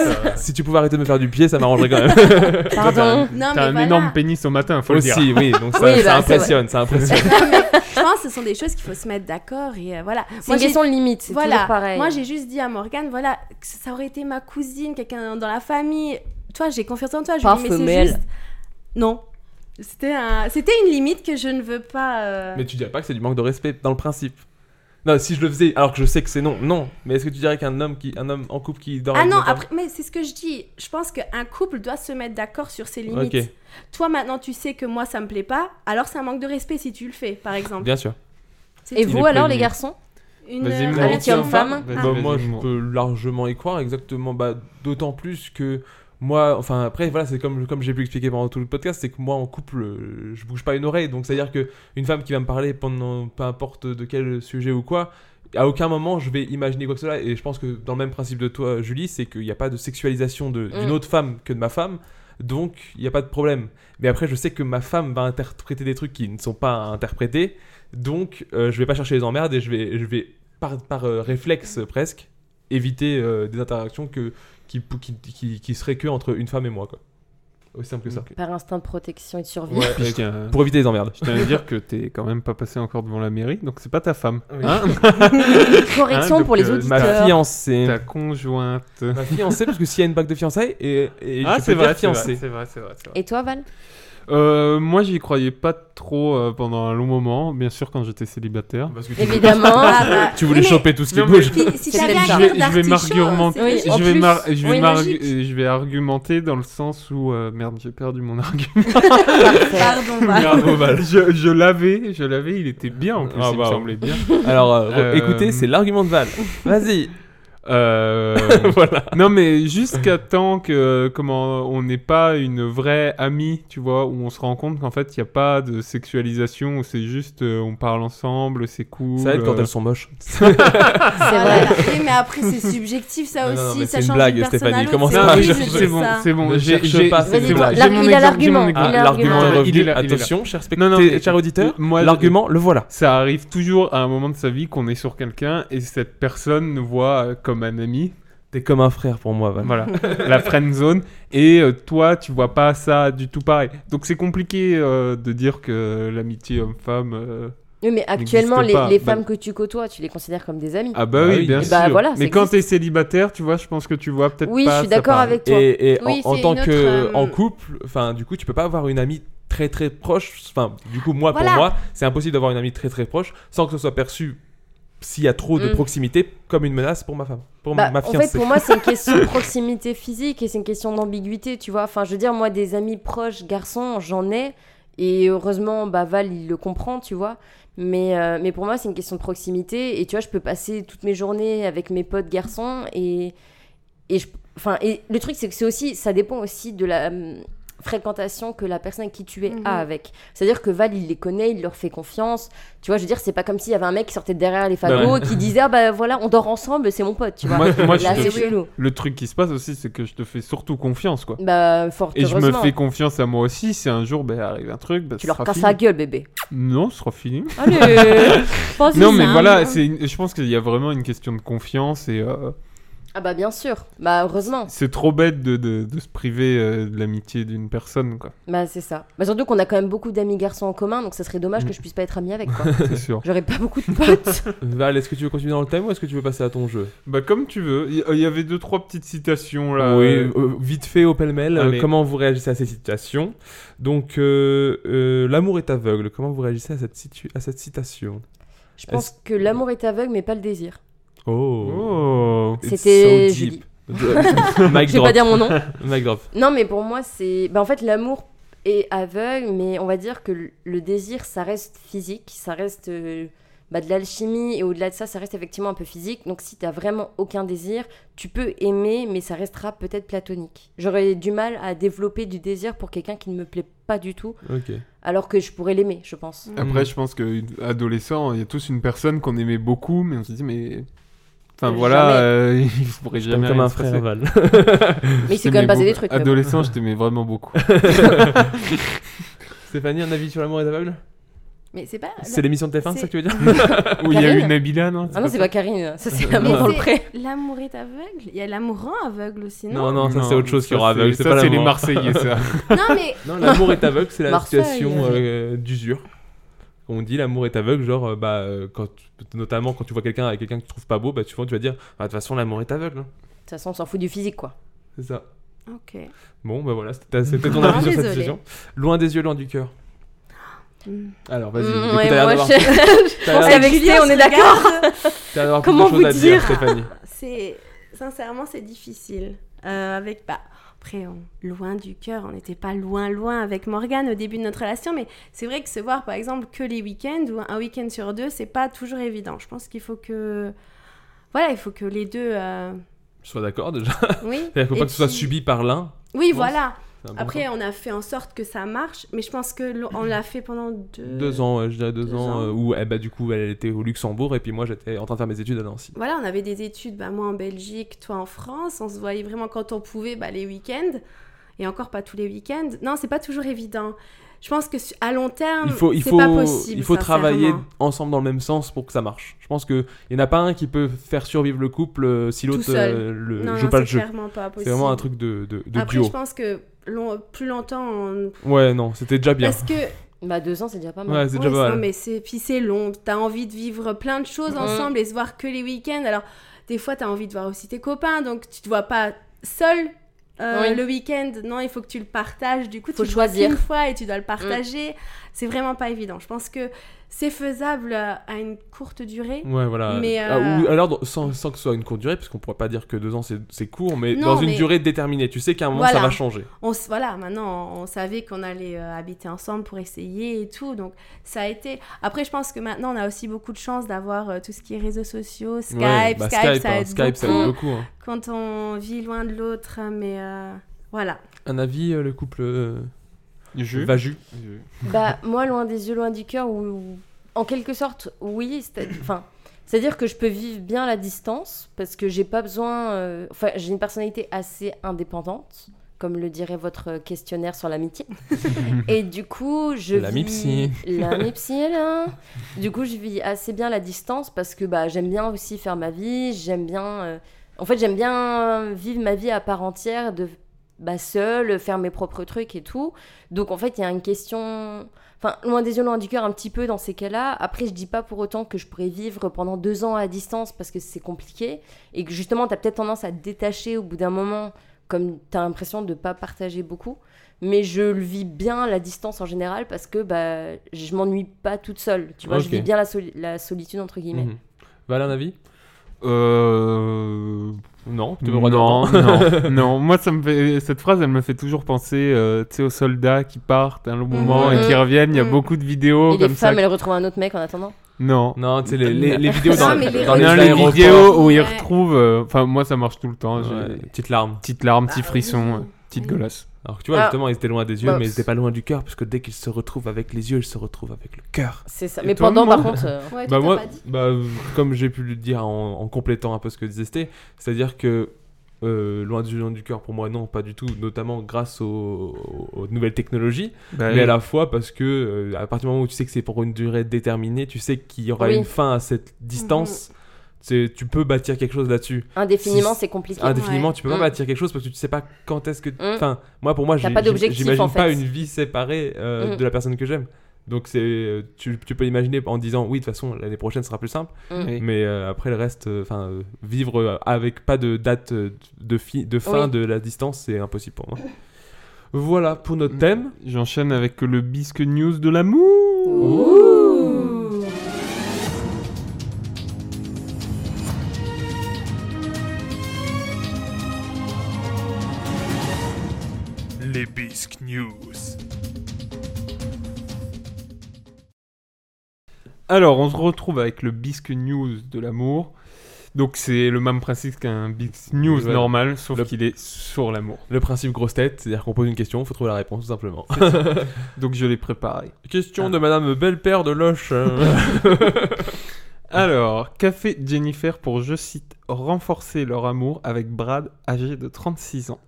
S10: Surprise
S7: Si tu pouvais arrêter de me faire du pied, ça m'arrangerait quand même.
S10: Pardon.
S9: Non, mais
S8: T'as un
S9: voilà. [laughs]
S8: énorme pénis au matin, [laughs] faut le dire.
S7: Aussi, oui, donc ça,
S10: Oui,
S7: ça
S10: bah, c'est
S7: impressionne, ça impressionne.
S9: Je pense que ce sont des choses qu'il faut se mettre d'accord et euh, voilà.
S10: C'est
S9: Moi,
S10: une
S9: j'ai-
S10: question de limite, c'est
S9: voilà.
S10: toujours pareil.
S9: Moi, j'ai juste dit à Morgane, voilà, que ça aurait été ma cousine, quelqu'un dans la famille. Toi, j'ai confiance en toi. Je lui
S10: Pas
S9: dis, mais c'est
S10: femelle.
S9: juste. Non. C'était un... c'était une limite que je ne veux pas. euh,
S7: Mais tu dirais pas que c'est du manque de respect dans le principe. Non, si je le faisais, alors que je sais que c'est non, non. Mais est-ce que tu dirais qu'un homme qui, un homme en couple qui dort
S9: Ah
S7: avec
S9: non,
S7: une femme-
S9: après, mais c'est ce que je dis. Je pense qu'un couple doit se mettre d'accord sur ses limites.
S7: Ok.
S9: Toi, maintenant, tu sais que moi, ça me plaît pas, alors c'est un manque de respect si tu le fais, par exemple.
S7: Bien sûr.
S9: C'est
S10: Et
S7: Il
S9: tout.
S7: est
S10: vous alors,
S7: prévenu.
S10: les garçons
S9: Une
S8: Vas-y,
S9: euh,
S8: Marie.
S10: Avec
S9: relation-
S10: une femme
S8: Vas-y,
S9: Ah.
S7: Bah,
S8: vas-y,
S7: moi,
S8: dis-moi.
S7: je peux largement y croire, exactement. Bah, d'autant plus que moi, enfin, après, voilà, c'est comme, comme j'ai pu expliquer pendant tout le podcast, c'est que moi, en couple, euh, je bouge pas une oreille. Donc, c'est-à-dire que une femme qui va me parler pendant peu importe de quel sujet ou quoi, à aucun moment je vais imaginer quoi que cela. Et je pense que dans le même principe de toi, Julie, c'est qu'il n'y a pas de sexualisation de- d'une
S10: Mm.
S7: autre femme que de ma femme. Donc, il n'y a pas de problème. Mais après, je sais que ma femme va interpréter des trucs qui ne sont pas interprétés. Donc, euh, je vais pas chercher les emmerdes et je vais, je vais par, par euh, réflexe euh, presque, éviter euh, des interactions que, qui, pou- qui, qui, qui seraient que entre une femme et moi. Quoi. Aussi simple que ça.
S10: Par instinct de protection et de survie.
S7: Ouais,
S8: Puis je tiens-
S7: Pour éviter les emmerdes.
S8: je tiens à dire que t'es quand même pas passé encore devant la mairie, donc c'est pas ta femme.
S7: Oui. [laughs]
S8: Hein
S10: [laughs] Correction
S8: Hein,
S10: pour les
S8: donc, euh,
S10: auditeurs.
S7: Ma fiancée.
S8: ta conjointe.
S7: Ma fiancée, parce que s'il y a une bague de fiançailles, et, et
S8: ah,
S7: je
S8: c'est
S7: peux
S8: vrai,
S7: dire
S8: c'est vrai,
S7: fiancée.
S8: c'est vrai, c'est vrai, c'est vrai.
S10: Et
S7: [laughs]
S10: toi, Val
S8: Euh, moi, j'y croyais pas trop euh, pendant un long moment, bien sûr quand j'étais célibataire.
S7: Parce que tu,
S10: Eh, Évidemment.
S9: Ah, bah,
S7: tu voulais
S9: oui, mais-
S7: choper tout ce qui
S8: Non, mais-
S7: bouge.
S9: Puis, si
S10: C'est
S9: t'avais
S10: peut-être
S9: un
S10: ça.
S9: cœur
S8: Je vais- je vais
S9: d'artichaut,
S8: m'argumenter.
S9: c'est
S10: Oui,
S9: logique.
S10: en
S8: je, vais
S10: plus,
S8: mar- je, vais
S10: oui,
S8: m'argu-
S9: logique.
S8: euh, je vais argumenter dans le sens où... euh, merde, j'ai perdu mon argument.
S9: Pardon, bah.
S10: [laughs]
S8: Bravo, Val. je je l'avais, je l'avais, il était bien en plus,
S7: Ah,
S8: il
S7: bah,
S8: me semblait bien.
S7: Alors, euh, re-
S8: Euh,
S7: écoutez, c'est l'argument de Val. Vas-y.
S8: [laughs] Euh, Non, mais jusqu'à temps que comment on n'est pas une vraie amie, tu vois, où on se rend compte qu'en fait il n'y a pas de sexualisation, où c'est juste euh, on parle ensemble, c'est cool.
S7: Ça aide quand
S8: euh,
S7: elles
S8: [laughs]
S7: sont moches.
S10: C'est
S9: Voilà.
S10: vrai.
S9: Ah, Oui, mais après, c'est subjectif, ça
S7: Non, non,
S9: aussi.
S7: mais
S9: ça
S7: c'est une
S9: change
S7: blague,
S9: d'une personne
S7: Stéphanie,
S9: à l'autre,
S7: commence
S9: Oh, c'est
S8: Non,
S7: pas,
S8: mais
S7: je-
S9: horrible,
S8: c'est bon,
S9: ça.
S8: c'est bon.
S7: Ne
S8: j'ai-
S7: cherche
S8: j'ai-
S7: pas, c'est
S8: j'ai
S7: une
S8: mon
S7: blague.
S10: L'argu- il a
S8: exemple, j'ai mon
S10: l'argument. Ah,
S8: exemple.
S10: Il a
S7: l'argument
S10: l'argument.
S7: est
S8: Il est
S7: revenu.
S8: là, il est là.
S7: Attention, cher
S8: Non, non, mais- euh,
S7: spectateur, cher auditeur,
S8: Moi,
S7: l'argument, le voilà.
S8: Ça arrive toujours à un moment de sa vie qu'on est sur quelqu'un et cette personne nous voit euh, comme un ami.
S7: T'es comme un frère pour moi, Val.
S8: Voilà, la friend zone. Et euh, toi, tu vois pas ça du tout pareil. Donc c'est compliqué euh, de dire que l'amitié homme-femme. euh,
S10: Oui, mais actuellement,
S8: n'existe
S10: les,
S8: pas.
S10: les
S8: Bah-
S10: femmes que tu côtoies, tu les considères comme des amis.
S8: Ah bah
S7: Bah
S8: oui,
S7: oui.
S8: bien
S10: Et
S8: sûr.
S10: bah voilà, ça
S8: mais quand
S10: existe.
S8: t'es célibataire, tu vois, je pense que tu vois peut-être
S10: oui,
S8: pas.
S10: je suis
S8: ça
S10: d'accord
S8: pareil.
S10: avec toi.
S7: Et, et
S9: Oui,
S7: en, en
S9: c'est
S7: tant
S9: une
S7: que
S9: autre, euh,
S7: en couple, enfin du coup, tu peux pas avoir une amie très très proche. Enfin, du coup, moi
S9: Voilà.
S7: pour moi, c'est impossible d'avoir une amie très très proche sans que ce soit perçu s'il y a trop de
S10: Mm.
S7: proximité comme une menace pour ma femme, pour
S10: Bah,
S7: ma
S10: en
S7: fiancée.
S10: fait, pour moi, c'est une question
S7: [laughs]
S10: de proximité physique et c'est une question d'ambiguïté, tu vois. Enfin, je veux dire, moi, des amis proches, garçons, j'en ai. Et heureusement, bah, Val, il le comprend, tu vois. Mais, euh, mais pour moi, c'est une question de proximité. Et tu vois, je peux passer toutes mes journées avec mes potes garçons. Et, et, je- enfin, et le truc, c'est que c'est aussi, ça dépend aussi de la hum, fréquentation que la personne avec qui tu es
S9: Mhm.
S10: a avec. C'est-à-dire que Val, il les connaît, il leur fait confiance. Tu vois, je veux dire, c'est pas comme s'il y avait un mec qui sortait de derrière les fagots
S7: Ouais.
S10: et qui disait, ah bah voilà, on dort ensemble, c'est mon pote, tu vois.
S8: Moi, moi, je
S10: Là,
S8: te
S10: c'est
S8: fais-
S10: chelou.
S8: Le truc qui se passe aussi, c'est que je te fais surtout confiance, quoi.
S10: Bah, fort
S8: Et je me
S10: heureusement.
S8: fais confiance à moi aussi. Si un jour, ben, arrive un truc, ben,
S10: Tu
S8: ce
S10: leur
S8: sera
S10: casses
S8: fini.
S10: la gueule, Ah, bébé.
S8: Non, ce sera fini.
S10: Allez
S8: non,
S9: hein.
S8: mais
S10: hein.
S8: voilà, c'est une- je pense qu'il y a vraiment une question de confiance et euh,
S10: Ah bah, bien sûr. Bah, heureusement.
S8: c'est trop bête de, de- de se priver euh, de l'amitié d'une personne, quoi.
S10: Bah, c'est ça. Bah, surtout qu'on a quand même beaucoup d'amis garçons en commun, donc ça serait dommage
S8: Mm.
S10: que je puisse pas être amie
S8: [laughs]
S10: avec, quoi. [laughs]
S8: C'est sûr.
S10: J'aurais pas beaucoup de potes.
S7: Val, est-ce que tu veux continuer dans le thème ou est-ce que tu veux passer à ton jeu
S8: bah, comme tu veux. Il y- il y avait deux, trois petites citations là.
S7: Oui,
S8: euh, Ah,
S7: euh, vite fait au pêle-mêle, euh,
S8: Allez.
S7: comment vous réagissez à ces situations Donc, euh, euh, l'amour est aveugle, comment vous réagissez à cette, situ- à cette citation
S10: Je pense que l'amour est aveugle, mais pas le désir.
S7: Oh,
S8: Oh.
S7: It's
S10: C'était
S7: so
S10: Julie.
S7: deep. [laughs] Mic
S10: [laughs] Je vais
S7: drop.
S10: pas dire mon nom.
S7: Mic drop.
S10: Non, mais pour moi, c'est. Bah, en fait, l'amour est aveugle, mais on va dire que le- le désir, ça reste physique, ça reste euh, bah, de l'alchimie, et au-delà de ça, ça reste effectivement un peu physique. Donc, si t'as vraiment aucun désir, tu peux aimer, mais ça restera peut-être platonique. J'aurais du mal à développer du désir pour quelqu'un qui ne me plaît pas du tout,
S7: Ok.
S10: alors que je pourrais l'aimer, je
S7: [laughs]
S10: pense.
S8: Après,
S7: Mm.
S8: je pense que adolescent, il y a tous une personne qu'on aimait beaucoup, mais on se dit mais, enfin
S10: Jamais.
S8: voilà, euh, [laughs] il pourrait
S7: Comme,
S8: jamais
S7: comme
S8: rien
S7: un
S8: se passer.
S7: frère Val.
S10: Mais il
S8: Je
S10: s'est quand
S8: t'aimais
S10: même passé des
S8: beaucoup.
S10: trucs. mais bon.
S8: Adolescent,
S10: [laughs]
S8: je t'aimais vraiment beaucoup.
S10: Ah,
S7: Stéphanie, un avis sur l'amour est aveugle
S9: Mais c'est pas.
S10: bah,
S7: C'est l'émission de TF1, c'est ça que tu veux dire
S8: Où il y a eu
S10: Karine
S8: Nabila, non
S10: Ah non, c'est pas Karine,
S7: [laughs]
S10: ça c'est
S7: Non,
S10: Amour
S7: non.
S10: dans le pré.
S9: L'amour est aveugle. Il y a l'amour en aveugle aussi, non
S7: Non, non, ça c'est autre chose qui aura aveugle.
S8: Ça,
S7: C'est pas
S8: c'est les
S7: l'amour.
S8: Marseillais,
S7: [laughs]
S8: ça.
S9: Non, mais
S7: Non, l'amour est aveugle, c'est la
S10: Marseille.
S7: situation euh, d'usure. On dit l'amour est aveugle, genre, euh, bah, euh, quand tu- notamment quand tu vois quelqu'un avec quelqu'un que tu trouves pas beau, bah, souvent tu vas dire, Bah, de toute façon, l'amour est aveugle. hein.
S10: De toute façon, on s'en fout du physique, quoi.
S7: C'est ça.
S9: Ok.
S7: Bon, bah voilà, c'était c'était ton avis sur cette
S9: Désolée.
S7: décision. Loin des yeux, loin du cœur.
S9: Mm.
S7: Alors, vas-y,
S10: Mm,
S7: du coup,
S10: ouais,
S7: t'as l'air
S10: moi,
S7: d'avoir-
S10: je-
S7: t'as l'air-
S10: Avec Sté, on est d'accord.
S7: [laughs] t'as l'air d'avoir
S10: comment
S7: beaucoup de choses
S10: vous
S7: à dire,
S10: dire
S7: Stéphanie.
S9: C'est sincèrement c'est difficile. Euh, avec bah après on- loin du cœur, on n'était pas loin loin avec Morgane au début de notre relation, mais c'est vrai que se voir par exemple que les week-ends ou un week-end sur deux, c'est pas toujours évident. Je pense qu'il faut que voilà, il faut que les deux
S7: [laughs]
S9: euh,
S7: Je suis d'accord déjà.
S9: oui.
S7: C'est-à-dire qu'il faut
S9: et
S7: pas que ce soit
S9: puis-
S7: subi par l'un.
S9: Oui,
S7: pense.
S9: voilà.
S7: C'est important.
S9: Après on a fait en sorte que ça marche, mais je pense que l'on- on l'a fait pendant deux,
S7: Deux ans, ouais, je dirais deux,
S9: deux
S7: ans,
S9: ans.
S7: euh, où eh bah, du coup elle était au Luxembourg et puis moi j'étais en train de faire mes études à Nancy.
S9: Voilà, on avait des études, bah, moi en Belgique, toi en France. On se voyait vraiment quand on pouvait, bah, les week-ends. Et encore pas tous les week-ends. Non, c'est pas toujours évident. Je pense que su- à long terme,
S7: Il faut, il
S9: Hum, c'est
S7: faut,
S9: pas possible.
S7: il faut travailler
S9: sincèrement.
S7: ensemble dans le même sens pour que ça marche. Je pense qu'il n'y en a pas un qui peut faire survivre le couple euh, si l'autre
S9: seul.
S7: euh, le,
S9: Non,
S7: joue
S9: non,
S7: pas le
S9: c'est
S7: jeu.
S9: clairement pas
S7: C'est
S9: possible.
S7: vraiment un truc de, de, de
S9: Après,
S7: duo.
S9: je pense que long- plus longtemps, on...
S7: Ouais, non, c'était déjà bien.
S9: parce que
S10: [laughs] Bah, deux ans, c'est déjà pas mal.
S7: Ouais, Ah, c'est déjà
S9: Ouais,
S7: pas
S9: non,
S7: mal. Mm.
S9: mais c'est puis c'est long. T'as envie de vivre plein de choses
S10: Mhm.
S9: ensemble et se voir que les week-ends. Alors des fois t'as envie de voir aussi tes copains, donc tu te vois pas seul. euh,
S10: Oui.
S9: Le week-end, non, il faut que tu le partages. Du coup,
S10: Faut
S9: tu le vois
S10: choisir.
S9: une fois et tu
S7: Mm.
S9: dois le partager. C'est vraiment pas évident. Je pense que c'est faisable euh, à une courte durée.
S7: Ouais, voilà.
S9: Mais,
S7: Ah,
S9: euh,
S7: ou alors, dans- sans, sans que ce soit une courte durée, parce qu'on pourrait pas dire que deux ans c'est c'est court, mais
S9: Non,
S7: dans une
S9: mais-
S7: durée déterminée. Tu sais qu'à un moment ça
S9: Voilà.
S7: va changer.
S9: On s- voilà, maintenant on savait qu'on allait euh, habiter ensemble pour essayer et tout, donc ça a été. Après, je pense que maintenant on a aussi beaucoup de chance d'avoir euh, tout ce qui est réseaux sociaux, Skype,
S7: Ouais, bah,
S9: Skype, ça
S7: hein,
S9: aide
S7: Skype, ça
S9: beaucoup.
S7: aide beaucoup. hein.
S9: quand on vit loin de l'autre, mais euh, voilà.
S7: Un avis, euh, le couple euh,
S8: Je-
S7: Vaju
S8: je-
S10: Bah, moi, loin des yeux, loin du cœur, ou, ou- en quelque sorte, oui. c'est- Enfin, c'est-à-dire que je peux vivre bien la distance parce que j'ai pas besoin. euh, Enfin, j'ai une personnalité assez indépendante, comme le dirait votre questionnaire sur l'amitié. Et du coup, je
S7: La
S10: vis-
S7: Mipsy.
S10: La Mipsy, là. Du coup, je vis assez bien la distance parce que bah, j'aime bien aussi faire ma vie. J'aime bien. euh, En fait, j'aime bien vivre ma vie à part entière, de bah, seule, faire mes propres trucs et tout. Donc en fait, il y a une question. Enfin, loin des yeux, loin du cœur, un petit peu dans ces cas-là. Après, je dis pas pour autant que je pourrais vivre pendant deux ans à distance parce que c'est compliqué et que justement, tu as peut-être tendance à te détacher au bout d'un moment, comme tu as l'impression de pas partager beaucoup. Mais je le vis bien la distance en général parce que bah, je m'ennuie pas toute seule. Tu vois, je
S7: Ok.
S10: vis bien la, soli- la solitude, entre guillemets.
S7: Mhm. Val, un avis
S8: Euh.
S7: Non, tu veux
S8: Non, non,
S7: [laughs]
S8: non, Moi, ça me fait... cette phrase, elle me fait toujours penser euh, tu sais, aux soldats qui partent à un long moment et qui
S10: Mhm.
S8: reviennent. Il y a
S9: Mhm.
S8: beaucoup de vidéos
S10: Et les
S8: Oh, comme ça.
S10: femmes, elles retrouvent un autre mec en attendant.
S8: Non.
S7: Non, tu sais, les, les, les vidéos
S9: Non,
S7: dans,
S9: mais les
S7: dans
S8: Non,
S9: les
S8: les
S7: aéroports.
S8: vidéos où ils
S9: Ouais.
S8: retrouvent. euh, Enfin, moi, ça marche tout le temps.
S7: Ouais,
S8: j'ai des
S7: Petite larme.
S8: Petite larme, petit
S9: Bah,
S8: frisson,
S9: oui.
S8: euh, petite
S9: Oui.
S8: golasse.
S7: Alors que tu vois,
S10: Ah.
S7: justement, ils étaient loin des yeux,
S10: Bah,
S7: mais ils
S10: c'est-
S7: étaient pas loin du cœur, parce que dès qu'ils se retrouvent avec les yeux, ils se retrouvent avec le cœur.
S10: C'est ça.
S8: Et
S10: Mais
S8: toi,
S10: pendant,
S8: Momo
S10: par contre. euh,
S9: Ouais,
S7: bah
S9: tu t'as
S7: moi,
S9: pas dit
S7: bah, euh, comme j'ai pu le dire en, en complétant un peu ce que disait Sté, c'est-à-dire que euh, loin du loin du cœur pour moi non pas du tout notamment grâce aux, aux nouvelles technologies
S8: Bah,
S7: mais à la fois parce que euh, à partir du moment où tu sais que c'est pour une durée déterminée tu sais qu'il y aura
S10: Oui.
S7: une fin à cette distance
S9: Mm-hmm.
S7: c'est- tu peux bâtir quelque chose là-dessus
S10: Indéfiniment,
S7: Si-
S10: c'est compliqué.
S7: indéfiniment
S9: Ouais.
S7: tu peux pas
S10: Mm.
S7: bâtir quelque chose parce que tu sais pas quand est-ce que
S10: Mm.
S7: enfin moi pour moi
S10: T'as
S7: j'ai-
S10: pas
S7: j'im-
S10: d'objectif,
S7: j'imagine
S10: en fait.
S7: pas une vie séparée euh,
S10: Mm.
S7: de la personne que j'aime donc c'est euh, tu, tu peux l'imaginer en disant oui de toute façon l'année prochaine sera plus simple
S10: Mm.
S8: Oui.
S7: mais euh, après le reste enfin euh, vivre euh, avec pas de date euh, de, fi- de fin
S10: Oui.
S7: de la distance c'est impossible pour moi voilà pour notre thème
S8: euh, J'enchaîne avec le bisque news de l'amour.
S3: Les Bisque News.
S8: Alors, on se retrouve avec le bisque news de l'amour. Donc, c'est le même principe qu'un bisque news
S7: Voilà.
S8: normal, sauf
S7: Le-
S8: qu'il est sur l'amour.
S7: le principe grosse tête c'est à dire qu'on pose une question faut trouver la réponse tout simplement Ah.
S8: Donc, je l'ai préparé.
S7: question de madame Belle-Père de [laughs] Loche euh.
S10: Ah.
S8: Alors, qu'a fait Jennifer pour, je cite, renforcer leur amour avec Brad, âgé de 36 ans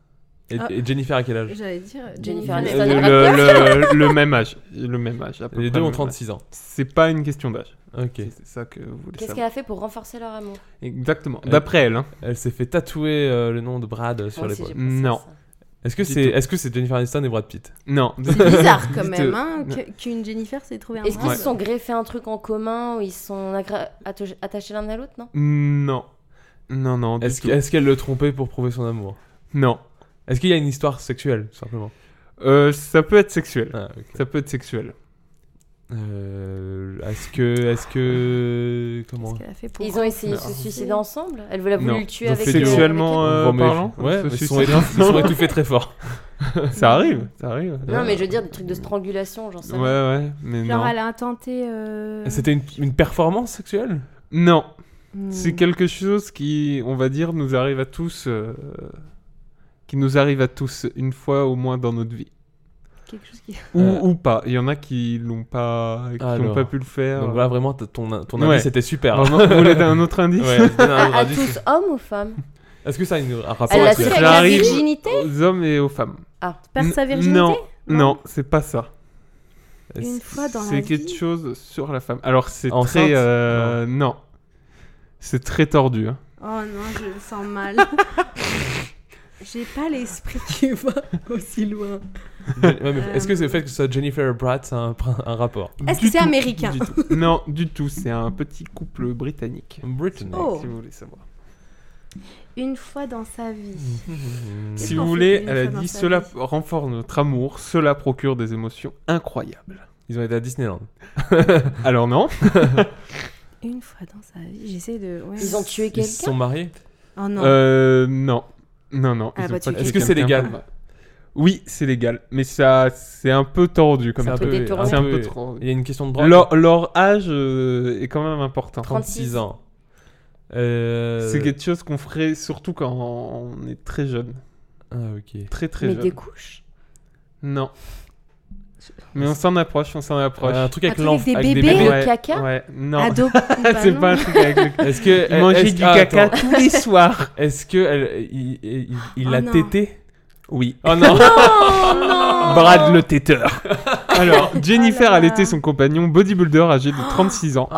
S7: Et,
S9: Ah.
S7: et Jennifer à quel âge
S9: J'allais dire.
S10: Jennifer
S9: Aniston.
S10: Aniston.
S8: Euh, le, le- le même âge. Le même âge. à peu
S7: Les
S8: près
S7: deux
S8: le
S7: ont
S8: même
S7: 36 ans.
S8: âge. C'est pas une question d'âge.
S7: Ok.
S8: C'est ça que vous voulez
S10: Qu'est-ce
S8: savoir.
S10: qu'elle a fait pour renforcer leur amour
S8: Exactement.
S7: Euh,
S8: D'après elle, hein.
S7: Elle s'est fait tatouer euh, le nom de Brad euh, sur
S10: Moi aussi,
S7: l'épaule.
S10: j'ai pensé à
S8: Non.
S10: ça.
S7: Est-ce que
S8: Du
S7: c'est
S8: tout.
S7: est-ce que c'est Jennifer Aniston et Brad Pitt
S8: Non.
S9: [laughs] [laughs] C'est bizarre quand
S8: Dites-
S9: même, hein,
S8: Non.
S9: que- qu'une Jennifer s'est trouvée un
S10: Est-ce qu'ils
S9: bras.
S10: se sont greffés un truc en commun ou ils se sont agra- atta- attachés l'un à l'autre, non
S8: Non. Non, non. du
S7: Est-ce
S8: tout.
S7: que- est-ce qu'elle le trompait pour prouver son amour
S8: Non.
S7: Est-ce qu'il y a une histoire sexuelle, tout simplement
S8: Euh, ça peut être sexuel.
S7: Ah, ok.
S8: Ça peut être sexuel.
S7: Euh, Est-ce que. Est-ce que. Comment
S9: Qu'est-ce qu'elle a fait pour.
S10: Ils ont essayé de se
S8: Non.
S10: suicider ensemble Elle voulait
S8: Non.
S10: voulu le tuer
S7: Ils ont
S10: avec
S7: fait du-
S8: Sexuellement
S10: avec
S8: euh,
S7: Bon, mais-
S8: parlant
S7: Ouais,
S8: se
S7: mais ils sont,
S8: suicider
S7: étouffés- ils sont étouffés très fort.
S8: ça arrive, ça arrive.
S10: elle Non, mais je veux dire des trucs de strangulation, j'en sais
S8: Ouais,
S10: rien.
S8: ouais, mais
S9: Genre,
S8: non.
S9: elle a intenté. euh,
S7: C'était une, une performance sexuelle
S8: Non,
S9: hmm.
S8: c'est quelque chose qui, on va dire, nous arrive à tous. euh, Qui nous arrive à tous une fois au moins dans notre vie.
S9: Quelque chose qui.
S8: Ou,
S7: Euh.
S8: ou pas. Il y en a qui l'ont pas, qui
S7: Alors.
S8: n'ont pas pu le faire.
S7: Donc là, vraiment, t- ton, ton
S8: Ah, Ouais.
S7: avis, c'était super.
S8: Vraiment, vous voulez un autre indice
S7: [laughs] Ouais, je donne un
S10: À, à
S7: indice.
S10: tous, hommes ou femmes
S7: Est-ce que ça a une- un rapport
S10: Elle l'a
S7: avec
S10: su
S7: la-
S10: avec la
S8: J'arrive.
S10: virginité
S8: Aux hommes et aux femmes.
S9: Perd sa
S8: N-
S9: virginité
S8: Non, non, c'est pas ça.
S9: Une fois dans la
S8: C'est quelque
S9: vie.
S8: chose sur la femme. Alors c'est
S7: Enceinte
S8: très... euh, non. C'est très tordu. hein.
S9: Oh non, je le
S8: [laughs]
S9: sens mal. J'ai pas l'esprit qui va aussi loin.
S7: Ouais, mais Est-ce que c'est le fait que ce soit Jennifer et Brad, ça a un, [laughs] pr- un rapport
S9: Est-ce
S8: Du
S9: que c'est
S8: tout,
S9: américain
S8: du tout. Non, du tout. C'est un petit couple britannique.
S7: Brittany.
S9: Oh.
S8: Si vous voulez savoir.
S9: Une fois dans sa vie.
S8: Si
S9: qu'on
S8: vous
S9: fait
S8: voulez,
S9: une
S8: elle a
S9: fois dans
S8: dit
S9: sa
S8: cela
S9: vie
S8: renforce notre amour, cela procure des émotions incroyables.
S7: Ils ont été à Disneyland.
S8: Alors non, Hmm.
S9: Une fois dans sa vie. J'essaie de. ouais.
S10: Ils ont tué
S7: Ils se
S10: quelqu'un
S7: sont mariés
S9: Oh non.
S8: Euh, non, non, non.
S9: Ah,
S8: ils ont
S9: bah, tu
S8: pas tué
S7: Est-ce que c'est
S8: quelqu'un.
S7: légal
S8: Oui, c'est légal, mais ça, c'est un peu tordu comme
S7: C'est un
S10: peu détourné.
S8: C'est un peu
S7: trop.
S8: trop.
S7: Il y a une question de drogue.
S8: Leur, leur âge euh, est quand même important.
S7: 36
S10: 36.
S7: ans. Euh...
S8: C'est quelque chose qu'on ferait surtout quand on est très jeune.
S7: Ah, ok.
S8: Très très
S10: Mais
S8: jeune.
S10: des couches
S8: Non. Mais on s'en approche, on s'en approche.
S7: Euh, Un truc avec
S9: truc
S7: l'enfant.
S9: avec des
S10: bébés.
S8: ouais,
S10: le caca
S8: Ouais, non. [laughs]
S9: Ado. Bah
S8: c'est pas un truc avec le
S7: [laughs]
S8: caca.
S7: Est-ce que.
S8: [laughs] Il mangeait
S7: est-ce-
S8: du
S7: ah,
S8: caca
S7: attends.
S8: tous les
S10: Oh
S8: soirs.
S7: Est-ce que. elle- Il, il, il- il
S9: Oh
S7: l'a
S9: non.
S7: tété
S8: Oui.
S7: Oh non
S8: [laughs]
S10: Ah.
S8: Brad le têteur. [laughs]
S10: Oh
S8: Alors, Jennifer,
S9: là
S8: elle
S9: là.
S8: était son compagnon bodybuilder âgé de 36 ans.
S10: Oh.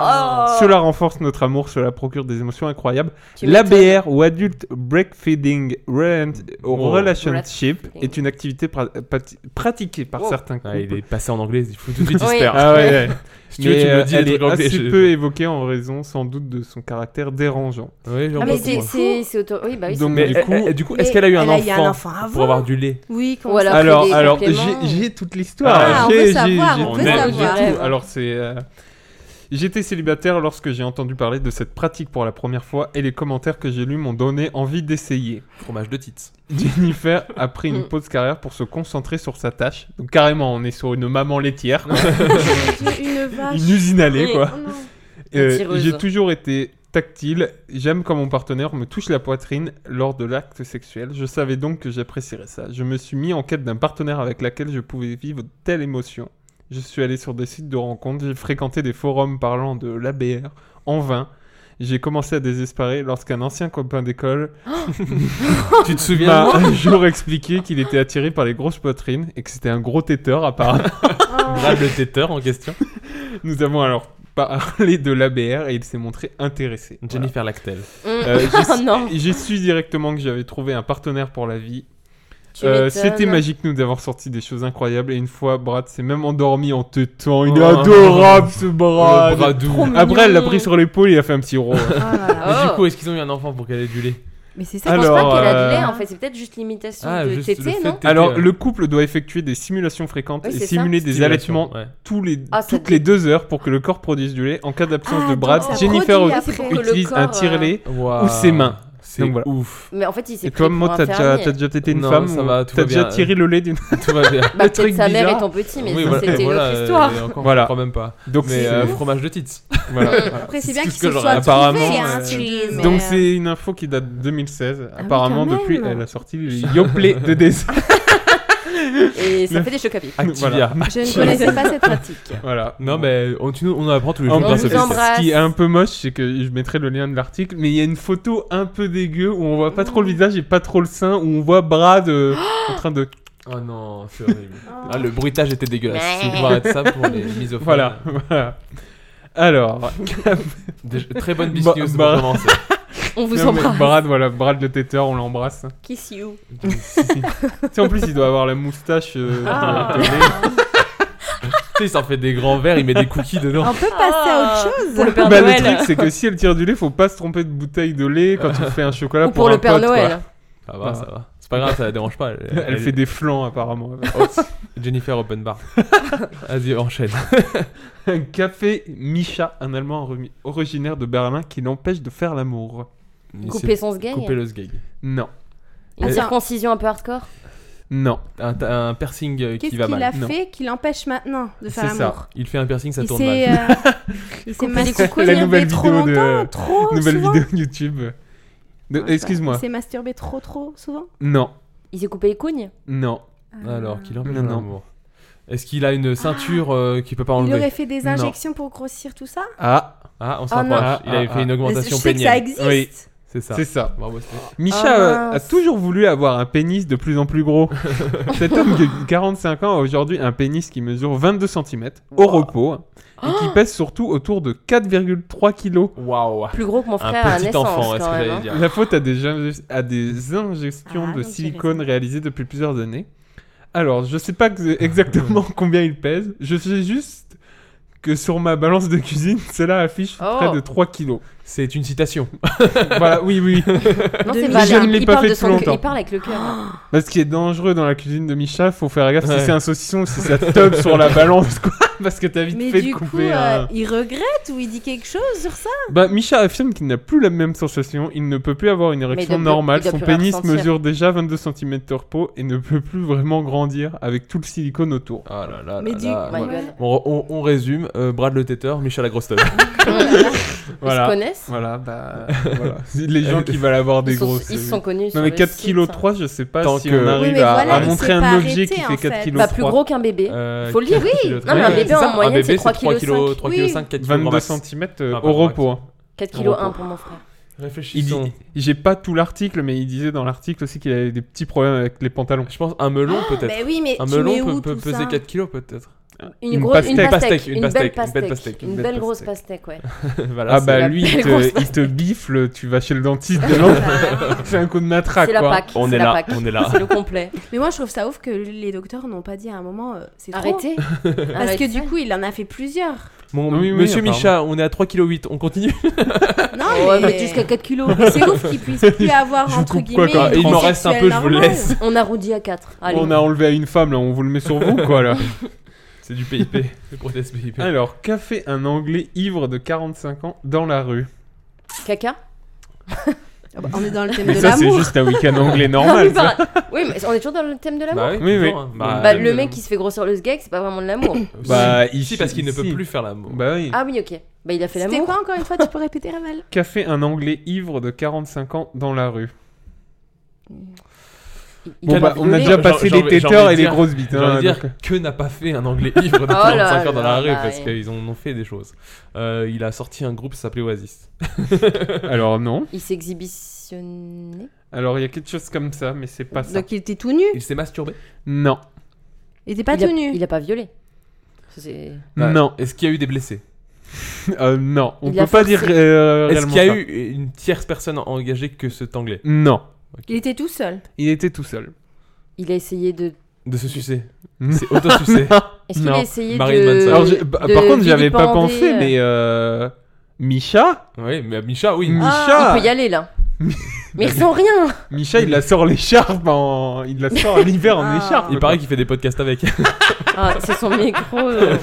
S8: Cela renforce notre amour, cela procure des émotions incroyables.
S10: Tu m'étonnes.
S8: L'ABR ou Adult Breastfeeding Relent-
S7: Oh.
S8: Relationship
S10: Breastfeeding.
S8: est une activité pra- pati- pratiquée par
S10: Oh.
S8: certains couples.
S7: Ah, Il est passé en anglais, il faut tout de suite, il se
S10: Oui.
S7: perd.
S8: Ah ouais, ouais.
S7: Si tu veux,
S8: Mais,
S7: tu me
S8: euh,
S7: dis
S8: elle
S7: les
S8: est
S7: trucs anglais.
S8: assez
S7: je-
S8: peu évoquée en raison sans doute de son caractère dérangeant.
S7: Ouais, j'en
S10: Ah,
S7: peux
S10: mais
S7: pas,
S10: c'est-
S7: moi.
S10: c'est c'est auto... Oui, bah oui,
S8: Donc,
S10: c'est-
S7: Mais
S8: du
S7: eh,
S8: coup-
S7: eh, du coup, est-ce
S9: Mais
S7: qu'elle a eu un
S9: elle a eu un
S7: enfant
S9: enfant avant.
S7: pour avoir du lait
S9: Oui, comment
S10: Ou
S9: ça-
S10: alors-
S8: Alors,
S10: Après des
S8: alors j'ai
S10: compléments.
S8: j'ai toute l'histoire.
S9: Ah, on
S8: J'ai-
S9: veut savoir,
S8: j'ai-
S9: on
S8: j'ai-
S9: veut
S8: j'ai
S9: savoir.
S8: tout. Alors c'est. euh, J'étais célibataire lorsque j'ai entendu parler de cette pratique pour la première fois et les commentaires que j'ai lus m'ont donné envie d'essayer.
S7: Fromage de tits.
S8: Jennifer a pris une
S10: Mm.
S8: pause carrière pour se concentrer sur sa tâche. Donc carrément, on est sur une maman laitière,
S9: une vache.
S8: une usine à lait
S10: Oui.
S8: quoi.
S9: Oh non.
S8: Euh,
S10: Tireuse.
S8: j'ai toujours été tactile. J'aime quand mon partenaire me touche la poitrine lors de l'acte sexuel. Je savais donc que j'apprécierais ça. Je me suis mis en quête d'un partenaire avec lequel je pouvais vivre telle émotion. Je suis allé sur des sites de rencontres, j'ai fréquenté des forums parlant de l'ABR en vain. J'ai commencé à désespérer lorsqu'un ancien copain d'école
S7: tu te souviens
S8: m'a un jour expliqué qu'il était attiré par les grosses poitrines et que c'était un gros têteur apparemment.
S9: Oh.
S8: [laughs]
S7: Brad le têteur en question.
S8: Nous avons alors parlé de l'ABR et il s'est montré intéressé. Voilà.
S7: Jennifer Lactel.
S10: Mm. [laughs]
S8: Euh,
S10: Ah
S8: j'ai-
S10: non,
S8: J'ai su directement que j'avais trouvé un partenaire pour la vie.
S10: tu
S8: Euh,
S10: m'étonnes.
S8: C'était magique, nous d'avoir sorti des choses incroyables. Et une fois, Brad s'est même endormi en teutant. Il est
S7: Oh.
S8: adorable ce Brad.
S7: le bras doux.
S10: Trop
S8: Après, elle l'a
S10: mignon.
S8: pris sur l'épaule et il a fait un petit
S7: [laughs]
S8: rond.
S9: Oh là là.
S7: Mais
S10: Oh.
S7: du coup, est-ce qu'ils ont eu un enfant pour qu'elle ait du lait
S9: Mais c'est
S10: Je
S9: ça.
S10: pense
S8: Alors,
S10: pas qu'elle a
S8: euh,
S10: du lait, en fait, c'est peut-être juste l'imitation
S7: Ah,
S10: de
S7: juste le
S10: tété,
S7: fait
S10: non
S7: de téter,
S8: Alors,
S7: ouais.
S8: le couple doit effectuer des simulations fréquentes
S10: Oui,
S8: et
S10: c'est
S8: simuler des
S7: Stimulation,
S8: allaitements
S7: ouais.
S8: tous les,
S10: Ah, ça
S8: toutes
S10: dit-
S8: les deux heures pour que le corps produise du lait. En cas d'absence
S9: Ah,
S8: de
S9: donc
S8: Brad,
S9: ça
S8: Jennifer
S9: produit
S8: ut-
S9: après.
S10: Pour que le
S8: utilise un
S10: corps, euh,
S8: tire-lait.
S7: Waouh.
S8: Ou ses mains.
S7: C'est
S8: Donc voilà. [laughs]
S7: ouf.
S10: Mais en fait, il s'est
S8: Et
S10: pris
S8: toi,
S10: pour
S8: Maud,
S10: un
S8: t'as déjà,
S10: fermier.
S8: t'as déjà tété une
S7: Non,
S8: femme
S7: ça
S8: ou
S7: va, tout
S8: T'as
S7: va
S8: déjà
S7: bien.
S8: tiré le lait d'une.
S7: Tout va bien.
S10: Bah,
S8: truc
S10: peut-être sa mère
S8: bizarre.
S10: et ton petit, mais
S7: Oui,
S10: ça,
S7: voilà, voilà,
S10: c'était une autre
S7: euh,
S10: histoire.
S7: encore,
S8: Voilà.
S7: Je crois même pas.
S8: Donc,
S7: Mais
S8: c'est-
S7: euh, fromage de [laughs] tits.
S8: voilà.
S10: Hum.
S9: Après, c'est
S7: C'est
S9: bien
S7: tout
S9: qu'ils
S7: ce que
S9: se
S7: j'aurais-
S9: soient
S8: Apparemment,
S9: trouvés,
S8: euh,
S9: hein, tu- mais, euh,
S8: Donc c'est une info qui date de 2016.
S10: Ah
S9: oui,
S8: Apparemment
S9: quand
S8: depuis
S7: [laughs]
S9: même.
S8: elle a sorti les Yoplait de désert.
S10: Et ça fait des chocs à pic.
S7: Activia.
S8: [laughs]
S9: Je ne connaissais pas cette pratique.
S8: Voilà.
S7: Non, mais on, tu nous- on en apprend tous les
S8: En
S7: jours
S10: On
S7: dans
S8: plus,
S7: ce
S10: vous
S7: podcast.
S10: embrasse.
S8: Ce qui est un peu moche, c'est que je mettrai le lien de l'article, mais il y a une photo un peu dégueu où on voit pas
S10: Oh.
S8: trop le visage et pas trop le sein, où on voit Brad
S10: [gasps]
S8: euh, en train de.
S7: Oh non, c'est horrible. Ah, le bruitage était dégueulasse. On pourra mettre ça pour les misophones.
S8: Voilà, voilà. Alors,
S7: Déjà- très bonne
S8: Bah-
S7: biscuit
S8: bah-
S7: pour commencer.
S10: On vous
S8: non, mais
S10: embrasse.
S8: Brad, voilà, Brad le têteur, on
S10: [laughs]
S8: l'embrasse.
S10: Kiss you.
S8: tu sais, en plus, il doit avoir la moustache. euh, de-
S9: Ah.
S8: de Léo.
S7: Tu sais, il s'en fait des grands verres, il met des cookies dedans.
S8: Ah.
S9: On peut passer à autre chose
S10: Pour le Père
S8: Bah,
S10: Noël.
S8: le truc, c'est que si elle tire du lait, faut pas se tromper de bouteille de lait quand
S7: [laughs]
S8: on fait un chocolat
S10: Ou pour
S8: un
S10: le Père
S8: pote, quoi.
S10: Noël.
S7: Ça va, ça va. C'est pas grave, ça la dérange pas. Elle,
S8: Elle fait des flancs, apparemment.
S7: Oh, Jennifer
S8: [laughs]
S7: Open Bar. Vas-y, enchaîne.
S8: Un [laughs] café Micha, un Allemand orimi- originaire de Berlin qui l'empêche de faire l'amour.
S10: Couper son sgeg.
S7: Couper le sgeg.
S8: Non,
S10: Une
S8: Ah.
S7: Et-
S10: circoncision un peu hardcore.
S8: non.
S7: Un, t'as un piercing euh, qui
S9: Qu'est-ce
S7: va
S9: qu'il a
S7: mal.
S8: non.
S9: fait qui l'empêche maintenant de faire
S8: C'est ça.
S9: l'amour
S7: Il fait un piercing, ça
S9: Il
S7: tourne
S9: s'est
S7: mal.
S9: euh,
S8: [laughs]
S9: il s'est
S10: coupé les coucous.
S8: La nouvelle
S9: masturbé trop
S8: vidéo de-
S9: longtemps,
S10: Oh,
S9: trop
S8: Nouvelle
S9: souvent.
S8: vidéo [laughs] YouTube. De-
S9: Ouais, je
S10: Ah,
S9: sais pas.
S8: Excuse-moi.
S9: Il s'est masturbé trop trop souvent Ah.
S8: Non,
S10: Il s'est coupé les cougnes.
S8: non,
S9: euh,
S7: Alors, qu'il
S8: Non,
S7: empêche
S8: non.
S7: l'amour. Est-ce qu'il a une ceinture euh, qu'il peut pas
S9: Ah. Il
S7: enlever
S9: aurait fait des
S8: Non.
S9: injections pour grossir tout ça
S8: Ah,
S7: Ah, on se
S9: Oh non.
S7: rapproche. Il
S8: Ah,
S7: avait
S8: ah,
S7: fait une
S9: Mais Je
S7: augmentation
S9: sais que ça
S7: pénienne.
S9: existe.
S8: Oui.
S7: C'est ça.
S8: c'est ça.
S7: Bravo, Steph.
S8: Micha
S10: Ah,
S8: euh, a
S10: mince.
S8: toujours voulu avoir un pénis de plus en plus
S10: [laughs]
S8: gros. Cet homme de 45 ans a aujourd'hui un pénis qui mesure 22 cm au repos et
S10: Oh
S8: qui pèse surtout autour de 4,3 kg.
S7: Waouh.
S10: Plus gros que mon
S7: Un
S10: frère à la
S7: petit
S10: naissance
S7: enfant, est-ce que
S10: quand même.
S7: j'allais
S10: hein.
S7: dire
S8: La faute à des, inge- à des injections
S9: Ah,
S8: de
S9: donc j'ai
S8: silicone
S9: raison.
S8: réalisées depuis plusieurs années. Alors, je sais pas que- exactement combien il pèse. Je sais juste que sur ma balance de cuisine, cela affiche
S10: Oh.
S8: près de 3 kilos.
S7: C'est une citation.
S8: voilà, oui, oui.
S10: Non, c'est
S9: Je
S10: pas
S9: ne
S10: bien.
S8: l'ai
S10: Il
S8: pas
S10: parle
S8: fait
S10: de
S8: depuis
S10: son cul-
S8: longtemps.
S10: Il parle avec le cœur. hein.
S8: Bah, ce qui est dangereux dans la cuisine de Micha, faut faire gaffe
S7: Ouais.
S8: si c'est un saucisson ou si ça top sur la balance,
S9: [laughs]
S8: quoi. Parce que t'as vite
S9: Mais
S8: fait
S9: du
S8: de
S9: coup,
S8: couper
S9: euh,
S8: un-
S9: il regrette ou il dit quelque chose sur ça
S8: Bah, Micha affirme qu'il n'a plus la même sensation, il ne peut plus avoir une érection
S10: doit plus-
S8: normale,
S10: il doit
S8: son
S10: plus rien
S8: pénis
S10: ressentir.
S8: mesure déjà 22 cm peau et ne peut plus vraiment grandir avec tout le silicone autour.
S7: Ah là là.
S9: Mais
S7: là
S9: du
S7: là.
S10: My
S9: Ouais.
S10: God.
S7: On, on- on résume euh, Brad le têteur, Michel la grosse
S9: [laughs]
S7: tête.
S10: Ils se
S8: [laughs] Voilà.
S10: connaissent.
S8: Voilà, bah [laughs]
S7: euh,
S8: voilà. Les gens qui veulent avoir des
S10: Ils sont-
S8: gros.
S10: ils se sont connus.
S8: Non
S10: sur
S8: mais
S10: le
S8: 4
S10: site,
S8: kg
S10: hein.
S8: 3, je sais pas
S7: Tant
S8: si
S7: que-
S8: on arrive
S9: Oui, mais
S8: à,
S9: voilà,
S8: à
S9: il s'est
S8: montrer
S9: pas
S8: un objet
S9: arrêté,
S8: qui
S9: en
S8: fait 4
S9: fait.
S8: kg
S10: Pas
S8: 3.
S10: plus gros qu'un bébé.
S7: Euh,
S10: Faut le dire,
S7: quatre
S10: oui.
S7: kilos
S10: Non, mais un
S7: trois.
S10: bébé,
S7: C'est ça,
S10: en moyenne,
S7: bébé,
S10: c'est trois kilos cinq.
S7: 3 kg 5, 4 kg
S8: 22
S7: max.
S8: cm
S7: Ah,
S8: au
S7: pardon,
S8: repos. hein.
S10: 4
S7: On
S10: kg
S7: reprend.
S10: 1 pour mon frère.
S8: Il dit-
S7: Réfléchissons.
S8: J'ai pas tout l'article, mais il disait dans l'article aussi qu'il avait des petits problèmes avec les pantalons.
S7: Je pense un melon peut-être.
S9: Ben oui, mais
S7: Un
S9: tu mets
S7: melon
S9: où
S7: peut, peut
S9: tout
S7: peser
S9: ça
S7: 4 kg peut-être. [laughs]
S10: Une,
S8: Une
S10: grosse
S8: pastèque.
S10: une
S7: Pastèque,
S10: pastèque,
S7: une
S10: une, belle
S7: pastèque, une belle
S10: pastèque,
S7: pastèque,
S8: une
S10: une
S8: belle
S10: belle grosse
S8: pastèque.
S10: pastèque, ouais.
S7: voilà,
S8: Ah bah
S7: [laughs]
S10: la
S8: lui, il
S10: belle
S8: te,
S10: grosse
S8: il te bifle, tu vas chez le dentiste [laughs] demain. C'est un coup de matraque
S10: C'est la
S8: quoi.
S10: Pâque,
S7: On
S10: c'est
S7: est
S10: la
S7: là,
S10: Pâque,
S7: on est là. [laughs]
S10: c'est le complet.
S9: [laughs] Mais moi, je trouve ça ouf que les docteurs n'ont pas dit à un moment euh, c'est trop.
S10: Arrêtez.
S9: Parce que du coup, il en a fait
S10: [laughs]
S9: plusieurs.
S7: Mon-
S8: Oui, oui,
S7: Monsieur
S8: apparemment.
S7: Micha, on est à 3,8 kg. On [laughs] continue
S9: Non,
S10: ouais, mais
S9: mais,
S10: jusqu'à 4 kilos. [laughs]
S9: c'est ouf qu'ils puissent plus avoir
S8: Je vous
S9: entre
S8: coupe quoi,
S9: guillemets.
S8: quand-
S9: une
S7: Il m'en reste un peu, je vous le
S9: transsexuelle normale.
S7: laisse.
S10: On arrondit à 4. Allez.
S8: On a enlevé à une femme, là, on vous le met sur vous quoi là.
S7: [laughs] C'est du PIP. Le protest PIP.
S8: Alors, qu'a fait un Anglais ivre de 45 ans dans la rue
S10: Caca
S9: Ah bah, On est dans le thème
S8: Mais
S9: de
S8: ça, c'est
S9: l'amour.
S8: juste un
S10: [laughs]
S8: week-end anglais
S10: Non,
S8: normal.
S10: mais
S8: ça.
S10: par- Ah Oui, mais on est toujours dans le thème de l'amour.
S7: Bah oui,
S8: Oui,
S7: toujours,
S8: oui.
S7: hein.
S8: Bah,
S10: Bah,
S8: euh,
S10: le mec qui se fait grossir le sgeg, c'est pas vraiment de l'amour.
S8: Bah,
S7: ici
S8: ici,
S7: parce qu'il ne peut
S8: ici.
S7: plus faire l'amour.
S8: Bah oui.
S10: Ah oui, ok. Bah, il a fait
S9: C'était
S10: l'amour.
S9: quoi encore une fois Tu peux répéter, Ravel
S8: Qu'a fait un Anglais ivre de 45 ans dans la rue
S10: Il- il
S8: Bon,
S10: a
S8: bah,
S10: violé.
S8: on a déjà
S7: J'ai-
S8: passé
S7: j'ai
S8: les
S7: envie- j'ai
S8: téteurs
S7: envie
S8: et les
S7: de dire-
S8: grosses bites.
S7: J'ai
S8: hein,
S7: envie de dire
S8: donc-
S7: que n'a pas fait un anglais
S10: [laughs]
S7: ivre de
S10: Oh là
S7: 45 ans dans la
S10: là
S7: rue
S10: là,
S7: parce
S10: et-
S7: qu'ils en ont fait des choses. Euh, il a sorti un groupe, ça s'appelait Oasis.
S8: Alors, non.
S10: Il s'est exhibitionné.
S8: Alors, il y a quelque chose comme ça, mais c'est pas ça.
S9: Donc il était tout nu.
S7: Il s'est masturbé.
S8: Non.
S9: Il était pas
S10: il a-
S9: tout nu.
S10: Il a pas violé. Ça, c'est-
S8: Non.
S7: Bah, Est-ce qu'il y a eu des blessés
S8: Euh, non. On
S10: Il
S8: peut
S10: a
S8: pas dire
S10: forcé.
S8: euh,
S7: Est-ce
S8: réellement
S7: qu'il y a
S8: ça.
S7: eu une tierce personne engagée que cet anglais
S8: Non.
S9: Il était tout seul.
S8: Il était tout
S7: [laughs]
S8: seul.
S10: Il a essayé de.
S7: De se [laughs] sucer.
S8: Non.
S7: C'est [laughs] auto-sucer.
S10: Est-ce qu'il
S8: Non.
S10: a essayé
S7: Marilyn
S10: de.
S7: Manson.
S8: Alors, j'ai- bah,
S10: Euh, de
S8: par contre, j'avais pas
S10: vilipender,
S8: pensé,
S10: euh,
S8: mais euh, Micha,
S7: oui, mais Micha, oui.
S8: Mm.
S10: Ah,
S8: Micha
S10: il peut y
S8: [laughs]
S10: aller là. mais sans rien.
S8: Micha, il la sort l'écharpe en, il la sort l'hiver en
S9: Ah.
S8: écharpe.
S7: Il
S8: quoi.
S7: paraît qu'il fait des podcasts avec.
S10: Ah, c'est son micro. [laughs] euh.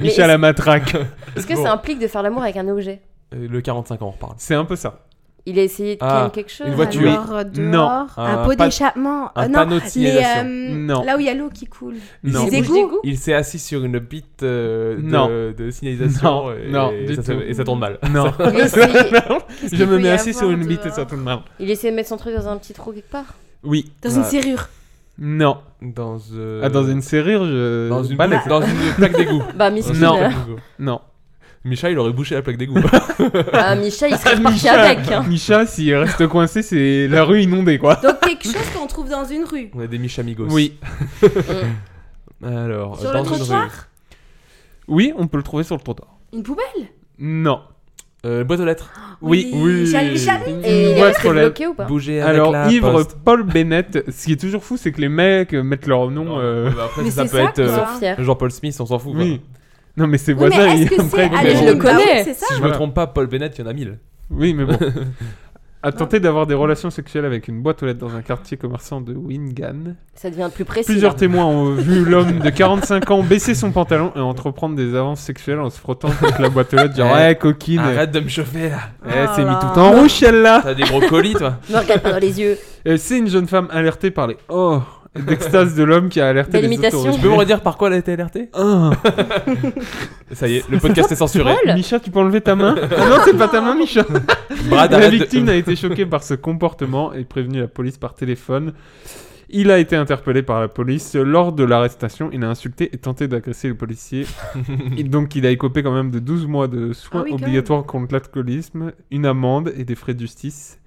S10: Mais
S8: Micha la matraque.
S10: Est-ce que
S7: Bon.
S10: ça implique de faire l'amour avec un objet
S7: Euh, Le 45 ans, on reparle.
S8: C'est un peu ça.
S10: Il a essayé de
S7: Ah,
S10: ken quelque chose
S7: une voiture.
S9: Alors, euh, dehors,
S7: Un
S9: un pot
S7: pan-
S9: d'échappement.
S7: Un
S9: Euh, non,
S7: panneau de
S9: les,
S7: signalisation.
S9: euh,
S8: Non.
S9: là où il y a l'eau qui coule.
S8: Non.
S9: Les
S10: bouches
S9: égouts.
S7: Il s'est assis sur une bite euh, de,
S8: Non.
S7: de signalisation
S8: Non,
S7: et,
S8: non,
S7: et
S8: du
S7: ça, se-
S8: tout.
S7: et ça tourne mal.
S8: [laughs] Non.
S10: Il a essayé-
S8: Je me
S9: peut y
S8: mets assis sur
S9: avoir
S8: une bite et
S9: dehors
S10: hein.
S8: ça tourne mal.
S10: Il essaie de mettre son truc dans un petit trou quelque part.
S8: Oui.
S9: Dans
S7: Ouais.
S9: une serrure.
S8: Non.
S7: [laughs] Dans, euh,
S8: Ah, dans une serrure, je.
S7: dans une,
S8: Pas
S7: plaque,
S8: [laughs]
S7: dans une plaque d'égout.
S10: Bah, Miss
S7: Dans une
S10: Miller.
S7: plaque d'égoût.
S8: Non.
S7: Micha, il aurait bouché la
S8: [laughs]
S7: plaque d'égout.
S10: Ah, Micha, il serait reparti avec. hein.
S8: Micha, s'il reste coincé, c'est la rue inondée, quoi.
S9: Donc quelque chose qu'on trouve dans une rue.
S7: On a des Micha Migos.
S8: Oui.
S10: Mm.
S7: Alors,
S9: Sur le
S7: dans une
S9: trottoir
S7: rue.
S8: Oui, on peut le trouver sur le trottoir.
S9: Une poubelle
S8: Non.
S7: Euh, boîte aux lettres.
S8: Oui.
S9: Oui. Jamais, jamais.
S10: Et il est
S8: Boîte
S10: resté
S8: aux lettres.
S10: bloqué ou pas
S7: Bouger avec
S8: Alors,
S7: la
S8: ivre
S7: poste.
S8: Paul Bennett, ce qui est toujours fou, c'est que les mecs euh, mettent leur nom. euh,
S7: Euh, bah après,
S9: Mais
S7: ça
S9: c'est
S7: peut
S9: ça,
S7: être
S10: Ils
S7: euh,
S10: sont fiers.
S7: Jean-Paul Smith, on s'en fout. quoi.
S8: Oui. Non, mais c'est
S9: Oui, mais
S8: voisin,
S9: est-ce que c'est
S8: après.
S9: à
S8: mais-
S10: je
S9: l'échelle-
S10: le
S9: Bah oui,
S10: connais.
S9: C'est ça.
S7: Si je me
S8: Voilà.
S7: trompe pas, Paul Bennett, il y en a mille.
S8: Oui, mais
S9: [laughs]
S8: bon. À tenter d'avoir des relations sexuelles avec une boîte aux lettres dans un quartier commerçant de Wingan.
S10: Ça devient plus précis.
S8: Plusieurs
S10: hein.
S8: témoins ont
S9: [laughs]
S8: vu l'homme de 45 ans baisser son pantalon et entreprendre des avances sexuelles en se frottant contre la boîte aux lettres, genre,
S7: Eh,
S8: ouais, coquine.
S7: Arrête de me chauffer là.
S8: Eh, c'est mis
S9: Voilà.
S8: tout en rouge, celle-là.
S7: T'as des gros colis, toi.
S10: Me regarde pas dans
S8: [laughs]
S10: les yeux.
S8: Euh, C'est une jeune femme alertée par les oh d'extase de l'homme qui a alerté
S10: Belle
S8: les
S10: imitation.
S7: Tu
S8: autorités.
S7: peux me redire par quoi elle a été alertée
S8: Ah.
S7: Ça y est, le podcast est censuré.
S10: Paul
S8: Micha, tu peux enlever ta main Ah Non, c'est pas ta main, Micha.
S7: Brad,
S8: la
S7: arrête de- Euh,
S8: victime a été choquée par ce comportement et prévenu la police par téléphone. Il a été interpellé par la police. Lors de l'arrestation, il a insulté et tenté d'agresser le policier. Et donc, il a écopé quand même de 12 mois de soins
S9: Ah oui, quand
S8: obligatoires contre l'alcoolisme, une amende et des frais de justice.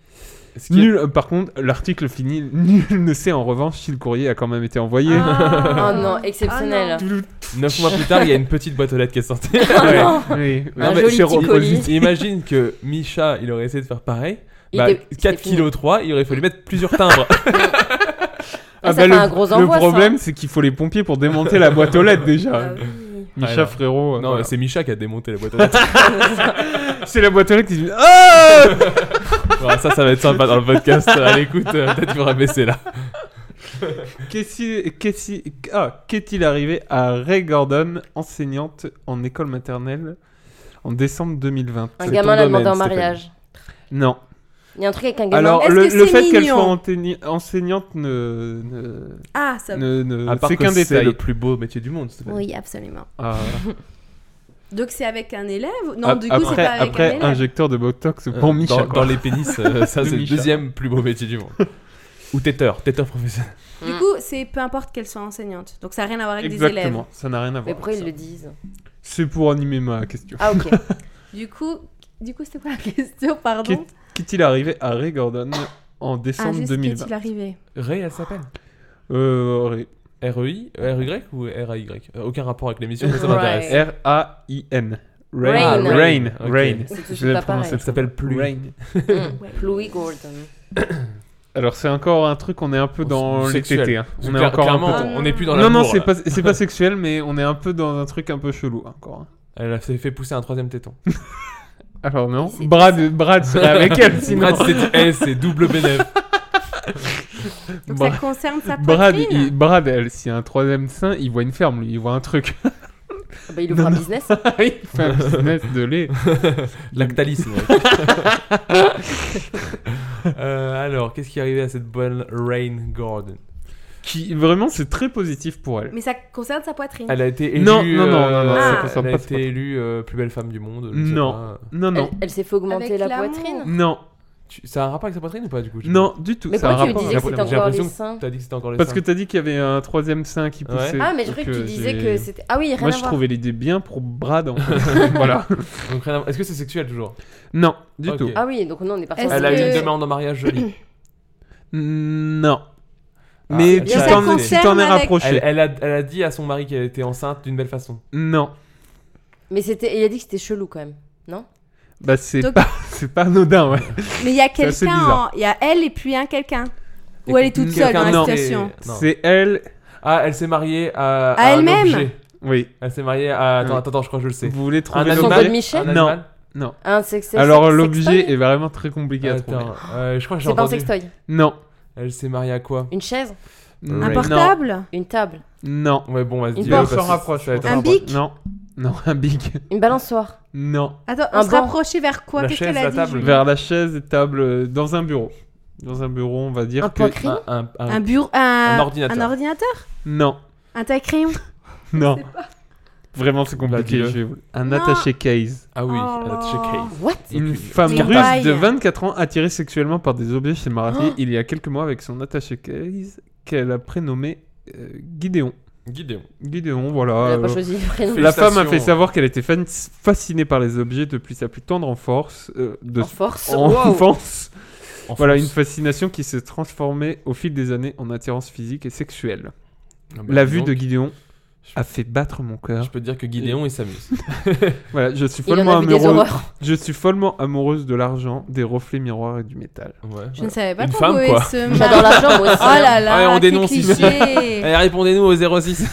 S7: Est-ce qu'il y a-
S8: Nul, euh, par contre, l'article finit. Nul ne sait en revanche si le courrier a quand même été envoyé.
S10: Oh non, exceptionnel.
S9: Ah
S8: Bah,
S7: Neuf mois plus tard, il y a une petite boîte aux lettres qui est
S10: [laughs]
S7: sortie.
S8: Ouais,
S10: Oh, non.
S8: oui, oui.
S10: Un
S8: mais
S10: joli
S8: c'est
S10: petit
S8: repositif.
S7: Et Imagine que Micha, il aurait essayé de faire pareil.
S10: Il
S7: Bah,
S10: était- c'était
S7: 4
S10: fini.
S7: kg 3, il aurait fallu mettre plusieurs timbres.
S10: Ah, ça
S8: bah,
S10: fait
S8: le,
S10: un gros
S8: le
S10: envoi, ça.
S8: problème, c'est qu'il faut les pompiers pour démonter la boîte aux lettres déjà.
S9: Bah hein. oui.
S8: Micha
S7: [laughs] Ouais, non.
S8: frérot. euh,
S7: non,
S8: voilà.
S7: c'est Micha qui a démonté la boîte aux [laughs] lettres.
S8: c'est la boîte aux lettres qui dit Ah
S7: Voilà, ça, ça va être sympa dans le podcast. À l'écoute, euh, peut-être qu'il faudra baisser là.
S8: Qu'est-ce- qu'est-ce- ah, Qu'est-il arrivé à Ray Gordon, enseignante en école maternelle en décembre 2020
S10: Un
S8: C'est
S10: gamin
S8: ton
S10: l'a
S8: domaine,
S10: demandé en
S8: Stéphanie.
S10: mariage.
S8: Non.
S10: Il y a un truc avec un gamin.
S8: Alors,
S9: ben, Est-ce
S8: le,
S9: que
S8: le
S9: c'est
S8: fait qu'elle
S9: mignon
S8: soit enteigni- enseignante ne. ne-
S9: Ah, ça.
S8: ne- ne-
S7: À part
S8: Euh, c'est
S7: que
S8: qu'un détail.
S7: le plus beau métier du monde. Stéphane.
S9: Oui, absolument.
S8: Ah.
S9: Donc c'est avec un élève Non,
S8: Ap-
S9: du coup, c'est
S8: après,
S9: pas avec
S8: après,
S9: un élève.
S8: injecteur de Botox
S7: Euh,
S8: pour Micha.
S7: dans,
S8: quoi.
S7: dans les pénis,
S8: [laughs]
S7: euh, ça
S8: De
S7: c'est le
S8: Micha.
S7: deuxième plus beau métier du monde. Ou têteur, têteur professionnel.
S9: Du coup, c'est peu importe qu'elle soit enseignante. Donc ça n'a rien à voir avec des élèves.
S8: Exactement, ça n'a rien à
S10: Mais
S8: voir.
S10: pourquoi
S8: avec
S10: ils
S8: ça.
S10: le disent
S8: C'est pour animer ma question. [laughs]
S10: Ah, ok.
S9: Du coup, du coup, c'était quoi la [laughs] question Pardon.
S8: Qu'est-il arrivé à Ray Gordon en
S9: Ah,
S8: décembre
S9: juste
S8: 2020
S9: qu'est-il arrivé
S7: Ray, elle s'appelle E
S8: Euh, Ray.
S7: R-E-I, R-Y ou R-A-Y Euh, Aucun rapport avec l'émission, mais ça
S10: Ouais.
S7: m'intéresse.
S8: R-A-I-N. Rain.
S10: Rain.
S8: Ah, Rain.
S7: Ok.
S8: Rain.
S10: C'est tout
S8: Je vais
S10: pas
S8: le prononcer.
S10: pareil.
S7: Elle s'appelle plus.
S8: Rain.
S10: Mm.
S9: Ouais.
S10: Louis Gordon.
S8: Alors, c'est encore un truc, on est un peu
S7: Oh,
S8: dans
S7: c'est
S8: les
S7: sexuel.
S8: tétés. hein.
S7: Parce
S8: On
S7: que
S8: est
S7: cla-
S8: encore un peu
S7: clairement,
S9: Ah,
S8: dans-
S7: on n'est plus dans
S8: Non, non,
S7: l'amour,
S8: c'est
S7: là.
S8: pas, c'est pas sexuel, mais on est un peu dans un truc un peu chelou encore. hein.
S7: Elle a fait pousser un troisième téton.
S8: Alors, non.
S10: C'est
S8: Brad, Brad serait avec elle, sinon.
S7: Brad, c'est eh, c'est
S8: [laughs]
S7: double bénéf.
S9: Donc
S8: Brad-
S9: ça concerne sa
S8: Brad,
S9: poitrine.
S8: il- Brad, elle, s'il y a un troisième sein, il voit une ferme, lui, il voit un truc. [laughs]
S10: Ah bah, il ouvre
S8: Non,
S10: un
S8: non.
S10: business.
S8: il fait un business de lait.
S7: Lactalis.
S8: [laughs]
S7: mec. Euh, alors, qu'est-ce qui est arrivé à cette bonne Rain Gordon
S8: Qui, vraiment, c'est très positif pour elle.
S9: Mais ça concerne sa poitrine.
S7: Elle a été élue.
S8: Non, non, non,
S7: euh,
S8: non, non,
S9: ça
S8: concerne
S7: Elle a
S8: pas, c'est
S7: été
S8: pas-
S7: élue euh, plus belle femme du monde. je sais
S8: Non.
S7: pas.
S8: Non, non.
S10: Elle, elle s'est fait augmenter
S9: Avec
S10: la
S9: l'amour.
S10: poitrine.
S8: Non,
S7: Tu- Ça a un rapport avec sa poitrine ou pas du coup je sais
S8: non, du tout.
S10: Mais
S8: ça a
S10: pourquoi tu
S8: un
S10: me
S8: rapport
S10: disais que
S8: avec
S10: c'était
S8: la-
S7: j'ai
S10: encore les
S7: l'impression que
S10: seins
S7: T'as dit que c'était encore les
S8: Parce que
S7: seins.
S8: t'as dit qu'il y avait un troisième sein qui
S7: Ouais.
S8: poussait.
S10: Ah, mais je
S8: donc,
S10: croyais que
S8: euh,
S10: tu disais
S8: j'ai-
S10: que c'était. Ah oui, rien
S8: Moi,
S10: à
S8: je
S10: voir.
S8: trouvais l'idée bien pour Brad. en
S7: [laughs]
S8: fait. [laughs] voilà.
S7: Donc, rien à- Est-ce que c'est sexuel toujours
S8: Non, du
S7: Ok.
S8: tout.
S10: Ah oui, donc non, on est parti.
S9: Est-ce
S10: en
S7: Elle a eu
S9: que-
S7: une demande en mariage
S8: [coughs]
S7: jolie.
S8: Non.
S7: Ah,
S8: Mais
S7: elle
S8: tu
S7: s'est
S8: t'en
S7: raccordée.
S8: tu t'en es
S9: Elle-
S7: Elle,
S8: rapproché.
S7: elle a, elle a dit à son mari qu'elle était enceinte d'une belle façon.
S8: Non.
S10: Mais c'était, il a dit que c'était chelou quand même, non
S8: Bah, c'est
S9: Donc-
S8: pas, c'est pas anodin, ouais.
S9: Mais il y a
S8: assez
S9: quelqu'un.
S8: bizarun.
S9: en- Il y a elle et puis un quelqu'un.
S7: Et
S9: Ou elle est
S7: que-
S9: toute seule dans
S7: quelqu'un
S9: la
S8: non.
S9: situation.
S7: Non.
S8: C'est elle.
S7: Ah, elle s'est mariée à.
S9: À
S7: un
S9: elle-même
S7: objet.
S8: Oui.
S7: Elle s'est mariée à. Attends,
S8: Oui.
S7: attends, attends, je crois que je le sais.
S8: Vous voulez
S7: Un
S8: trouver
S10: Son
S7: animal
S10: Bonne Michel
S7: Un animal
S10: Un sexe.
S8: Alors
S10: sex-
S8: l'objet
S10: sextoy
S8: est vraiment très compliqué à trouver.
S7: Attends, euh, je crois que j'ai
S10: C'est pas un
S7: entendu.
S10: sextoy.
S8: Non.
S7: Elle s'est mariée à quoi
S10: Une chaise,
S8: Non.
S9: Un portable
S10: une table,
S8: Non.
S7: Ouais, bon, vas-y.
S10: Une
S7: euh,
S10: porte.
S7: parce que
S8: On s'en rapproche,
S7: ça va être
S9: Un
S7: un-
S9: bic
S8: Non. Non, un big.
S10: une balançoire.
S8: Non.
S9: Attends,
S10: Un
S9: on se
S10: banc.
S9: rapprochait vers quoi
S7: La
S9: Qu'est-ce
S7: chaise,
S9: qu'elle a
S7: la
S9: dit
S7: table.
S9: Julie
S8: Vers la chaise et table euh, dans un bureau. Dans un bureau, on va dire
S10: Un
S8: que
S10: poicrine.
S7: Un, un- un-
S9: Un bureau.
S7: Un
S9: Un
S7: ordinateur.
S9: Un ordinateur
S8: non.
S9: Un taille-crayon
S8: Non. Vraiment, c'est
S7: Bah,
S8: compliqué.
S7: dis-le.
S8: je vais vous- Un
S9: Non.
S8: attaché case.
S7: Ah oui,
S9: Oh
S7: elle a touché
S9: là.
S7: Kay.
S10: What
S8: Une femme
S9: Mais
S8: russe
S9: pareil.
S8: de 24 ans attirée sexuellement par des objets chez le marié il y a quelques mois avec son attaché case qu'elle a prénommé euh, Gideon.
S7: Guidéon.
S8: Gideon, voilà.
S10: Elle a pas
S8: euh,
S10: choisi le prénom.
S8: la femme a
S7: Félicitations.
S8: fait savoir qu'elle était fan- fascinée par les objets depuis sa plus tendre enfance. euh, de
S10: En force.
S8: en
S10: Wow.
S8: enfance.
S7: En
S8: Voilà
S7: France.
S8: une fascination qui s'est transformée au fil des années en attirance physique et sexuelle.
S7: Ah bah,
S8: la
S7: dis
S8: vue
S7: donc,
S8: de Gideon
S7: Je-
S8: a fait battre mon
S7: Je
S8: cœur.
S7: peux te dire que Guidéon, il s'amuse.
S8: Voilà, je suis
S10: Il y en
S8: follement
S10: a vu des
S8: amoureuse.
S10: horreurs.
S8: [laughs] Je suis follement amoureuse de l'argent, des reflets miroirs et du métal.
S7: Ouais.
S9: Je ne savais pas
S7: Une
S9: qu'on
S7: femme,
S9: pouvait
S7: [laughs] quoi.
S9: se
S10: J'adore
S9: marier.
S10: l'argent, moi
S9: Oh
S10: aussi.
S9: là là,
S7: Ouais, on
S9: quel
S7: dénonce ici.
S10: [laughs]
S9: cliché.
S7: Allez, répondez-nous
S8: [laughs]
S7: au 06.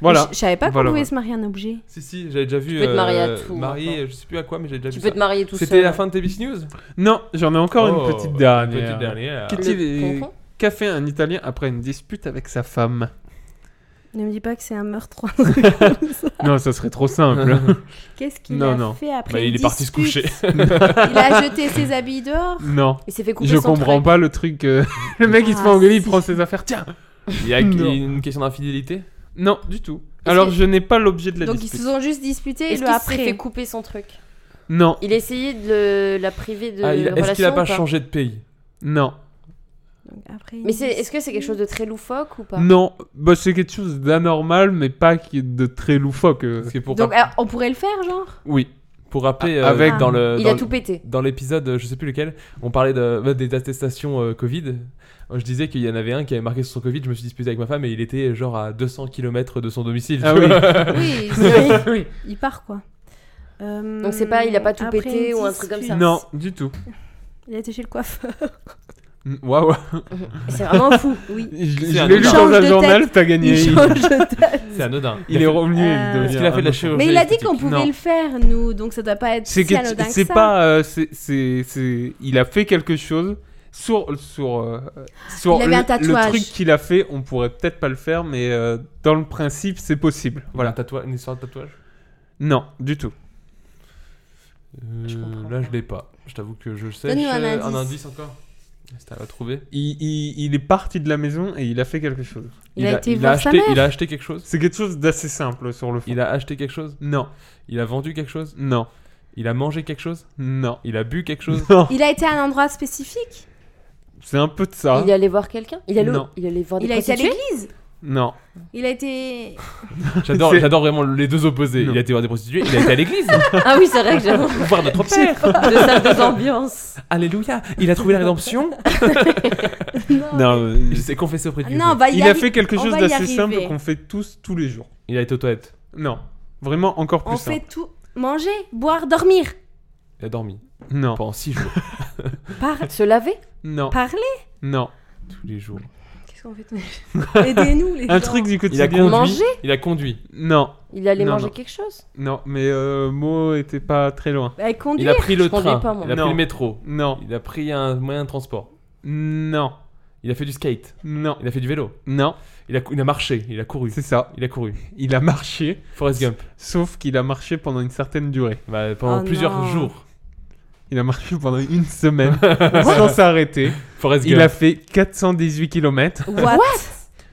S8: Voilà.
S9: Je, je savais pas qu'on
S8: Voilà,
S9: pouvait
S8: voilà.
S9: se marier un objet.
S7: si, si, j'avais déjà vu.
S10: Tu peux te marier à
S7: euh,
S10: tout,
S7: marier,
S10: maintenant.
S7: je sais plus à quoi, mais j'ai déjà
S10: Tu
S7: vu.
S10: peux
S7: ça.
S10: te marier tout seul.
S7: C'était la fin de TBC News Oh,
S8: Non, j'en ai encore Oh, une petite dernière.
S7: petite dernière.
S8: Qu'est-ce
S10: Le
S8: qu'il-
S10: concon
S8: Qu'a fait un Italien après une dispute avec sa femme
S9: Ne me dis pas que c'est un meurtre.
S8: Non, ça serait trop simple.
S9: Qu'est-ce qu'il
S8: Non,
S9: a
S8: non.
S9: fait après
S7: Bah,
S9: une
S7: il est parti se
S9: dispute
S7: coucher.
S9: [laughs] Il a jeté ses habits dehors.
S8: [laughs] non,
S10: Il s'est fait couper
S8: je
S10: son
S8: comprends
S10: truc.
S8: pas le truc. euh, [laughs] le mec, il se
S9: Ah,
S8: fait engueuler, il
S9: si.
S8: prend ses affaires. Tiens.
S7: Il y a
S8: Non.
S7: une question d'infidélité
S8: Non, du tout.
S10: Est-ce
S8: Alors,
S10: que-
S8: je n'ai pas l'objet de [laughs] la
S9: Donc ils
S8: dispute.
S9: se sont juste disputés et
S10: Est-ce
S9: le
S10: qu'il s'est
S9: après.
S10: fait couper son truc
S8: Non,
S10: Il essayait de le- la priver de
S7: Ah, il- Est-ce qu'il
S10: relation
S7: a
S10: ou
S7: pas changé de pays
S8: non,
S9: Donc, après,
S10: Mais
S9: il-
S10: c'est- est-ce que c'est quelque chose de très loufoque ou pas
S8: non. Bah, c'est quelque chose d'anormal, mais pas qui est de très loufoque. euh.
S7: Parce que pour,
S9: Donc
S7: rap-
S9: euh, on pourrait le faire, genre
S8: Oui.
S7: pour rappeler,
S8: a-
S7: euh,
S8: avec-
S7: dans le.
S10: ah, Il
S7: dans
S10: a
S7: le-
S10: tout pété.
S7: Dans l'épisode, euh, je sais plus lequel, on parlait de- bah, des attestations euh, Covid. Je disais qu'il y en avait un qui avait marqué sur son Covid. Je me suis disputé avec ma femme et il était euh, genre à 200 km de son domicile.
S8: Ah
S7: tu
S8: oui.
S7: vois. [laughs]
S9: Oui,
S8: oui.
S9: il part quoi. Euh,
S10: Donc c'est pas- il a pas tout
S9: après
S10: pété
S9: une
S10: ou un truc comme ça.
S9: dispute.
S8: Non, du tout.
S9: Il a été chez le coiffeur.
S8: Mm, Waouh.
S10: C'est vraiment fou, [laughs] oui.
S8: Je, je
S7: C'est un-
S8: l'ai lu dans
S9: Change
S8: un
S9: de
S8: journal, t'as gagné.
S9: Il
S8: Il,
S9: change de tête.
S7: C'est anodin.
S8: est revenu.
S9: Euh,
S8: il
S7: Est-ce qu'il a fait de la chirurgie
S9: Mais il a dit
S7: esthétique
S9: qu'on pouvait
S8: Non.
S9: le faire, nous, donc ça doit pas être
S8: C'est
S9: si
S8: que
S9: anodin que
S8: c'est
S9: ça.
S8: pas. euh, c'est- c'est- c'est- Il a fait quelque chose. Sur, sur, euh, sur
S9: Il avait
S8: le,
S9: un
S8: le
S9: tatouage.
S8: truc qu'il a fait, on pourrait peut-être pas le faire, mais euh, dans le principe, c'est possible. Voilà.
S7: Voilà, un tatou- une histoire de tatouage
S8: Non, du tout.
S10: Je comprends
S7: Euh, Là,
S10: pas.
S7: je l'ai pas. Je t'avoue que je sais.
S9: Donne-nous un
S7: Euh,
S9: indice.
S7: encore C'était à trouver.
S8: Il, il- il est parti de la maison et il a fait quelque chose.
S9: Il a été
S7: il
S9: voir sa
S7: acheté,
S9: mère.
S7: Il a acheté quelque chose
S8: C'est quelque chose d'assez simple sur le fond.
S7: Il a acheté quelque chose
S8: Non,
S7: Il a vendu quelque chose
S8: non,
S7: Il a mangé quelque chose
S8: non.
S7: Il a bu quelque chose
S8: Non,
S9: Il a été à un endroit spécifique
S8: c'est un peu de ça.
S10: Il est allé voir quelqu'un il, est allé-
S8: Hein Non.
S10: il est allé voir des
S9: Il a été à
S10: prostituées
S9: l'église
S8: Non,
S9: Il a été...
S7: J'adore,
S8: C'est-
S7: j'adore vraiment les deux opposés.
S8: Non.
S7: Il a été voir des prostituées, il a été à l'église [laughs]
S10: Ah oui, c'est vrai [laughs] que j'avoue.
S7: voir notre père.
S10: De salle de ambiance.
S7: Alléluia, il a trouvé la rédemption.
S9: Non,
S8: non. euh,
S7: Il s'est confessé auprès de
S9: Ah
S7: Dieu.
S9: non, on va y
S8: il a
S9: arri-
S8: fait quelque
S9: on
S8: chose
S9: va y
S8: d'assez simple
S9: arriver.
S8: qu'on fait tous tous les jours.
S7: Il a été aux toilettes.
S8: Non, vraiment encore plus hein.
S9: On fait
S8: simple.
S9: tout... Manger, boire, dormir.
S7: Il a dormi
S8: hein. Non,
S7: pendant 6 jours.
S9: Par-
S10: Se laver
S8: non,
S9: Parler
S8: non.
S7: Tous les jours.
S9: Qu'est-ce qu'on fait tous- [laughs] Aidez-nous, les
S8: Un
S9: gens.
S8: truc du
S7: Il a
S8: quotidien.
S7: conduit.
S10: Manger
S7: Il a conduit.
S8: Non,
S10: Il allait
S8: Non,
S10: manger
S8: non.
S10: quelque chose
S8: non, mais euh, mot était pas très loin.
S9: Bah,
S7: Il
S9: conduire.
S7: a pris le
S10: Je conduis
S7: train.
S10: pas, moi.
S7: il a
S8: Non.
S7: pris le métro.
S8: Non,
S7: Il a pris un moyen de transport.
S8: non,
S7: Il a fait du skate.
S8: non,
S7: Il a fait du vélo.
S8: non.
S7: Il a, cou- il a marché. Il a couru.
S8: C'est ça.
S7: Il a couru.
S8: Il a marché,
S7: Forrest Gump.
S8: sauf qu'il a marché pendant une certaine durée.
S7: Bah, pendant
S9: Oh
S7: plusieurs
S9: non.
S7: jours.
S8: Il a marché pendant une semaine sans s'arrêter.
S7: Forrest Gump.
S8: Il a fait 418 km.
S9: What,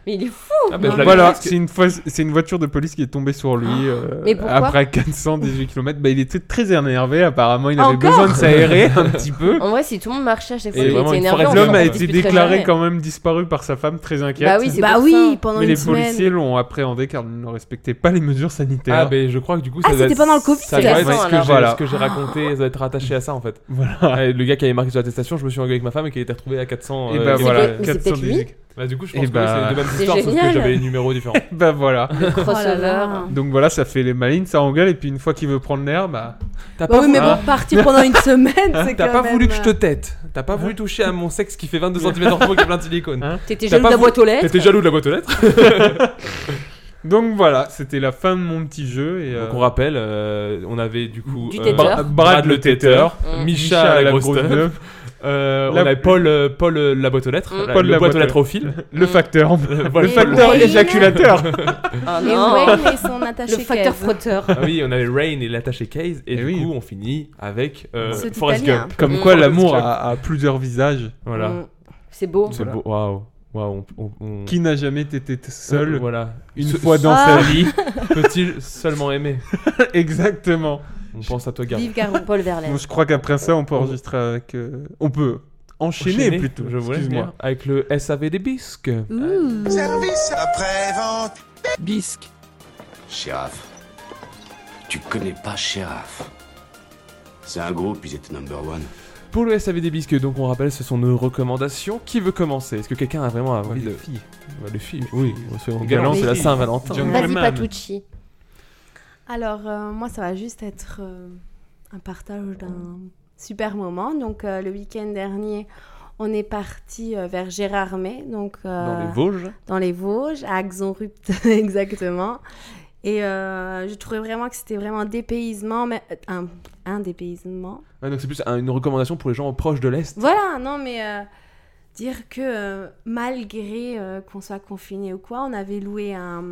S10: Mais il est fou
S7: Ah, bah, je l'avais
S8: Voilà,
S7: presque.
S8: c'est une, fois- c'est une voiture de police qui est tombée sur lui euh,
S10: Mais pourquoi
S8: après 418 km. Bah, il était très énervé, apparemment. Il avait
S9: Encore
S8: besoin de s'aérer un petit peu.
S10: En vrai, si tout le monde marchait à chaque fois,
S7: Et
S10: il
S7: vraiment
S10: était
S7: une
S10: énervé.
S7: forêt de
S10: on s'en
S8: L'homme a été
S10: discuterait
S8: déclaré
S10: jamais.
S8: quand même disparu par sa femme, très inquiète.
S10: Bah oui, c'est
S9: Bah
S10: pour
S9: oui,
S10: ça.
S9: pendant
S8: Mais
S9: une
S8: les
S9: semaine.
S8: policiers l'ont appréhendé car ils ne respectaient pas les mesures sanitaires.
S7: Ah, bah, je crois que du coup. ça
S9: Ah,
S7: doit
S9: c'était
S7: être-
S9: pendant le Covid,
S7: Ça
S10: c'est
S7: doit
S10: récent,
S7: être ce que
S10: alors.
S7: j'ai-
S8: Voilà.
S7: ce que j'ai raconté. Ça doit être rattaché à ça en fait.
S8: [laughs] Voilà.
S7: Ouais, le gars qui avait marqué sur l'attestation, je me suis engueulé avec ma femme et qui a été retrouvé à 400.
S8: Et
S7: euh,
S8: bah
S7: km.
S8: voilà,
S10: peut- mais c'est peut-être
S8: 418.
S7: Bah, du coup, je
S8: Et
S7: pense que oui,
S8: bah-
S7: c'est les deux mêmes
S10: C'est
S7: histoires, sauf que
S10: génial.
S7: j'avais les numéros
S9: [laughs]
S7: différents.
S8: Bah voilà. [laughs]
S10: Oh
S9: Oh Bah
S10: Crossover.
S8: Donc voilà, ça fait les malines, ça engueule. Et puis une fois qu'il veut prendre l'air, bah.
S7: T'as
S9: Bah oui, mais
S8: Ah.
S9: bon, partir pendant une semaine,
S8: [laughs]
S9: c'est
S7: T'as
S9: quand
S7: pas
S9: même,
S7: voulu que je te
S9: euh,
S7: tête. T'as pas voulu toucher à mon sexe
S9: [laughs]
S7: qui fait 22 cm en et qui est plein de silicone.
S8: Hein
S10: T'étais
S7: T'as
S10: jaloux
S7: pas
S10: de la
S7: voulu-
S10: boîte aux lettres
S7: T'étais jaloux de la boîte aux lettres
S8: Donc voilà, c'était la fin de mon petit jeu. Et, euh,
S7: Donc on rappelle, euh, on avait du coup
S10: Du
S7: euh,
S10: têteur.
S7: Bra- Brad le têteur,
S9: Mmh.
S10: Mm.
S7: Micha, la grosse teuf,
S8: teuf,
S7: euh, on
S8: La-
S7: avait Paul, euh, Paul euh, la boîte aux lettres,
S9: Mmh.
S10: Mm.
S7: la-
S8: Paul
S7: le
S8: la
S7: boîte aux
S8: boîte
S7: lettres
S8: aux
S7: au fil,
S8: le
S7: [laughs]
S8: facteur,
S7: le
S8: le
S7: Paul-
S8: facteur
S7: [laughs]
S9: Pauline.
S8: éjaculateur.
S10: Ah
S9: Les
S10: [laughs] non
S9: Wayne et son attaché
S10: Le facteur
S9: Kev.
S10: frotteur.
S7: Ah oui, on avait Rain et l'attaché Case, et
S8: Eh
S7: du
S8: oui.
S7: coup on finit avec euh,
S9: Ce
S7: Forrest
S9: Titanien.
S7: Gump.
S8: Comme
S10: Mm.
S8: quoi l'amour a, a plusieurs visages.
S7: Voilà,
S10: Mm. C'est beau.
S7: c'est beau, waouh, waouh, on- on- on-
S8: Qui n'a jamais été
S7: Euh,
S8: seul
S7: voilà.
S8: une
S7: Ce-
S8: fois dans sa
S9: Ah.
S8: vie
S7: [laughs] Peut-il seulement aimer
S8: [laughs] Exactement.
S7: On pense à toi, Gab.
S10: Vive Garou. Paul
S8: Bon,
S10: Verlaine.
S8: je crois qu'après ça, on peut enregistrer avec. euh, on peut
S7: Enchaîné,
S8: Enchaîné, plutôt,
S7: je voulais
S8: excuse-moi.
S7: dire, avec le SAV des bisques.
S9: Ouh.
S1: Après-vente
S6: bisque,
S2: Shérif. Tu connais pas Shérif. C'est un groupe, ils étaient number one.
S7: Pour le SAV des bisques, donc on rappelle, ce sont nos recommandations. Qui veut commencer Est-ce que quelqu'un a vraiment envie de...
S8: filles.
S7: Bah, les filles, oui. C'est en
S8: Les
S7: galant,
S10: filles.
S7: c'est la Saint-Valentin.
S8: Jungle
S10: Vas-y,
S8: Man.
S10: Patucci.
S9: Alors, euh, moi, ça va juste être euh, un partage d'un super moment. Donc, euh, le week-end dernier, on est parti euh, vers Gérardmer, donc euh,
S7: Dans les Vosges.
S9: dans les Vosges, à Axonrupt [laughs] exactement. Et euh, je trouvais vraiment que c'était vraiment un dépaysement, mais euh, un, un dépaysement.
S7: Ouais, donc c'est plus un- une recommandation pour les gens proches de l'Est.
S9: Voilà, non, mais euh, dire que euh, malgré euh, qu'on soit confiné ou quoi, on avait loué un,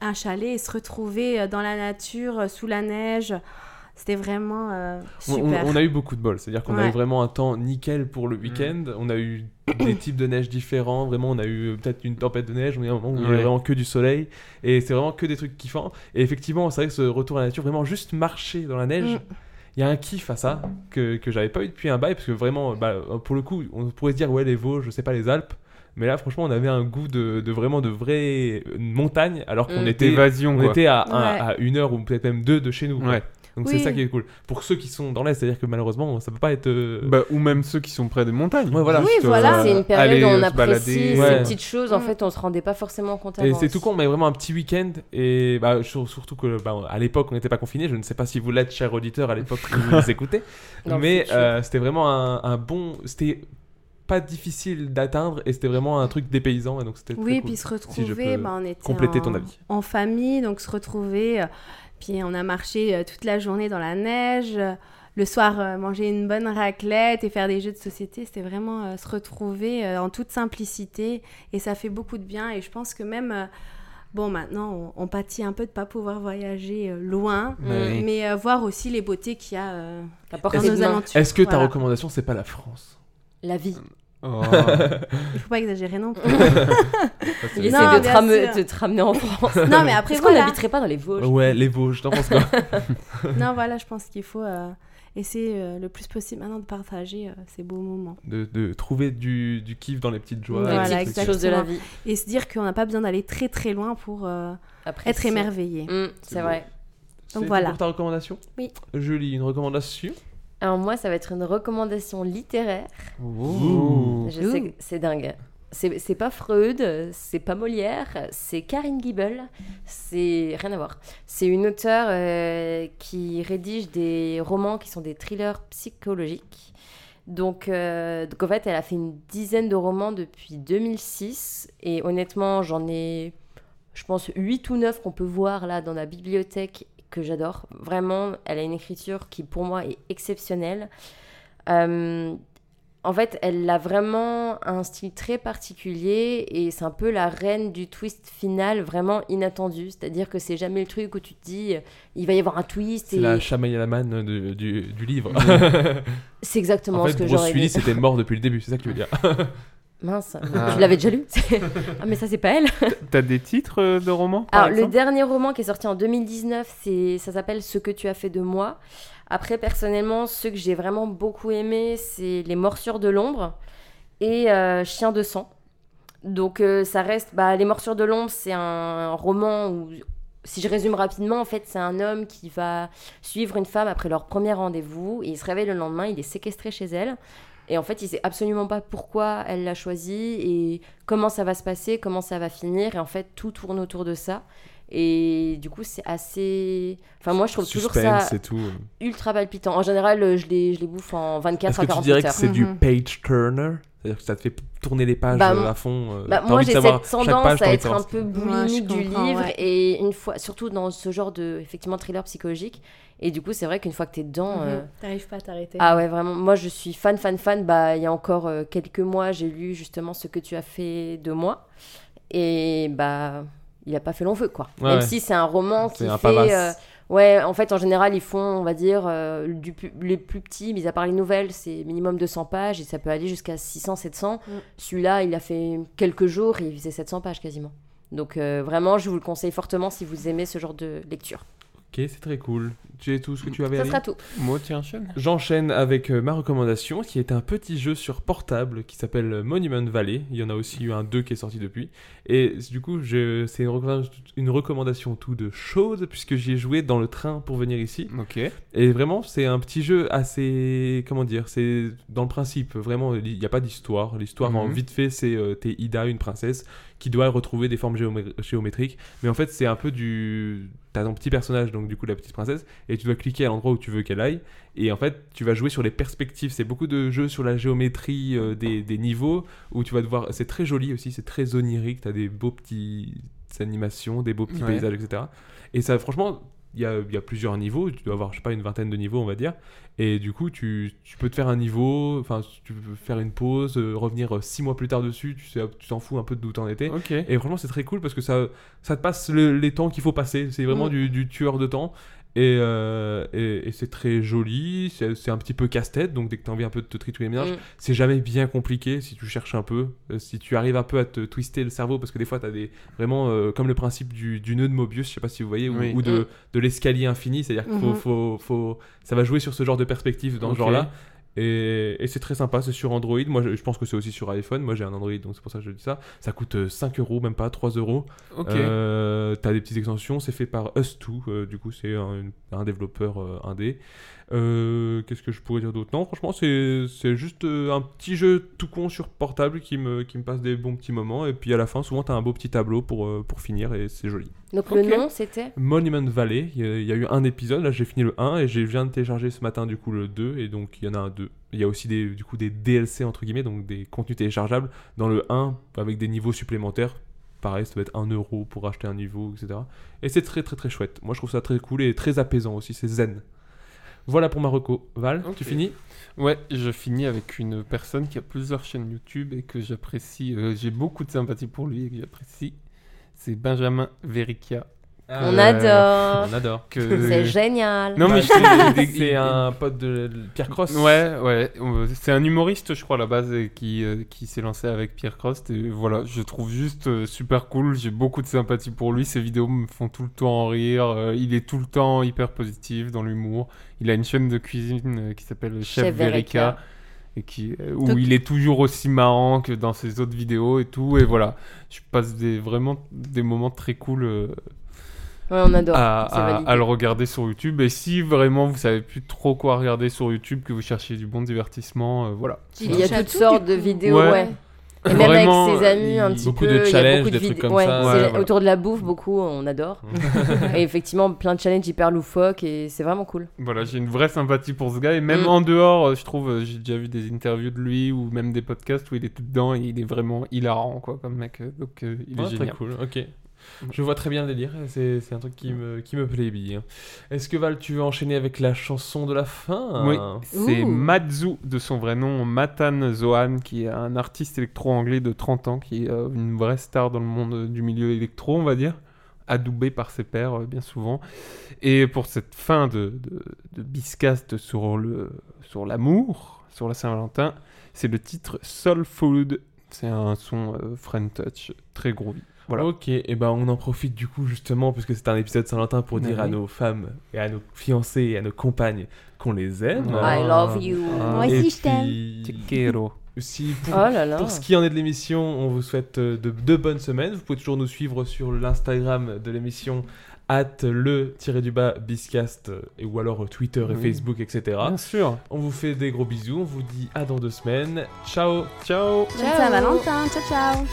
S9: un chalet et se retrouver euh, dans la nature, euh, sous la neige, c'était vraiment euh,
S7: On- on-
S9: super.
S7: On, a eu beaucoup de bol, c'est-à-dire qu'on a eu
S9: Ouais.
S7: vraiment un temps nickel pour le week-end. On a eu des [coughs] types de neige différents. Vraiment, on a eu euh, peut-être une tempête de neige, on a eu un moment où il y avait
S8: Ouais.
S7: vraiment que du soleil. Et c'est vraiment que des trucs kiffants. Et effectivement, c'est vrai que ce retour à la nature, vraiment juste marcher dans la neige.
S9: Mm.
S7: Il y a un kiff à ça que, que j'avais pas eu depuis un bail parce que vraiment, bah, pour le coup, on pourrait se dire ouais les Vosges, je sais pas les Alpes, mais là franchement on avait un goût de, de vraiment de vraie montagne alors qu'on
S10: Mm.
S7: était
S8: D'évasion,
S7: on
S8: quoi.
S7: était à, un-
S9: Ouais.
S7: à une heure ou peut-être même deux de chez nous. quoi.
S8: Ouais.
S7: Donc c'est
S9: Oui.
S7: ça qui est cool. Pour ceux qui sont dans l'Est, c'est-à-dire que malheureusement, ça peut pas être. euh,
S8: Bah, ou même ceux qui sont près des montagnes.
S7: Ouais, voilà.
S9: Oui,
S8: Juste,
S9: voilà.
S8: euh,
S10: C'est une période
S8: aller,
S10: où on
S8: euh, se
S10: apprécie
S8: balader,
S10: ces
S7: ouais.
S10: petites choses. En
S9: Mm.
S10: fait, on se rendait pas forcément compte
S7: Et
S10: avant.
S7: c'est tout con, mais vraiment un petit week-end. Et bah, sur- surtout que bah, à l'époque, on n'était pas confinés. Je ne sais pas si vous l'êtes, cher auditeur, à l'époque que
S8: [laughs]
S7: vous nous écoutez.
S10: Dans le
S7: mais
S10: futur.
S7: euh, c'était vraiment un, un bon. C'était pas difficile d'atteindre et c'était vraiment un truc dépaysant. Et donc c'était très
S9: Oui,
S7: cool.
S9: puis se
S7: Si je peux
S9: retrouver, bah, on était
S7: compléter
S9: en,
S7: ton avis.
S9: en famille, donc se retrouver, euh, puis on a marché euh, toute la journée dans la neige, euh, le soir euh, manger une bonne raclette et faire des jeux de société, c'était vraiment euh, se retrouver euh, en toute simplicité et ça fait beaucoup de bien et je pense que même, euh, bon maintenant on, on pâtit un peu de pas pouvoir voyager euh, loin,
S10: Mm.
S9: mais euh, voir aussi les beautés qu'il y a euh,
S10: La
S9: dans
S10: portée de
S9: nos
S10: main.
S9: aventures.
S7: Est-ce que ta
S9: Voilà.
S7: recommandation, c'est pas la France
S10: La vie.
S8: Oh. [laughs]
S9: Il faut pas exagérer non
S7: [laughs]
S9: plus.
S10: Il essaie
S9: Non,
S10: de, te
S9: bien
S10: rame-
S9: sûr.
S10: de te ramener en France.
S9: non mais après
S10: Est-ce qu'on
S9: voilà.
S10: n'habiterait pas dans les Vosges
S7: Ouais, les Vosges, t'en penses quoi
S9: Non, voilà, je pense qu'il faut euh, essayer euh, le plus possible maintenant de partager euh, ces beaux moments.
S7: de, de trouver du, du kiff dans les petites joies.
S10: Dans
S9: Voilà,
S7: les
S10: les
S7: petits
S10: petites
S7: trucs.
S10: choses de la vie.
S9: Et se dire qu'on n'a pas besoin d'aller très très loin pour euh,
S10: Après,
S9: être
S10: c'est-
S9: émerveillé.
S10: Mm, c'est
S7: beau.
S10: vrai.
S7: C'est
S9: Donc
S7: tout
S9: voilà.
S7: pour ta recommandation
S9: Oui.
S7: Julie, une recommandation
S10: Alors moi, ça va être une recommandation littéraire. Je sais
S9: Ouh.
S10: que c'est dingue. C'est c'est pas Freud, c'est pas Molière, c'est Karine Giebel. C'est rien à voir. C'est une auteure euh, qui rédige des romans qui sont des thrillers psychologiques. Donc, euh, donc en fait, elle a fait une dizaine de romans depuis 2006. Et honnêtement, j'en ai, je pense, 8 ou 9 qu'on peut voir là dans la bibliothèque que j'adore. Vraiment, elle a une écriture qui pour moi est exceptionnelle. Euh, en fait, elle a vraiment un style très particulier et c'est un peu la reine du twist final vraiment inattendu. C'est-à-dire que c'est jamais le truc où tu te dis euh, il va y avoir un twist
S7: C'est
S10: et
S7: la Shyamalan de- du, du livre. [laughs]
S10: c'est exactement
S7: en fait,
S10: ce que
S7: Bruce
S10: j'aurais aimé.
S7: Willis était mort depuis le début, c'est ça que tu veux
S10: [laughs]
S7: dire.
S10: Mince,
S8: Ah.
S10: tu l'avais déjà lu [laughs] Ah mais ça c'est pas elle.
S8: T'as des titres euh, de romans par
S10: Alors le
S8: exemple
S10: dernier roman qui est sorti en 2019, c'est ça s'appelle Ce que tu as fait de moi. Après personnellement, ceux que j'ai vraiment beaucoup aimé, c'est Les morsures de l'ombre et euh, Chien de sang. Donc euh, ça reste bah, Les morsures de l'ombre, c'est un roman où si je résume rapidement, en fait, c'est un homme qui va suivre une femme après leur premier rendez-vous et il se réveille le lendemain, il est séquestré chez elle. Et en fait, il sait absolument pas pourquoi elle l'a choisi et comment ça va se passer, comment ça va finir. Et en fait, tout tourne autour de ça. Et du coup, c'est assez. Enfin, moi, je trouve toujours
S7: Suspense
S10: ça
S7: et tout.
S10: ultra palpitant. En général, euh, je les, je les bouffe en 24
S7: Est-ce que
S10: à
S7: tu
S10: 48 heures.
S7: dirais que c'est du
S9: Mhm.
S7: page turner C'est-à-dire que ça te fait tourner les pages
S10: Bah,
S7: euh,
S10: moi-
S7: à fond. euh,
S10: Bah,
S7: t'as
S10: moi,
S7: envie de
S10: j'ai cette
S7: savoir chaque
S10: tendance
S7: page, t'as
S10: à
S7: envie de
S10: être un
S7: savoir-
S10: peu
S9: Ouais, je
S10: boulimique du
S9: comprends,
S10: livre
S9: ouais.
S10: et une fois, surtout dans ce genre de, effectivement, thriller psychologique. Et du coup, c'est vrai qu'une fois que t'es dedans,
S9: Mhm.
S10: euh,
S9: T'arrives pas à t'arrêter.
S10: ah ouais, vraiment. Moi, je suis fan, fan, fan. Bah, il y a encore euh, quelques mois, j'ai lu justement ce que tu as fait de moi. Et bah, il a pas fait long feu, quoi.
S7: Ouais,
S10: Même
S7: ouais.
S10: si c'est un roman
S7: C'est
S10: qui
S7: un
S10: fait.
S7: pavasse.
S10: euh, ouais, en fait, en général, ils font, on va dire, euh, du pu- les plus petits, mis à part les nouvelles, c'est minimum 200 pages et ça peut aller jusqu'à 600, 700.
S9: Mm.
S10: Celui-là, il a fait quelques jours et il faisait 700 pages quasiment. Donc, euh, vraiment, je vous le conseille fortement si vous aimez ce genre de lecture.
S7: Ok, c'est très cool. J'ai tout ce que tu avais à
S10: Ça
S7: dire.
S10: sera tout.
S8: Moi, tu enchaînes
S7: J'enchaîne avec euh, ma recommandation qui est un petit jeu sur portable qui s'appelle euh, Monument Valley. Il y en a aussi eu un 2 qui est sorti depuis. Et c- du coup, je- c'est une, recommandation- une recommandation tout de chaude puisque j'y ai joué dans le train pour venir ici.
S8: Ok.
S7: Et vraiment, c'est un petit jeu assez. Comment dire C'est dans le principe, vraiment, il n'y a pas d'histoire. L'histoire, en
S8: Mhm.
S7: vite fait, c'est euh, t'es Ida, une princesse, qui doit retrouver des formes géomé- géométriques. Mais en fait, c'est un peu du. T'as ton petit personnage, donc du coup, la petite princesse, et tu dois cliquer à l'endroit où tu veux qu'elle aille. Et en fait, tu vas jouer sur les perspectives. C'est beaucoup de jeux sur la géométrie euh, des, des niveaux, où tu vas devoir. C'est très joli aussi, c'est très onirique. T'as des beaux petits animations, des beaux petits
S8: Ouais.
S7: paysages, etc. Et ça, franchement, il y a, il y a plusieurs niveaux, tu dois avoir, je sais pas, une vingtaine de niveaux, on va dire. Et du coup, tu, tu peux te faire un niveau, enfin, tu peux faire une pause, euh, revenir euh, six mois plus tard dessus, tu sais, tu t'en fous un peu d'où t'en étais.
S8: Ok.
S7: Et franchement, c'est très cool parce que ça, ça te passe le- les temps qu'il faut passer. C'est vraiment
S10: Mm.
S7: du, du tueur de temps. Et, euh, et, et c'est très joli, c'est c'est un petit peu casse-tête, donc dès que t'as envie un peu de te tritouiller les ménages,
S10: Mm.
S7: c'est jamais bien compliqué si tu cherches un peu, euh, si tu arrives un peu à te twister le cerveau, parce que des fois t'as des. Vraiment, euh, comme le principe du, du nœud de Mobius, je sais pas si vous voyez, ou,
S8: Oui.
S7: ou de,
S10: Mm.
S7: de l'escalier infini, c'est-à-dire qu'il faut,
S9: Mhm.
S7: faut, faut- Ça va jouer sur ce genre de perspective dans
S8: Ok.
S7: ce genre-là. Et, et c'est très sympa, c'est sur Android. Moi, je, je pense que c'est aussi sur iPhone. Moi, j'ai un Android, donc c'est pour ça que je dis ça. Ça coûte euh, 5 euros, même pas 3 euros.
S8: Ok.
S7: Euh, T'as des petites extensions, c'est fait par Us2, euh, du coup c'est un, une- un développeur euh, indé. Euh, Qu'est-ce que je pourrais dire d'autre Non, franchement c'est c'est juste euh, un petit jeu tout con sur portable qui me, qui me passe des bons petits moments et puis à la fin souvent t'as un beau petit tableau pour, euh, pour finir et c'est joli.
S10: Donc
S8: Ok.
S10: le nom, c'était
S7: Monument Valley, il y, a- il y a eu un épisode, là j'ai fini le 1 et je viens de télécharger ce matin du coup le 2 et donc il y en a un 2. Il y a aussi des, du coup des DLC entre guillemets, donc des contenus téléchargeables dans le 1 avec des niveaux supplémentaires. Pareil, ça doit être 1 euro pour acheter un niveau, etc. Et c'est très très très chouette. Moi je trouve ça très cool et très apaisant aussi, c'est zen. Voilà pour Marocco. Val,
S8: Ok.
S7: tu finis
S8: Ouais, je finis avec une personne qui a plusieurs chaînes YouTube et que j'apprécie. euh, J'ai beaucoup de sympathie pour lui et que j'apprécie. C'est Benjamin Verica.
S7: Euh,
S10: On adore.
S7: On adore.
S8: Que...
S10: C'est génial.
S8: Euh, Non,
S10: [laughs]
S8: mais je t'ai- [laughs] il-
S7: C'est
S8: il-
S7: un pote de de Pierre Cross.
S8: Ouais, ouais. euh, C'est un humoriste, je crois, à la base, et qui, euh, qui s'est lancé avec Pierre Crost. Et voilà, je trouve juste euh, super cool. J'ai beaucoup de sympathie pour lui. Ses vidéos me font tout le temps en rire. euh, il est tout le temps hyper positif dans l'humour. Il a une chaîne de cuisine euh, qui s'appelle Chef,
S10: Chef
S8: Verica.
S10: Verica.
S8: Et qui, euh, où
S9: Donc-
S8: il est toujours aussi marrant que dans ses autres vidéos et tout. Et voilà, je passe des, vraiment des moments très cool euh,
S10: Ouais, on adore.
S8: à,
S10: C'est
S8: à-
S10: validé.
S8: à le regarder sur YouTube. Et si vraiment vous savez plus trop quoi regarder sur YouTube, que vous cherchez du bon divertissement, euh, voilà.
S10: Il y a toutes sortes de vidéos,
S8: Ouais.
S10: ouais. Et même
S8: Vraiment,
S10: avec ses amis, un
S8: il-
S10: petit
S7: beaucoup
S10: peu.
S7: de
S10: il y a
S7: challenges,
S10: beaucoup
S7: des
S10: de
S7: trucs
S10: vidéos.
S7: comme
S10: Ouais,
S7: ça,
S10: c'est
S8: ouais,
S10: la-
S8: voilà.
S10: Autour de la bouffe, beaucoup, on adore. et effectivement, plein de challenges hyper loufoques et c'est vraiment cool.
S8: Voilà, j'ai une vraie sympathie pour ce gars. Et même
S10: Mm.
S8: en dehors, euh, je trouve, euh, j'ai déjà vu des interviews de lui ou même des podcasts où il est tout dedans et il est vraiment hilarant, quoi, comme mec. euh, Donc euh, il est
S7: Ouais, très
S8: génial. Mm.
S7: cool, ok. Je vois très bien le délire, c'est c'est un truc qui me, qui me plaît bien. Est-ce que Val, tu veux enchaîner avec la chanson de la fin
S8: Oui, c'est
S10: Ouh.
S8: Matsu de son vrai nom, Matan Zohan, qui est un artiste électro-anglais de 30 ans, qui est euh, une vraie star dans le monde euh, du milieu électro, on va dire, adoubé par ses pairs euh, bien souvent. Et pour cette fin de, de, de Biscast sur le sur l'amour, sur la Saint-Valentin, c'est le titre Soul Food. C'est un son euh, Friend Touch, très groovy. Voilà.
S7: Ok, et ben on en profite du coup justement, puisque c'est un épisode Saint-Valentin, pour dire
S8: Ouais.
S7: à nos femmes, et à nos fiancées, et à nos compagnes qu'on les aime.
S8: Ah.
S10: I love you.
S8: Ah.
S7: Et
S9: aussi, je t'aime. Ah.
S7: puis,
S8: Chiquero.
S7: si pour,
S10: Oh là là.
S7: pour ce qui en est de l'émission, on vous souhaite euh, de, de bonnes semaines. Vous pouvez toujours nous suivre sur l'Instagram de l'émission, at le-du-bas biscast, et- ou alors euh, Twitter
S8: Oui.
S7: et Facebook, etc.
S8: Bien sûr.
S7: On vous fait des gros bisous, on vous dit à dans deux semaines. Ciao
S8: Ciao.
S9: Bonne Saint-Valentin, ciao ciao